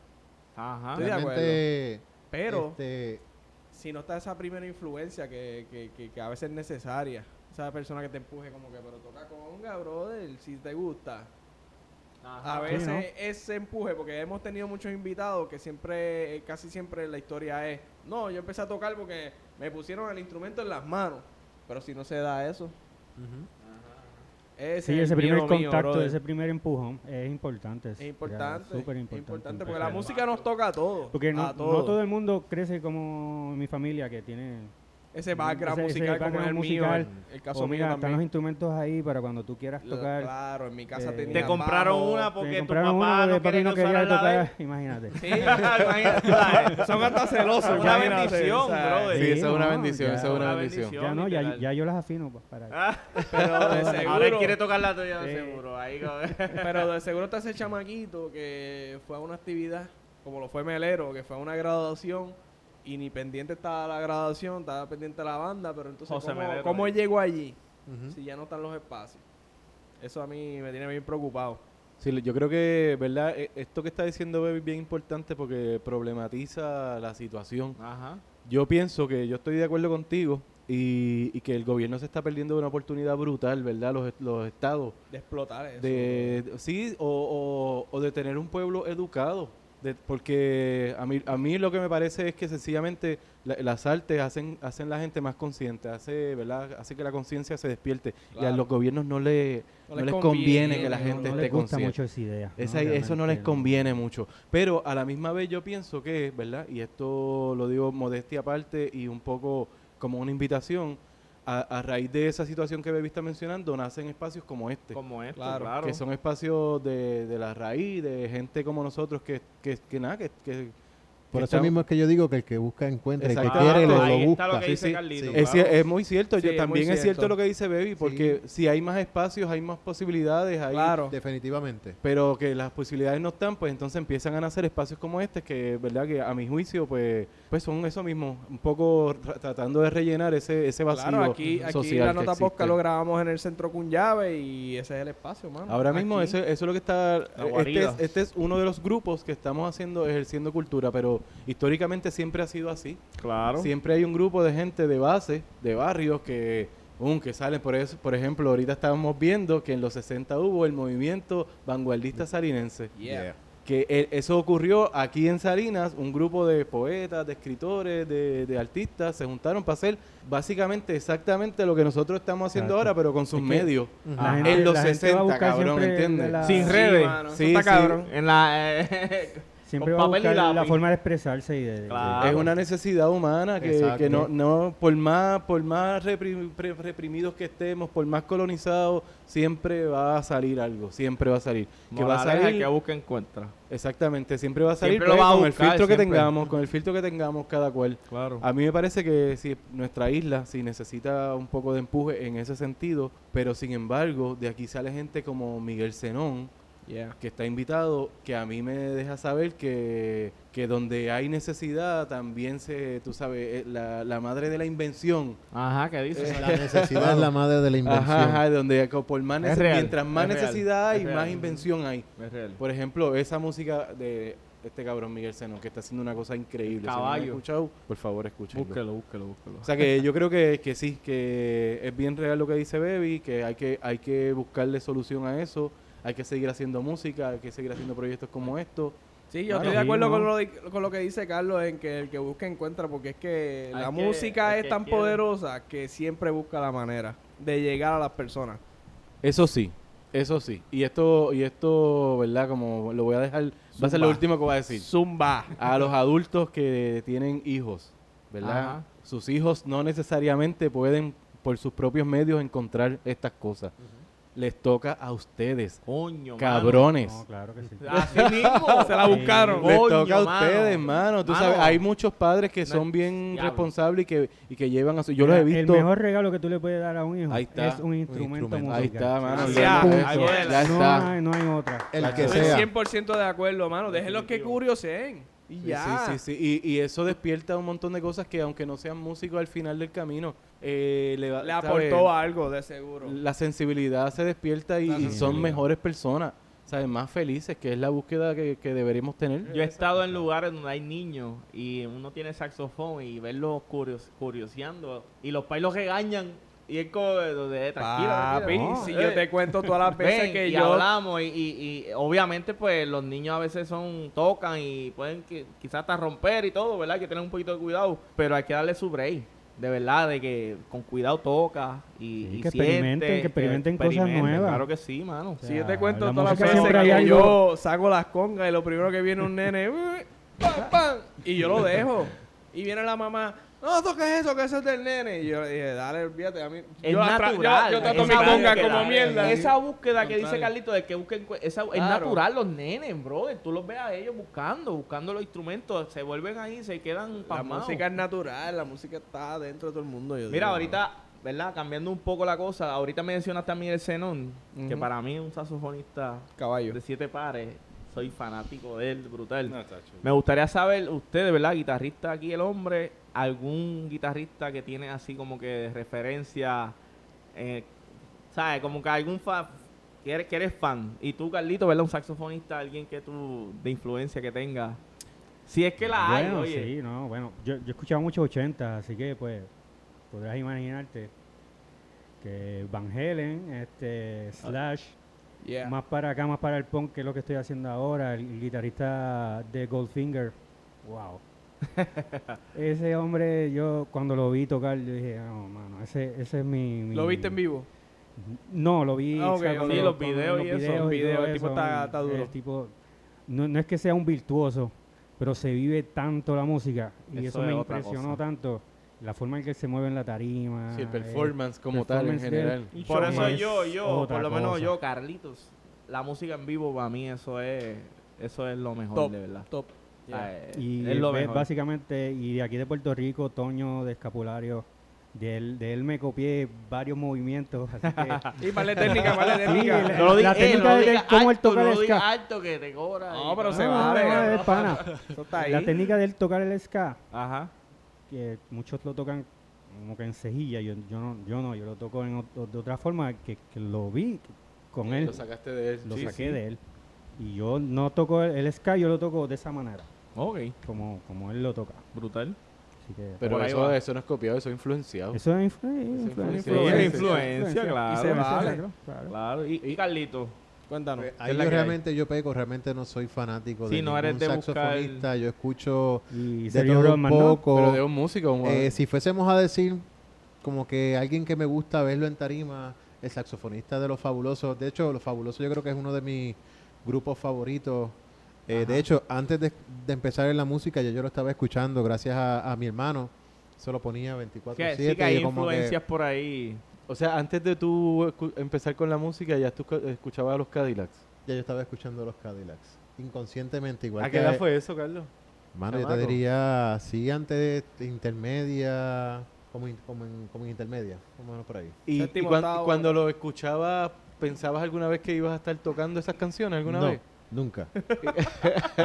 [SPEAKER 5] Ajá.
[SPEAKER 6] Estoy de
[SPEAKER 1] Realmente,
[SPEAKER 6] Pero
[SPEAKER 1] este,
[SPEAKER 6] si no está esa primera influencia que, que, que, que a veces es necesaria, esa persona que te empuje como que, pero toca conga, brother, si te gusta.
[SPEAKER 5] Ajá.
[SPEAKER 6] A veces
[SPEAKER 10] ¿no?
[SPEAKER 6] ese empuje, porque hemos tenido muchos invitados que siempre, eh, casi siempre la historia es, no, yo empecé a tocar porque me pusieron el instrumento en las manos, pero si no se da eso. Ese
[SPEAKER 10] Sí,
[SPEAKER 6] es
[SPEAKER 10] ese
[SPEAKER 6] el
[SPEAKER 10] primer
[SPEAKER 6] miedo mío,
[SPEAKER 10] contacto,
[SPEAKER 6] brother.
[SPEAKER 10] ese primer empujón es importante.
[SPEAKER 6] es importante,
[SPEAKER 10] ya, súper
[SPEAKER 6] es importante, porque la
[SPEAKER 10] importante.
[SPEAKER 6] música nos toca a todos,
[SPEAKER 10] Porque no,
[SPEAKER 6] a
[SPEAKER 10] no
[SPEAKER 6] todos.
[SPEAKER 10] todo el mundo crece como mi familia que tiene...
[SPEAKER 6] ese background
[SPEAKER 10] ese- ese
[SPEAKER 6] musical como es el
[SPEAKER 10] background
[SPEAKER 6] mío, el,
[SPEAKER 10] musical.
[SPEAKER 6] el caso
[SPEAKER 10] o mira,
[SPEAKER 6] mío
[SPEAKER 10] están los
[SPEAKER 6] también.
[SPEAKER 10] instrumentos ahí para cuando tú quieras
[SPEAKER 6] Lo-
[SPEAKER 10] tocar.
[SPEAKER 6] Claro, en mi casa
[SPEAKER 10] Eh,
[SPEAKER 6] tenía
[SPEAKER 5] Te compraron
[SPEAKER 6] bajo.
[SPEAKER 5] una
[SPEAKER 10] Te
[SPEAKER 5] porque tu
[SPEAKER 10] compraron uno
[SPEAKER 5] papá
[SPEAKER 10] porque
[SPEAKER 5] no
[SPEAKER 10] papi
[SPEAKER 5] quería
[SPEAKER 10] no
[SPEAKER 5] que usaras la de él.
[SPEAKER 10] tocar, imagínate.
[SPEAKER 5] Sí, imagínate.
[SPEAKER 6] Son hasta celosos,
[SPEAKER 5] Una
[SPEAKER 6] imagínate, o
[SPEAKER 5] bendición,
[SPEAKER 6] sea,
[SPEAKER 5] brother.
[SPEAKER 9] Sí, eso es una
[SPEAKER 10] no,
[SPEAKER 9] bendición,
[SPEAKER 10] ya.
[SPEAKER 9] eso es una
[SPEAKER 5] Una
[SPEAKER 9] bendición.
[SPEAKER 5] bendición.
[SPEAKER 10] Ya no, ya,
[SPEAKER 5] literal.
[SPEAKER 10] ya yo las afino pa- para
[SPEAKER 5] Ah,
[SPEAKER 6] Pero de
[SPEAKER 5] Ahora él
[SPEAKER 6] seguro,
[SPEAKER 5] quiere tocar la tuya de
[SPEAKER 10] Sí.
[SPEAKER 5] seguro. Ahí, go-
[SPEAKER 6] pero de seguro está ese chamaquito que fue a una actividad, como lo fue Melero, que fue a una graduación y ni pendiente estaba la graduación, estaba pendiente la banda, pero entonces,
[SPEAKER 5] José
[SPEAKER 6] ¿cómo,
[SPEAKER 5] Melero.
[SPEAKER 6] cómo llegó allí
[SPEAKER 1] ujú.
[SPEAKER 6] si ya no están los espacios? Eso a mí me tiene bien preocupado.
[SPEAKER 9] Sí, lo- yo creo que, ¿verdad? E- Esto que está diciendo Bebe es bien importante porque problematiza la situación.
[SPEAKER 5] Ajá.
[SPEAKER 9] Yo pienso que yo estoy de acuerdo contigo y, y que el gobierno se está perdiendo una oportunidad brutal, ¿verdad? Los, los estados.
[SPEAKER 6] De explotar eso.
[SPEAKER 9] De, sí, o, o- o de tener un pueblo educado. De- porque a mí, a mí lo que me parece es que sencillamente la- las artes hacen, hacen la gente más consciente, hace, ¿verdad? hace que la conciencia se despierte. Y a
[SPEAKER 6] Claro.
[SPEAKER 9] los gobiernos no, le,
[SPEAKER 6] No
[SPEAKER 9] no,
[SPEAKER 6] les
[SPEAKER 9] les conviene,
[SPEAKER 6] conviene,
[SPEAKER 9] que la
[SPEAKER 6] no-
[SPEAKER 9] gente
[SPEAKER 10] no
[SPEAKER 9] esté
[SPEAKER 10] les gusta
[SPEAKER 9] consciente.
[SPEAKER 10] mucho esa idea.
[SPEAKER 9] Esa- eso no les conviene mucho. Pero a la misma vez yo pienso que, ¿verdad? Y esto lo digo modestia aparte y un poco como una invitación. A, a raíz de esa situación que Baby está mencionando, nacen espacios como este.
[SPEAKER 5] Como esto,
[SPEAKER 6] Claro,
[SPEAKER 5] claro.
[SPEAKER 9] Que son espacios de, de la raíz, de gente como nosotros que, que, que nada, que... que-
[SPEAKER 1] Por
[SPEAKER 9] que
[SPEAKER 1] eso
[SPEAKER 9] estamos-
[SPEAKER 1] mismo es que yo digo que el que busca encuentra, el que
[SPEAKER 9] Exacto.
[SPEAKER 1] quiere
[SPEAKER 5] Claro,
[SPEAKER 1] lo,
[SPEAKER 5] ahí
[SPEAKER 1] lo
[SPEAKER 5] está lo
[SPEAKER 1] busca.
[SPEAKER 5] que
[SPEAKER 1] Sí,
[SPEAKER 5] dice
[SPEAKER 1] sí.
[SPEAKER 5] Carlito.
[SPEAKER 1] Sí.
[SPEAKER 9] Es, cier- es muy cierto,
[SPEAKER 6] Sí,
[SPEAKER 9] yo,
[SPEAKER 6] es muy
[SPEAKER 9] también es cierto.
[SPEAKER 6] cierto.
[SPEAKER 9] lo que dice Baby, porque si hay más espacios, hay más posibilidades, hay,
[SPEAKER 6] Claro.
[SPEAKER 1] Definitivamente.
[SPEAKER 9] pero que las posibilidades no están, pues entonces empiezan a nacer espacios como este, que verdad que a mi juicio, pues, pues son eso mismo, un poco tra- tratando de rellenar ese, ese vacío
[SPEAKER 6] Claro, aquí, aquí
[SPEAKER 9] social
[SPEAKER 6] la
[SPEAKER 9] que
[SPEAKER 6] nota
[SPEAKER 9] existe.
[SPEAKER 6] posca lo grabamos en el centro Cunllave y ese es el espacio, mano.
[SPEAKER 9] Ahora mismo
[SPEAKER 6] Aquí.
[SPEAKER 9] eso, eso es lo que está...
[SPEAKER 5] La
[SPEAKER 9] Este
[SPEAKER 5] guarida.
[SPEAKER 9] es, este es uno de los grupos que estamos haciendo, ejerciendo cultura, pero históricamente siempre ha sido así.
[SPEAKER 5] Claro.
[SPEAKER 9] Siempre hay un grupo de gente de base, de barrios que, um, que salen por eso. Por ejemplo, ahorita estábamos viendo que en los 60 hubo el movimiento vanguardista salinense.
[SPEAKER 6] Yeah.
[SPEAKER 9] Que e- eso ocurrió aquí en Salinas, un grupo de poetas, de escritores, de, de artistas se juntaron para hacer básicamente exactamente lo que nosotros estamos haciendo
[SPEAKER 10] Exacto.
[SPEAKER 9] ahora, pero con sus
[SPEAKER 10] Es que
[SPEAKER 9] medios.
[SPEAKER 10] La
[SPEAKER 9] Ah,
[SPEAKER 10] gente-
[SPEAKER 9] en los
[SPEAKER 10] la gente va a
[SPEAKER 9] 60,
[SPEAKER 10] buscar
[SPEAKER 9] cabrón,
[SPEAKER 10] siempre
[SPEAKER 9] ¿entiendes?
[SPEAKER 10] la-
[SPEAKER 9] Sin
[SPEAKER 6] Sí,
[SPEAKER 9] redes.
[SPEAKER 6] mano, eso
[SPEAKER 9] Sí,
[SPEAKER 6] está
[SPEAKER 9] sí.
[SPEAKER 6] cabrón.
[SPEAKER 5] En la. eh,
[SPEAKER 10] Siempre
[SPEAKER 5] con
[SPEAKER 10] va a
[SPEAKER 5] papel y
[SPEAKER 10] buscar la
[SPEAKER 5] lápiz.
[SPEAKER 10] forma de expresarse y de... de-
[SPEAKER 5] Claro.
[SPEAKER 9] Es una necesidad humana que,
[SPEAKER 1] Exacto.
[SPEAKER 9] que no, no, por más, por más reprim- pre- reprimidos que estemos, por más colonizados, siempre va a salir algo, siempre va a salir. Que va a
[SPEAKER 5] Moraleja,
[SPEAKER 9] salir,
[SPEAKER 5] que busca encuentra.
[SPEAKER 9] exactamente, siempre va a salir
[SPEAKER 5] Siempre lo
[SPEAKER 9] pues,
[SPEAKER 5] va a
[SPEAKER 9] con
[SPEAKER 5] buscar,
[SPEAKER 9] el filtro que
[SPEAKER 5] siempre.
[SPEAKER 9] tengamos, con el filtro que tengamos cada cual.
[SPEAKER 5] Claro.
[SPEAKER 9] A mí me parece que si nuestra isla si necesita un poco de empuje en ese sentido, pero sin embargo, de aquí sale gente como Miguel Zenón,
[SPEAKER 6] Yeah.
[SPEAKER 9] que está invitado, que a mí me deja saber que, que donde hay necesidad también se, tú sabes, eh, la, la madre de la invención.
[SPEAKER 5] Ah, Ajá, ¿qué dices?
[SPEAKER 1] La necesidad es la madre de la invención.
[SPEAKER 9] Ajá, ajá, donde co- por más
[SPEAKER 5] Es
[SPEAKER 9] nece-
[SPEAKER 5] real,
[SPEAKER 9] mientras más
[SPEAKER 5] es real,
[SPEAKER 9] necesidad
[SPEAKER 5] es
[SPEAKER 9] hay,
[SPEAKER 5] real.
[SPEAKER 9] más invención hay.
[SPEAKER 5] Es real.
[SPEAKER 9] Por ejemplo, esa música de este cabrón Miguel Seno, que está haciendo una cosa increíble. Si no lo han
[SPEAKER 5] Caballo.
[SPEAKER 9] escuchado, por favor, escúchenlo.
[SPEAKER 5] Búsquelo, búsquelo, búsquelo.
[SPEAKER 9] O sea que yo creo que, que sí, que es bien real lo que dice Baby, que hay que hay que buscarle solución a eso, hay que seguir haciendo música, hay que seguir haciendo proyectos como estos.
[SPEAKER 6] Sí, yo
[SPEAKER 9] Claro.
[SPEAKER 6] estoy de acuerdo
[SPEAKER 9] Sí,
[SPEAKER 6] con,
[SPEAKER 9] ¿no?
[SPEAKER 6] lo, di- con lo que dice Carlos en que el que busca encuentra, porque es que
[SPEAKER 5] Al
[SPEAKER 6] la
[SPEAKER 5] que-
[SPEAKER 6] música
[SPEAKER 5] al
[SPEAKER 6] es
[SPEAKER 5] que
[SPEAKER 6] tan
[SPEAKER 5] quiere.
[SPEAKER 6] poderosa que siempre busca la manera de llegar a las personas.
[SPEAKER 9] Eso sí, eso sí. Y esto y esto, ¿verdad? Como lo voy a dejar, va a ser
[SPEAKER 6] Zumba.
[SPEAKER 9] lo último que voy a decir.
[SPEAKER 6] Zumba.
[SPEAKER 9] A los adultos que tienen hijos, ¿verdad?
[SPEAKER 5] Ajá.
[SPEAKER 9] Sus hijos no necesariamente pueden por sus propios medios encontrar estas cosas. Les toca a ustedes,
[SPEAKER 5] Coño, mano.
[SPEAKER 9] cabrones.
[SPEAKER 10] No, claro que sí.
[SPEAKER 5] Así mismo.
[SPEAKER 6] Se la buscaron.
[SPEAKER 9] Les
[SPEAKER 5] Coño,
[SPEAKER 9] toca a
[SPEAKER 5] mano.
[SPEAKER 9] ustedes, mano. Tú
[SPEAKER 5] Mano.
[SPEAKER 9] sabes, hay muchos padres que son bien
[SPEAKER 5] Diablo.
[SPEAKER 9] responsables y que, y que llevan a su... Yo los he
[SPEAKER 10] Mira,
[SPEAKER 9] visto...
[SPEAKER 10] El mejor regalo que tú le puedes dar a un hijo
[SPEAKER 9] Ahí está,
[SPEAKER 10] es un instrumento,
[SPEAKER 1] instrumento.
[SPEAKER 9] Ahí
[SPEAKER 10] musical.
[SPEAKER 9] está, mano.
[SPEAKER 6] Así
[SPEAKER 9] ya,
[SPEAKER 6] es.
[SPEAKER 9] eso,
[SPEAKER 6] Ahí
[SPEAKER 9] ya
[SPEAKER 10] no,
[SPEAKER 9] está.
[SPEAKER 10] Hay, no hay otra.
[SPEAKER 1] El que
[SPEAKER 9] Claro.
[SPEAKER 6] Estoy
[SPEAKER 1] sea.
[SPEAKER 6] 100% de acuerdo, mano. Déjenlos que curioseen. Y
[SPEAKER 9] Sí,
[SPEAKER 6] ya.
[SPEAKER 9] Sí, sí, sí. Y, y eso despierta un montón de cosas que aunque no sean músicos al final del camino, eh, le, va-
[SPEAKER 6] Le
[SPEAKER 9] ¿sabes?
[SPEAKER 6] aportó algo, de seguro.
[SPEAKER 9] La sensibilidad se despierta y,
[SPEAKER 6] La
[SPEAKER 9] y son
[SPEAKER 6] sensibilidad.
[SPEAKER 9] mejores personas, ¿sabes? Más felices, que es la búsqueda que, que deberíamos tener.
[SPEAKER 5] Yo he estado en lugares donde hay niños y uno tiene saxofón y verlos curios, curioseando y los pais los regañan y es como de, de- de- tranquilo.
[SPEAKER 6] Papi,
[SPEAKER 5] tranquilo, no,
[SPEAKER 6] si
[SPEAKER 5] eh,
[SPEAKER 6] yo te cuento todas las veces
[SPEAKER 5] ven,
[SPEAKER 6] que
[SPEAKER 5] y
[SPEAKER 6] yo...
[SPEAKER 5] hablamos y, y- y obviamente pues los niños a veces son tocan y pueden qui- quizás hasta romper y todo, ¿verdad? Hay que tener un poquito de cuidado, pero hay que darle su break. De verdad, de que con cuidado toca y,
[SPEAKER 10] Sí,
[SPEAKER 5] y
[SPEAKER 10] que experimenten,
[SPEAKER 5] siente,
[SPEAKER 10] que experimenten cosas nuevas.
[SPEAKER 5] Claro que sí, mano.
[SPEAKER 6] Si yo te cuento
[SPEAKER 10] la
[SPEAKER 6] todas las
[SPEAKER 10] música
[SPEAKER 6] veces
[SPEAKER 10] siempre hay
[SPEAKER 6] que
[SPEAKER 10] algo.
[SPEAKER 6] yo saco las congas y lo primero que viene un nene, "Uy, pam, pam", y yo lo dejo. Y viene la mamá, no toques eso, que eso es del nene. Y yo le dije, dale, olvídate a mí.
[SPEAKER 5] Es
[SPEAKER 6] yo atra-
[SPEAKER 5] natural.
[SPEAKER 6] Yo, yo trato mi
[SPEAKER 5] esa
[SPEAKER 6] conga
[SPEAKER 5] búsqueda,
[SPEAKER 6] como mierda.
[SPEAKER 5] Esa búsqueda que
[SPEAKER 6] Contrario.
[SPEAKER 5] dice Carlito de que busquen. cu- esa- Es
[SPEAKER 6] Claro.
[SPEAKER 5] natural los nenes, brother. Tú los ves a ellos buscando, buscando los instrumentos. Se vuelven ahí, se quedan
[SPEAKER 6] la
[SPEAKER 5] pasmados.
[SPEAKER 6] música es natural, la música está dentro de todo el mundo. yo digo,
[SPEAKER 5] Mira, ahorita, ¿verdad? Cambiando un poco la cosa. Ahorita mencionaste a Miguel Zenón, que
[SPEAKER 6] Ujú.
[SPEAKER 5] para mí es un saxofonista
[SPEAKER 6] Caballo.
[SPEAKER 5] de siete pares. Soy fanático de él, brutal.
[SPEAKER 9] No, está chulo.
[SPEAKER 5] Me gustaría saber, ustedes, ¿verdad? Guitarrista aquí, el hombre, algún guitarrista que tiene así como que de referencia, eh, ¿sabes? Como que algún fan, que eres, que eres fan. Y tú, Carlito, ¿verdad? Un saxofonista, alguien que tú, de influencia que tenga. Si es que la
[SPEAKER 10] bueno,
[SPEAKER 5] hay, oye.
[SPEAKER 10] sí, no, bueno. Yo, yo escuchaba muchos 80, así que pues podrás imaginarte que Van Helen, este, Slash,
[SPEAKER 9] Ah.
[SPEAKER 6] yeah.
[SPEAKER 10] más para acá, más para el punk, que es lo que estoy haciendo ahora, el guitarrista de Goldfinger. Wow. ese hombre, yo cuando lo vi tocar, yo dije, "Ah, no, mano, ese, ese es mi, mi-
[SPEAKER 6] ¿Lo viste en vivo?
[SPEAKER 10] No, lo vi.
[SPEAKER 6] Ah, ok, ok.
[SPEAKER 10] con
[SPEAKER 6] Sí,
[SPEAKER 5] los
[SPEAKER 10] con
[SPEAKER 5] videos y eso,
[SPEAKER 10] videos
[SPEAKER 6] los videos,
[SPEAKER 10] todo
[SPEAKER 6] el tipo
[SPEAKER 10] eso,
[SPEAKER 6] está-
[SPEAKER 10] man.
[SPEAKER 6] está duro.
[SPEAKER 10] El tipo, no, no es que sea un virtuoso, pero se vive tanto la música y
[SPEAKER 5] Eso
[SPEAKER 10] eso,
[SPEAKER 5] es
[SPEAKER 10] me
[SPEAKER 5] otra
[SPEAKER 10] impresionó
[SPEAKER 5] cosa.
[SPEAKER 10] tanto. La forma en que él se mueve en la tarima.
[SPEAKER 9] Sí, el
[SPEAKER 10] eh,
[SPEAKER 9] performance como tal en
[SPEAKER 10] performance de él.
[SPEAKER 9] general.
[SPEAKER 10] Y
[SPEAKER 5] Por
[SPEAKER 10] show
[SPEAKER 5] eso
[SPEAKER 10] es
[SPEAKER 5] yo, yo,
[SPEAKER 10] otra
[SPEAKER 5] por lo menos
[SPEAKER 10] cosa.
[SPEAKER 5] yo, Carlitos, la música en vivo para mí eso es, eso es lo mejor,
[SPEAKER 6] Top,
[SPEAKER 5] de verdad.
[SPEAKER 6] top. Yeah.
[SPEAKER 5] Eh,
[SPEAKER 10] Y
[SPEAKER 5] es lo
[SPEAKER 10] ve-
[SPEAKER 5] mejor.
[SPEAKER 10] básicamente, y de aquí de Puerto Rico, Toño de Escapulario, de él, de él me copié varios movimientos. Así que
[SPEAKER 6] Y vale técnica, vale técnica.
[SPEAKER 10] el- No lo diga- eh, no lo diga alto, no lo diga
[SPEAKER 5] alto que te cobra.
[SPEAKER 9] Ah,
[SPEAKER 6] No, pero se
[SPEAKER 10] No,
[SPEAKER 6] vale.
[SPEAKER 10] no, Ah, no,
[SPEAKER 6] ¿no?
[SPEAKER 10] es pana.
[SPEAKER 6] Eso está
[SPEAKER 10] La
[SPEAKER 6] ahí.
[SPEAKER 10] técnica de él tocar el ska,
[SPEAKER 5] Ajá.
[SPEAKER 10] que muchos lo tocan como que en cejilla, yo, yo, no, yo no, yo lo toco en ot- de otra forma, que, que lo vi con él,
[SPEAKER 9] Lo sacaste de él.
[SPEAKER 10] lo
[SPEAKER 9] sí,
[SPEAKER 10] saqué
[SPEAKER 9] sí.
[SPEAKER 10] de él. Y yo no toco el, el ska, yo lo toco de esa manera,
[SPEAKER 5] Ok,
[SPEAKER 10] como, como él lo toca.
[SPEAKER 5] brutal.
[SPEAKER 10] Así que
[SPEAKER 9] Pero
[SPEAKER 5] Por ahí
[SPEAKER 9] eso,
[SPEAKER 5] va.
[SPEAKER 9] eso no es copiado, eso es influenciado.
[SPEAKER 10] eso es influ-
[SPEAKER 9] influencia.
[SPEAKER 10] influencia.
[SPEAKER 9] Sí, es
[SPEAKER 5] influencia, claro.
[SPEAKER 10] Y se
[SPEAKER 6] vale.
[SPEAKER 10] claro, claro.
[SPEAKER 5] Claro, y, y Carlito.
[SPEAKER 6] Cuéntanos.
[SPEAKER 1] Pues,
[SPEAKER 5] ¿Qué
[SPEAKER 1] ahí
[SPEAKER 5] es la
[SPEAKER 1] yo
[SPEAKER 5] que hay?
[SPEAKER 1] realmente yo pego, realmente no soy fanático
[SPEAKER 5] Sí,
[SPEAKER 1] de
[SPEAKER 5] no eres
[SPEAKER 1] ningún
[SPEAKER 5] de buscar-
[SPEAKER 1] saxofonista, yo escucho
[SPEAKER 10] Y
[SPEAKER 1] de
[SPEAKER 10] Sergio
[SPEAKER 1] todo un
[SPEAKER 10] Rodman, ¿no?
[SPEAKER 1] poco.
[SPEAKER 9] Pero de un músico. un-
[SPEAKER 1] Eh, si fuésemos a decir como que alguien que me gusta verlo en tarima, el saxofonista de Los Fabulosos, de hecho Los Fabulosos yo creo que es uno de mis grupos favoritos. Eh, de hecho, antes de, de empezar en la música, ya yo lo estaba escuchando gracias a, a mi hermano. Se lo ponía
[SPEAKER 5] Que,
[SPEAKER 1] 24-7.
[SPEAKER 5] sí que
[SPEAKER 1] y
[SPEAKER 5] hay
[SPEAKER 1] yo como que-
[SPEAKER 5] influencias por ahí.
[SPEAKER 9] o sea, antes de tú escu- empezar con la música, ya tú escu- escuchabas a los Cadillacs.
[SPEAKER 1] ya yo estaba escuchando los Cadillacs. Inconscientemente, igual
[SPEAKER 9] ¿A
[SPEAKER 1] que...
[SPEAKER 9] qué edad fue eso, Carlos?
[SPEAKER 1] Mano, yo te
[SPEAKER 9] chamaco?
[SPEAKER 1] diría, sí, antes de intermedia, como, in- como, en, como en intermedia, más o menos por ahí.
[SPEAKER 9] Y, y
[SPEAKER 6] Séptimo,
[SPEAKER 9] cuan-
[SPEAKER 6] octavo.
[SPEAKER 9] cuando lo escuchaba ¿Pensabas alguna vez que ibas a estar tocando esas canciones alguna
[SPEAKER 1] No,
[SPEAKER 9] vez?
[SPEAKER 1] nunca.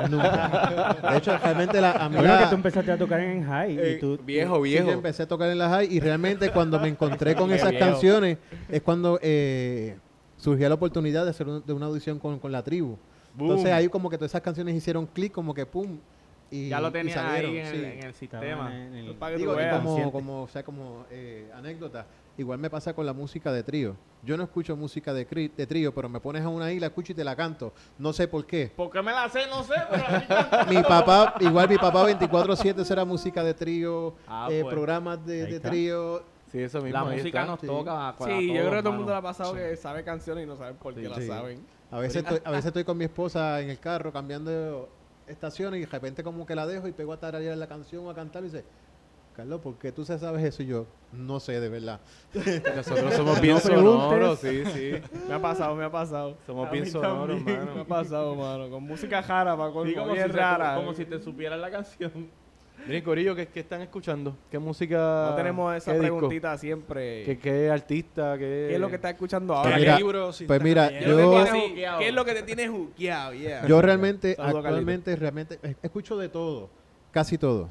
[SPEAKER 1] Nunca. De hecho, realmente la amiga...
[SPEAKER 10] Bueno, que tú empezaste a tocar en high.
[SPEAKER 9] Eh,
[SPEAKER 5] Eh,
[SPEAKER 10] y tú,
[SPEAKER 1] Sí, yo empecé a tocar en la high y realmente cuando me encontré con
[SPEAKER 10] Viejo,
[SPEAKER 1] esas
[SPEAKER 10] viejo.
[SPEAKER 1] canciones es cuando eh, surgió la oportunidad de hacer un- de una audición con, con la tribu.
[SPEAKER 5] Boom.
[SPEAKER 1] Entonces ahí como que todas esas canciones hicieron clic, como que pum. Y,
[SPEAKER 5] ya lo
[SPEAKER 1] y
[SPEAKER 5] tenías
[SPEAKER 1] salieron,
[SPEAKER 5] ahí en, el,
[SPEAKER 1] sí.
[SPEAKER 5] en el sistema.
[SPEAKER 10] en el-
[SPEAKER 5] Para que tú
[SPEAKER 1] Digo, y
[SPEAKER 5] veas.
[SPEAKER 1] como, como, o sea, como eh, anécdota, igual me pasa con la música de trío. Yo no escucho música de, cri- de trío, pero me pones a una isla, escucho y te la canto. No sé por qué.
[SPEAKER 5] ¿Por qué me la sé? No sé, pero la estoy cantando.
[SPEAKER 1] mi papá, igual mi papá 24-7 será música de trío,
[SPEAKER 5] Ah,
[SPEAKER 1] eh,
[SPEAKER 5] pues.
[SPEAKER 1] programas de,
[SPEAKER 5] Ahí
[SPEAKER 1] de
[SPEAKER 5] está.
[SPEAKER 1] trío.
[SPEAKER 9] Sí, eso mismo.
[SPEAKER 5] La
[SPEAKER 9] ahí
[SPEAKER 5] música
[SPEAKER 9] está.
[SPEAKER 5] nos
[SPEAKER 9] Sí.
[SPEAKER 5] toca. a- a
[SPEAKER 6] Sí, yo
[SPEAKER 5] todos,
[SPEAKER 6] creo que todo el
[SPEAKER 5] mano.
[SPEAKER 6] mundo le ha pasado que sabe canciones y no sabe por qué las
[SPEAKER 1] sí.
[SPEAKER 6] saben.
[SPEAKER 1] A veces, estoy, a veces estoy con mi esposa en el carro cambiando estaciones y de repente como que la dejo y pego a tararear la canción o a cantar y dice, Carlos, ¿por qué tú se sabes eso? Y yo, no sé, de verdad.
[SPEAKER 9] Nosotros somos bien
[SPEAKER 6] No
[SPEAKER 9] sonoros, sí,
[SPEAKER 6] preguntes.
[SPEAKER 9] sí.
[SPEAKER 6] Me ha pasado, me ha pasado.
[SPEAKER 9] Somos
[SPEAKER 6] A
[SPEAKER 9] bien
[SPEAKER 6] mí
[SPEAKER 9] sonoros,
[SPEAKER 6] también
[SPEAKER 9] mano.
[SPEAKER 6] Me ha pasado, mano. Con música jara, para con
[SPEAKER 5] Sí, como, eh. si
[SPEAKER 6] bien
[SPEAKER 5] te-
[SPEAKER 6] rara.
[SPEAKER 5] como si te supieras la canción.
[SPEAKER 9] Miren, Corillo, ¿qué, qué están escuchando? ¿Qué música?
[SPEAKER 6] No tenemos esa
[SPEAKER 9] Ah, qué disco?
[SPEAKER 6] preguntita siempre.
[SPEAKER 9] ¿Qué, qué artista? ¿Qué,
[SPEAKER 6] ¿Qué es lo que estás escuchando
[SPEAKER 1] Pues
[SPEAKER 6] ahora?
[SPEAKER 1] mira,
[SPEAKER 6] libro? Si
[SPEAKER 1] pues
[SPEAKER 6] estás
[SPEAKER 1] mira,
[SPEAKER 6] leyendo.
[SPEAKER 1] yo-
[SPEAKER 6] ¿Qué es lo que te tiene juqueado? ¿Qué es lo que te tiene juqueado? Yeah.
[SPEAKER 5] Ah,
[SPEAKER 1] Yo realmente,
[SPEAKER 6] Saludos, Carlito.
[SPEAKER 1] actualmente, realmente, eh, escucho de todo, casi todo.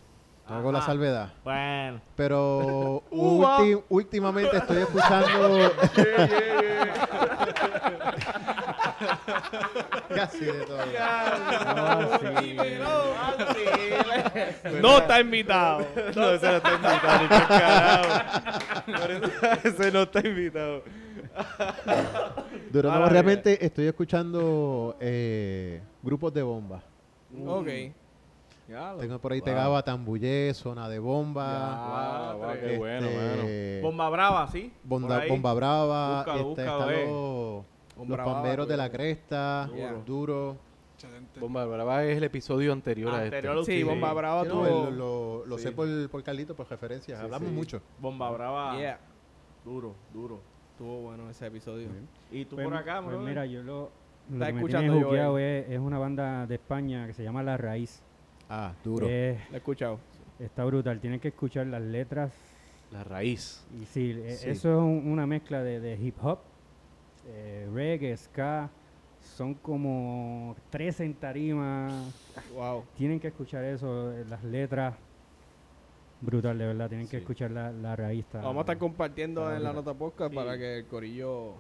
[SPEAKER 1] Hago la
[SPEAKER 5] Ajá.
[SPEAKER 1] salvedad.
[SPEAKER 5] Bueno.
[SPEAKER 1] Pero
[SPEAKER 5] Uva.
[SPEAKER 1] ulti- últimamente estoy escuchando casi de todo.
[SPEAKER 6] No está invitado.
[SPEAKER 9] Pues No, ese no está invitado, ni por carajo. Por eso- ese no está invitado.
[SPEAKER 1] Durante-
[SPEAKER 9] Maravilla.
[SPEAKER 1] realmente estoy escuchando eh, grupos de bomba.
[SPEAKER 6] Ok.
[SPEAKER 1] Tengo por ahí pegado a Tambullé, Zona de Bomba.
[SPEAKER 6] Ah,
[SPEAKER 9] Wow, wow, qué
[SPEAKER 1] este,
[SPEAKER 9] bueno, mano.
[SPEAKER 5] Bomba Brava, ¿sí?
[SPEAKER 1] Bonda-
[SPEAKER 5] Por ahí.
[SPEAKER 1] Bomba Brava.
[SPEAKER 5] Búscalo,
[SPEAKER 1] este,
[SPEAKER 5] búscalo,
[SPEAKER 1] están
[SPEAKER 5] eh.
[SPEAKER 1] los,
[SPEAKER 6] Bomba
[SPEAKER 1] los
[SPEAKER 6] Brava,
[SPEAKER 1] Pamberos de la
[SPEAKER 6] duro.
[SPEAKER 1] Cresta.
[SPEAKER 6] Yeah.
[SPEAKER 1] Duro.
[SPEAKER 9] Bomba Brava es el episodio anterior,
[SPEAKER 5] Anterior
[SPEAKER 9] a
[SPEAKER 5] al
[SPEAKER 9] este.
[SPEAKER 6] Sí,
[SPEAKER 5] último.
[SPEAKER 6] Bomba Brava
[SPEAKER 1] Sí, no,
[SPEAKER 6] tuvo.
[SPEAKER 1] lo lo- lo
[SPEAKER 9] Sí.
[SPEAKER 1] sé por, por Carlito, por referencias. Hablamos
[SPEAKER 9] sí.
[SPEAKER 1] mucho.
[SPEAKER 5] Bomba Brava.
[SPEAKER 6] Ah. Yeah.
[SPEAKER 5] Duro, duro.
[SPEAKER 6] Estuvo bueno ese episodio.
[SPEAKER 5] Y tú
[SPEAKER 10] Pues-
[SPEAKER 5] por acá,
[SPEAKER 10] pues
[SPEAKER 5] bro.
[SPEAKER 10] mira, yo lo, lo
[SPEAKER 6] Está
[SPEAKER 10] que me
[SPEAKER 6] escuchando, Joel.
[SPEAKER 10] tiene juqueado es, es una banda de España que se llama La Raíz.
[SPEAKER 1] Ah, duro.
[SPEAKER 10] Eh,
[SPEAKER 6] Lo he escuchado.
[SPEAKER 10] está brutal, tienen que escuchar las letras.
[SPEAKER 9] La raíz.
[SPEAKER 10] Y sí, eh,
[SPEAKER 1] Sí.
[SPEAKER 10] eso es un- una mezcla de, de hip hop, eh, reggae, ska. Son como 13 en tarima.
[SPEAKER 6] Wow.
[SPEAKER 9] Ah.
[SPEAKER 10] Tienen que escuchar eso, eh, las letras. Brutal, de verdad. Tienen que escuchar la, la raíz. está-
[SPEAKER 6] Vamos a estar compartiendo
[SPEAKER 9] Ah,
[SPEAKER 10] está
[SPEAKER 6] en la
[SPEAKER 10] brutal.
[SPEAKER 6] nota podcast para que el corillo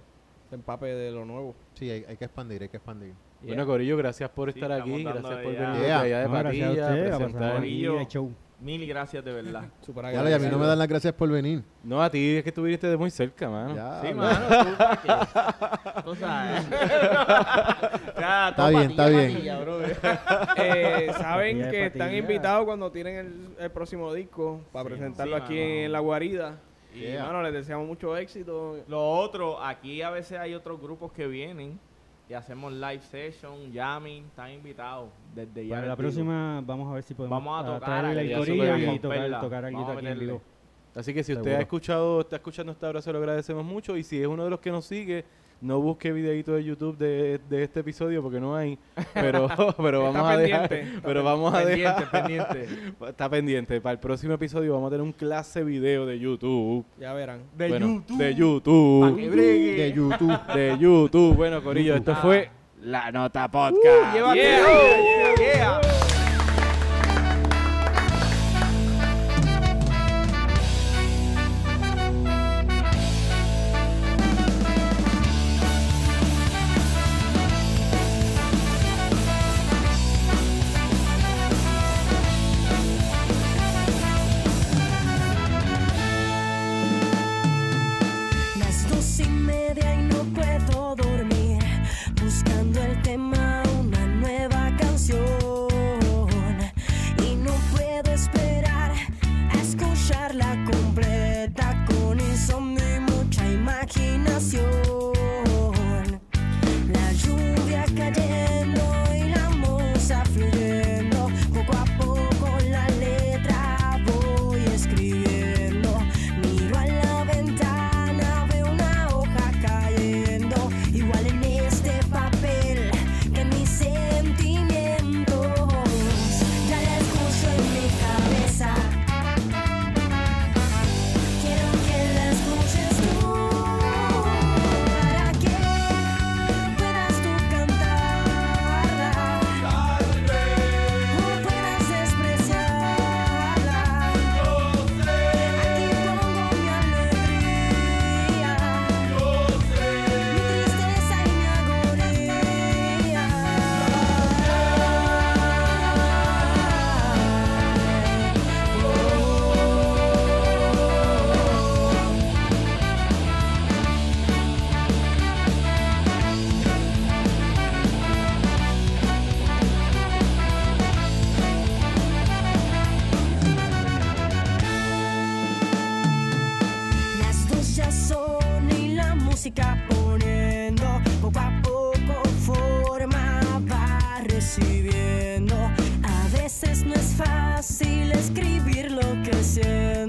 [SPEAKER 6] se empape de lo nuevo.
[SPEAKER 1] Sí, hay, hay que expandir, hay que expandir.
[SPEAKER 9] Bueno, Corillo, gracias por
[SPEAKER 5] Sí,
[SPEAKER 9] estar
[SPEAKER 5] estamos
[SPEAKER 9] aquí.
[SPEAKER 5] dando
[SPEAKER 9] Gracias por
[SPEAKER 5] ya.
[SPEAKER 9] venir
[SPEAKER 1] Yeah.
[SPEAKER 9] de allá de
[SPEAKER 10] No, gracias
[SPEAKER 9] Patilla
[SPEAKER 10] a
[SPEAKER 9] a
[SPEAKER 10] ustedes, la
[SPEAKER 9] presentar.
[SPEAKER 10] pasamos
[SPEAKER 5] Y
[SPEAKER 10] aquí
[SPEAKER 5] yo-
[SPEAKER 10] de show.
[SPEAKER 5] Mil gracias de verdad.
[SPEAKER 6] Super
[SPEAKER 1] Ya, lo- y a mí no me dan las gracias por venir.
[SPEAKER 9] No, a ti es que estuviste de muy cerca, mano.
[SPEAKER 1] Ya,
[SPEAKER 5] Ah. Sí,
[SPEAKER 1] habla.
[SPEAKER 5] mano, tú, ¿qué? Tú sabes. Ya,
[SPEAKER 1] Está
[SPEAKER 5] todo
[SPEAKER 1] bien, está
[SPEAKER 5] patilla,
[SPEAKER 1] bien.
[SPEAKER 5] patilla, bro.
[SPEAKER 6] Eh,
[SPEAKER 10] Patilla
[SPEAKER 6] Saben
[SPEAKER 10] de
[SPEAKER 6] que están
[SPEAKER 10] patilla.
[SPEAKER 6] invitados cuando tienen el, el próximo disco para presentarlo
[SPEAKER 5] sí,
[SPEAKER 6] aquí
[SPEAKER 5] mano.
[SPEAKER 6] en La Guarida. Y
[SPEAKER 1] Yeah.
[SPEAKER 6] bueno, les deseamos mucho éxito.
[SPEAKER 5] Lo otro, aquí a veces hay otros grupos que vienen y hacemos live session, jamming, están invitados desde ya. les
[SPEAKER 10] Para la
[SPEAKER 5] digo.
[SPEAKER 10] próxima vamos a ver si podemos
[SPEAKER 5] Vamos a
[SPEAKER 10] ah,
[SPEAKER 5] tocar aquí,
[SPEAKER 10] traer el
[SPEAKER 9] ya se
[SPEAKER 10] corillo
[SPEAKER 9] puede
[SPEAKER 10] y tocar,
[SPEAKER 5] romperla.
[SPEAKER 10] tocar algo
[SPEAKER 5] Vamos a
[SPEAKER 10] aquí en
[SPEAKER 5] meterle.
[SPEAKER 10] vivo.
[SPEAKER 9] Así que si usted
[SPEAKER 10] Seguro.
[SPEAKER 9] ha escuchado, está escuchando esta hora, se lo agradecemos mucho. Y si es uno de los que nos sigue, no busque videito de YouTube de, de este episodio porque no hay. Pero, pero
[SPEAKER 6] Está
[SPEAKER 9] vamos a dejar.
[SPEAKER 6] pendiente, está
[SPEAKER 9] pero vamos a
[SPEAKER 5] Pendiente,
[SPEAKER 9] dejar.
[SPEAKER 5] pendiente.
[SPEAKER 9] Está pendiente. Para el próximo episodio vamos a tener un clase video de YouTube.
[SPEAKER 6] Ya verán.
[SPEAKER 5] De
[SPEAKER 9] Bueno,
[SPEAKER 5] YouTube.
[SPEAKER 9] De
[SPEAKER 5] Pa' que
[SPEAKER 9] YouTube.
[SPEAKER 5] bregue.
[SPEAKER 1] De YouTube.
[SPEAKER 9] De YouTube. Bueno, Corillo, esto
[SPEAKER 5] Ah. Uh,
[SPEAKER 9] fue La Nota Podcast.
[SPEAKER 5] Yeah, yeah, yeah.
[SPEAKER 3] Las dos y media y no puedo dormir, buscando el tema, una nueva canción. este música poniendo, poco a poco forma va recibiendo. A veces no es fácil escribir lo que siento.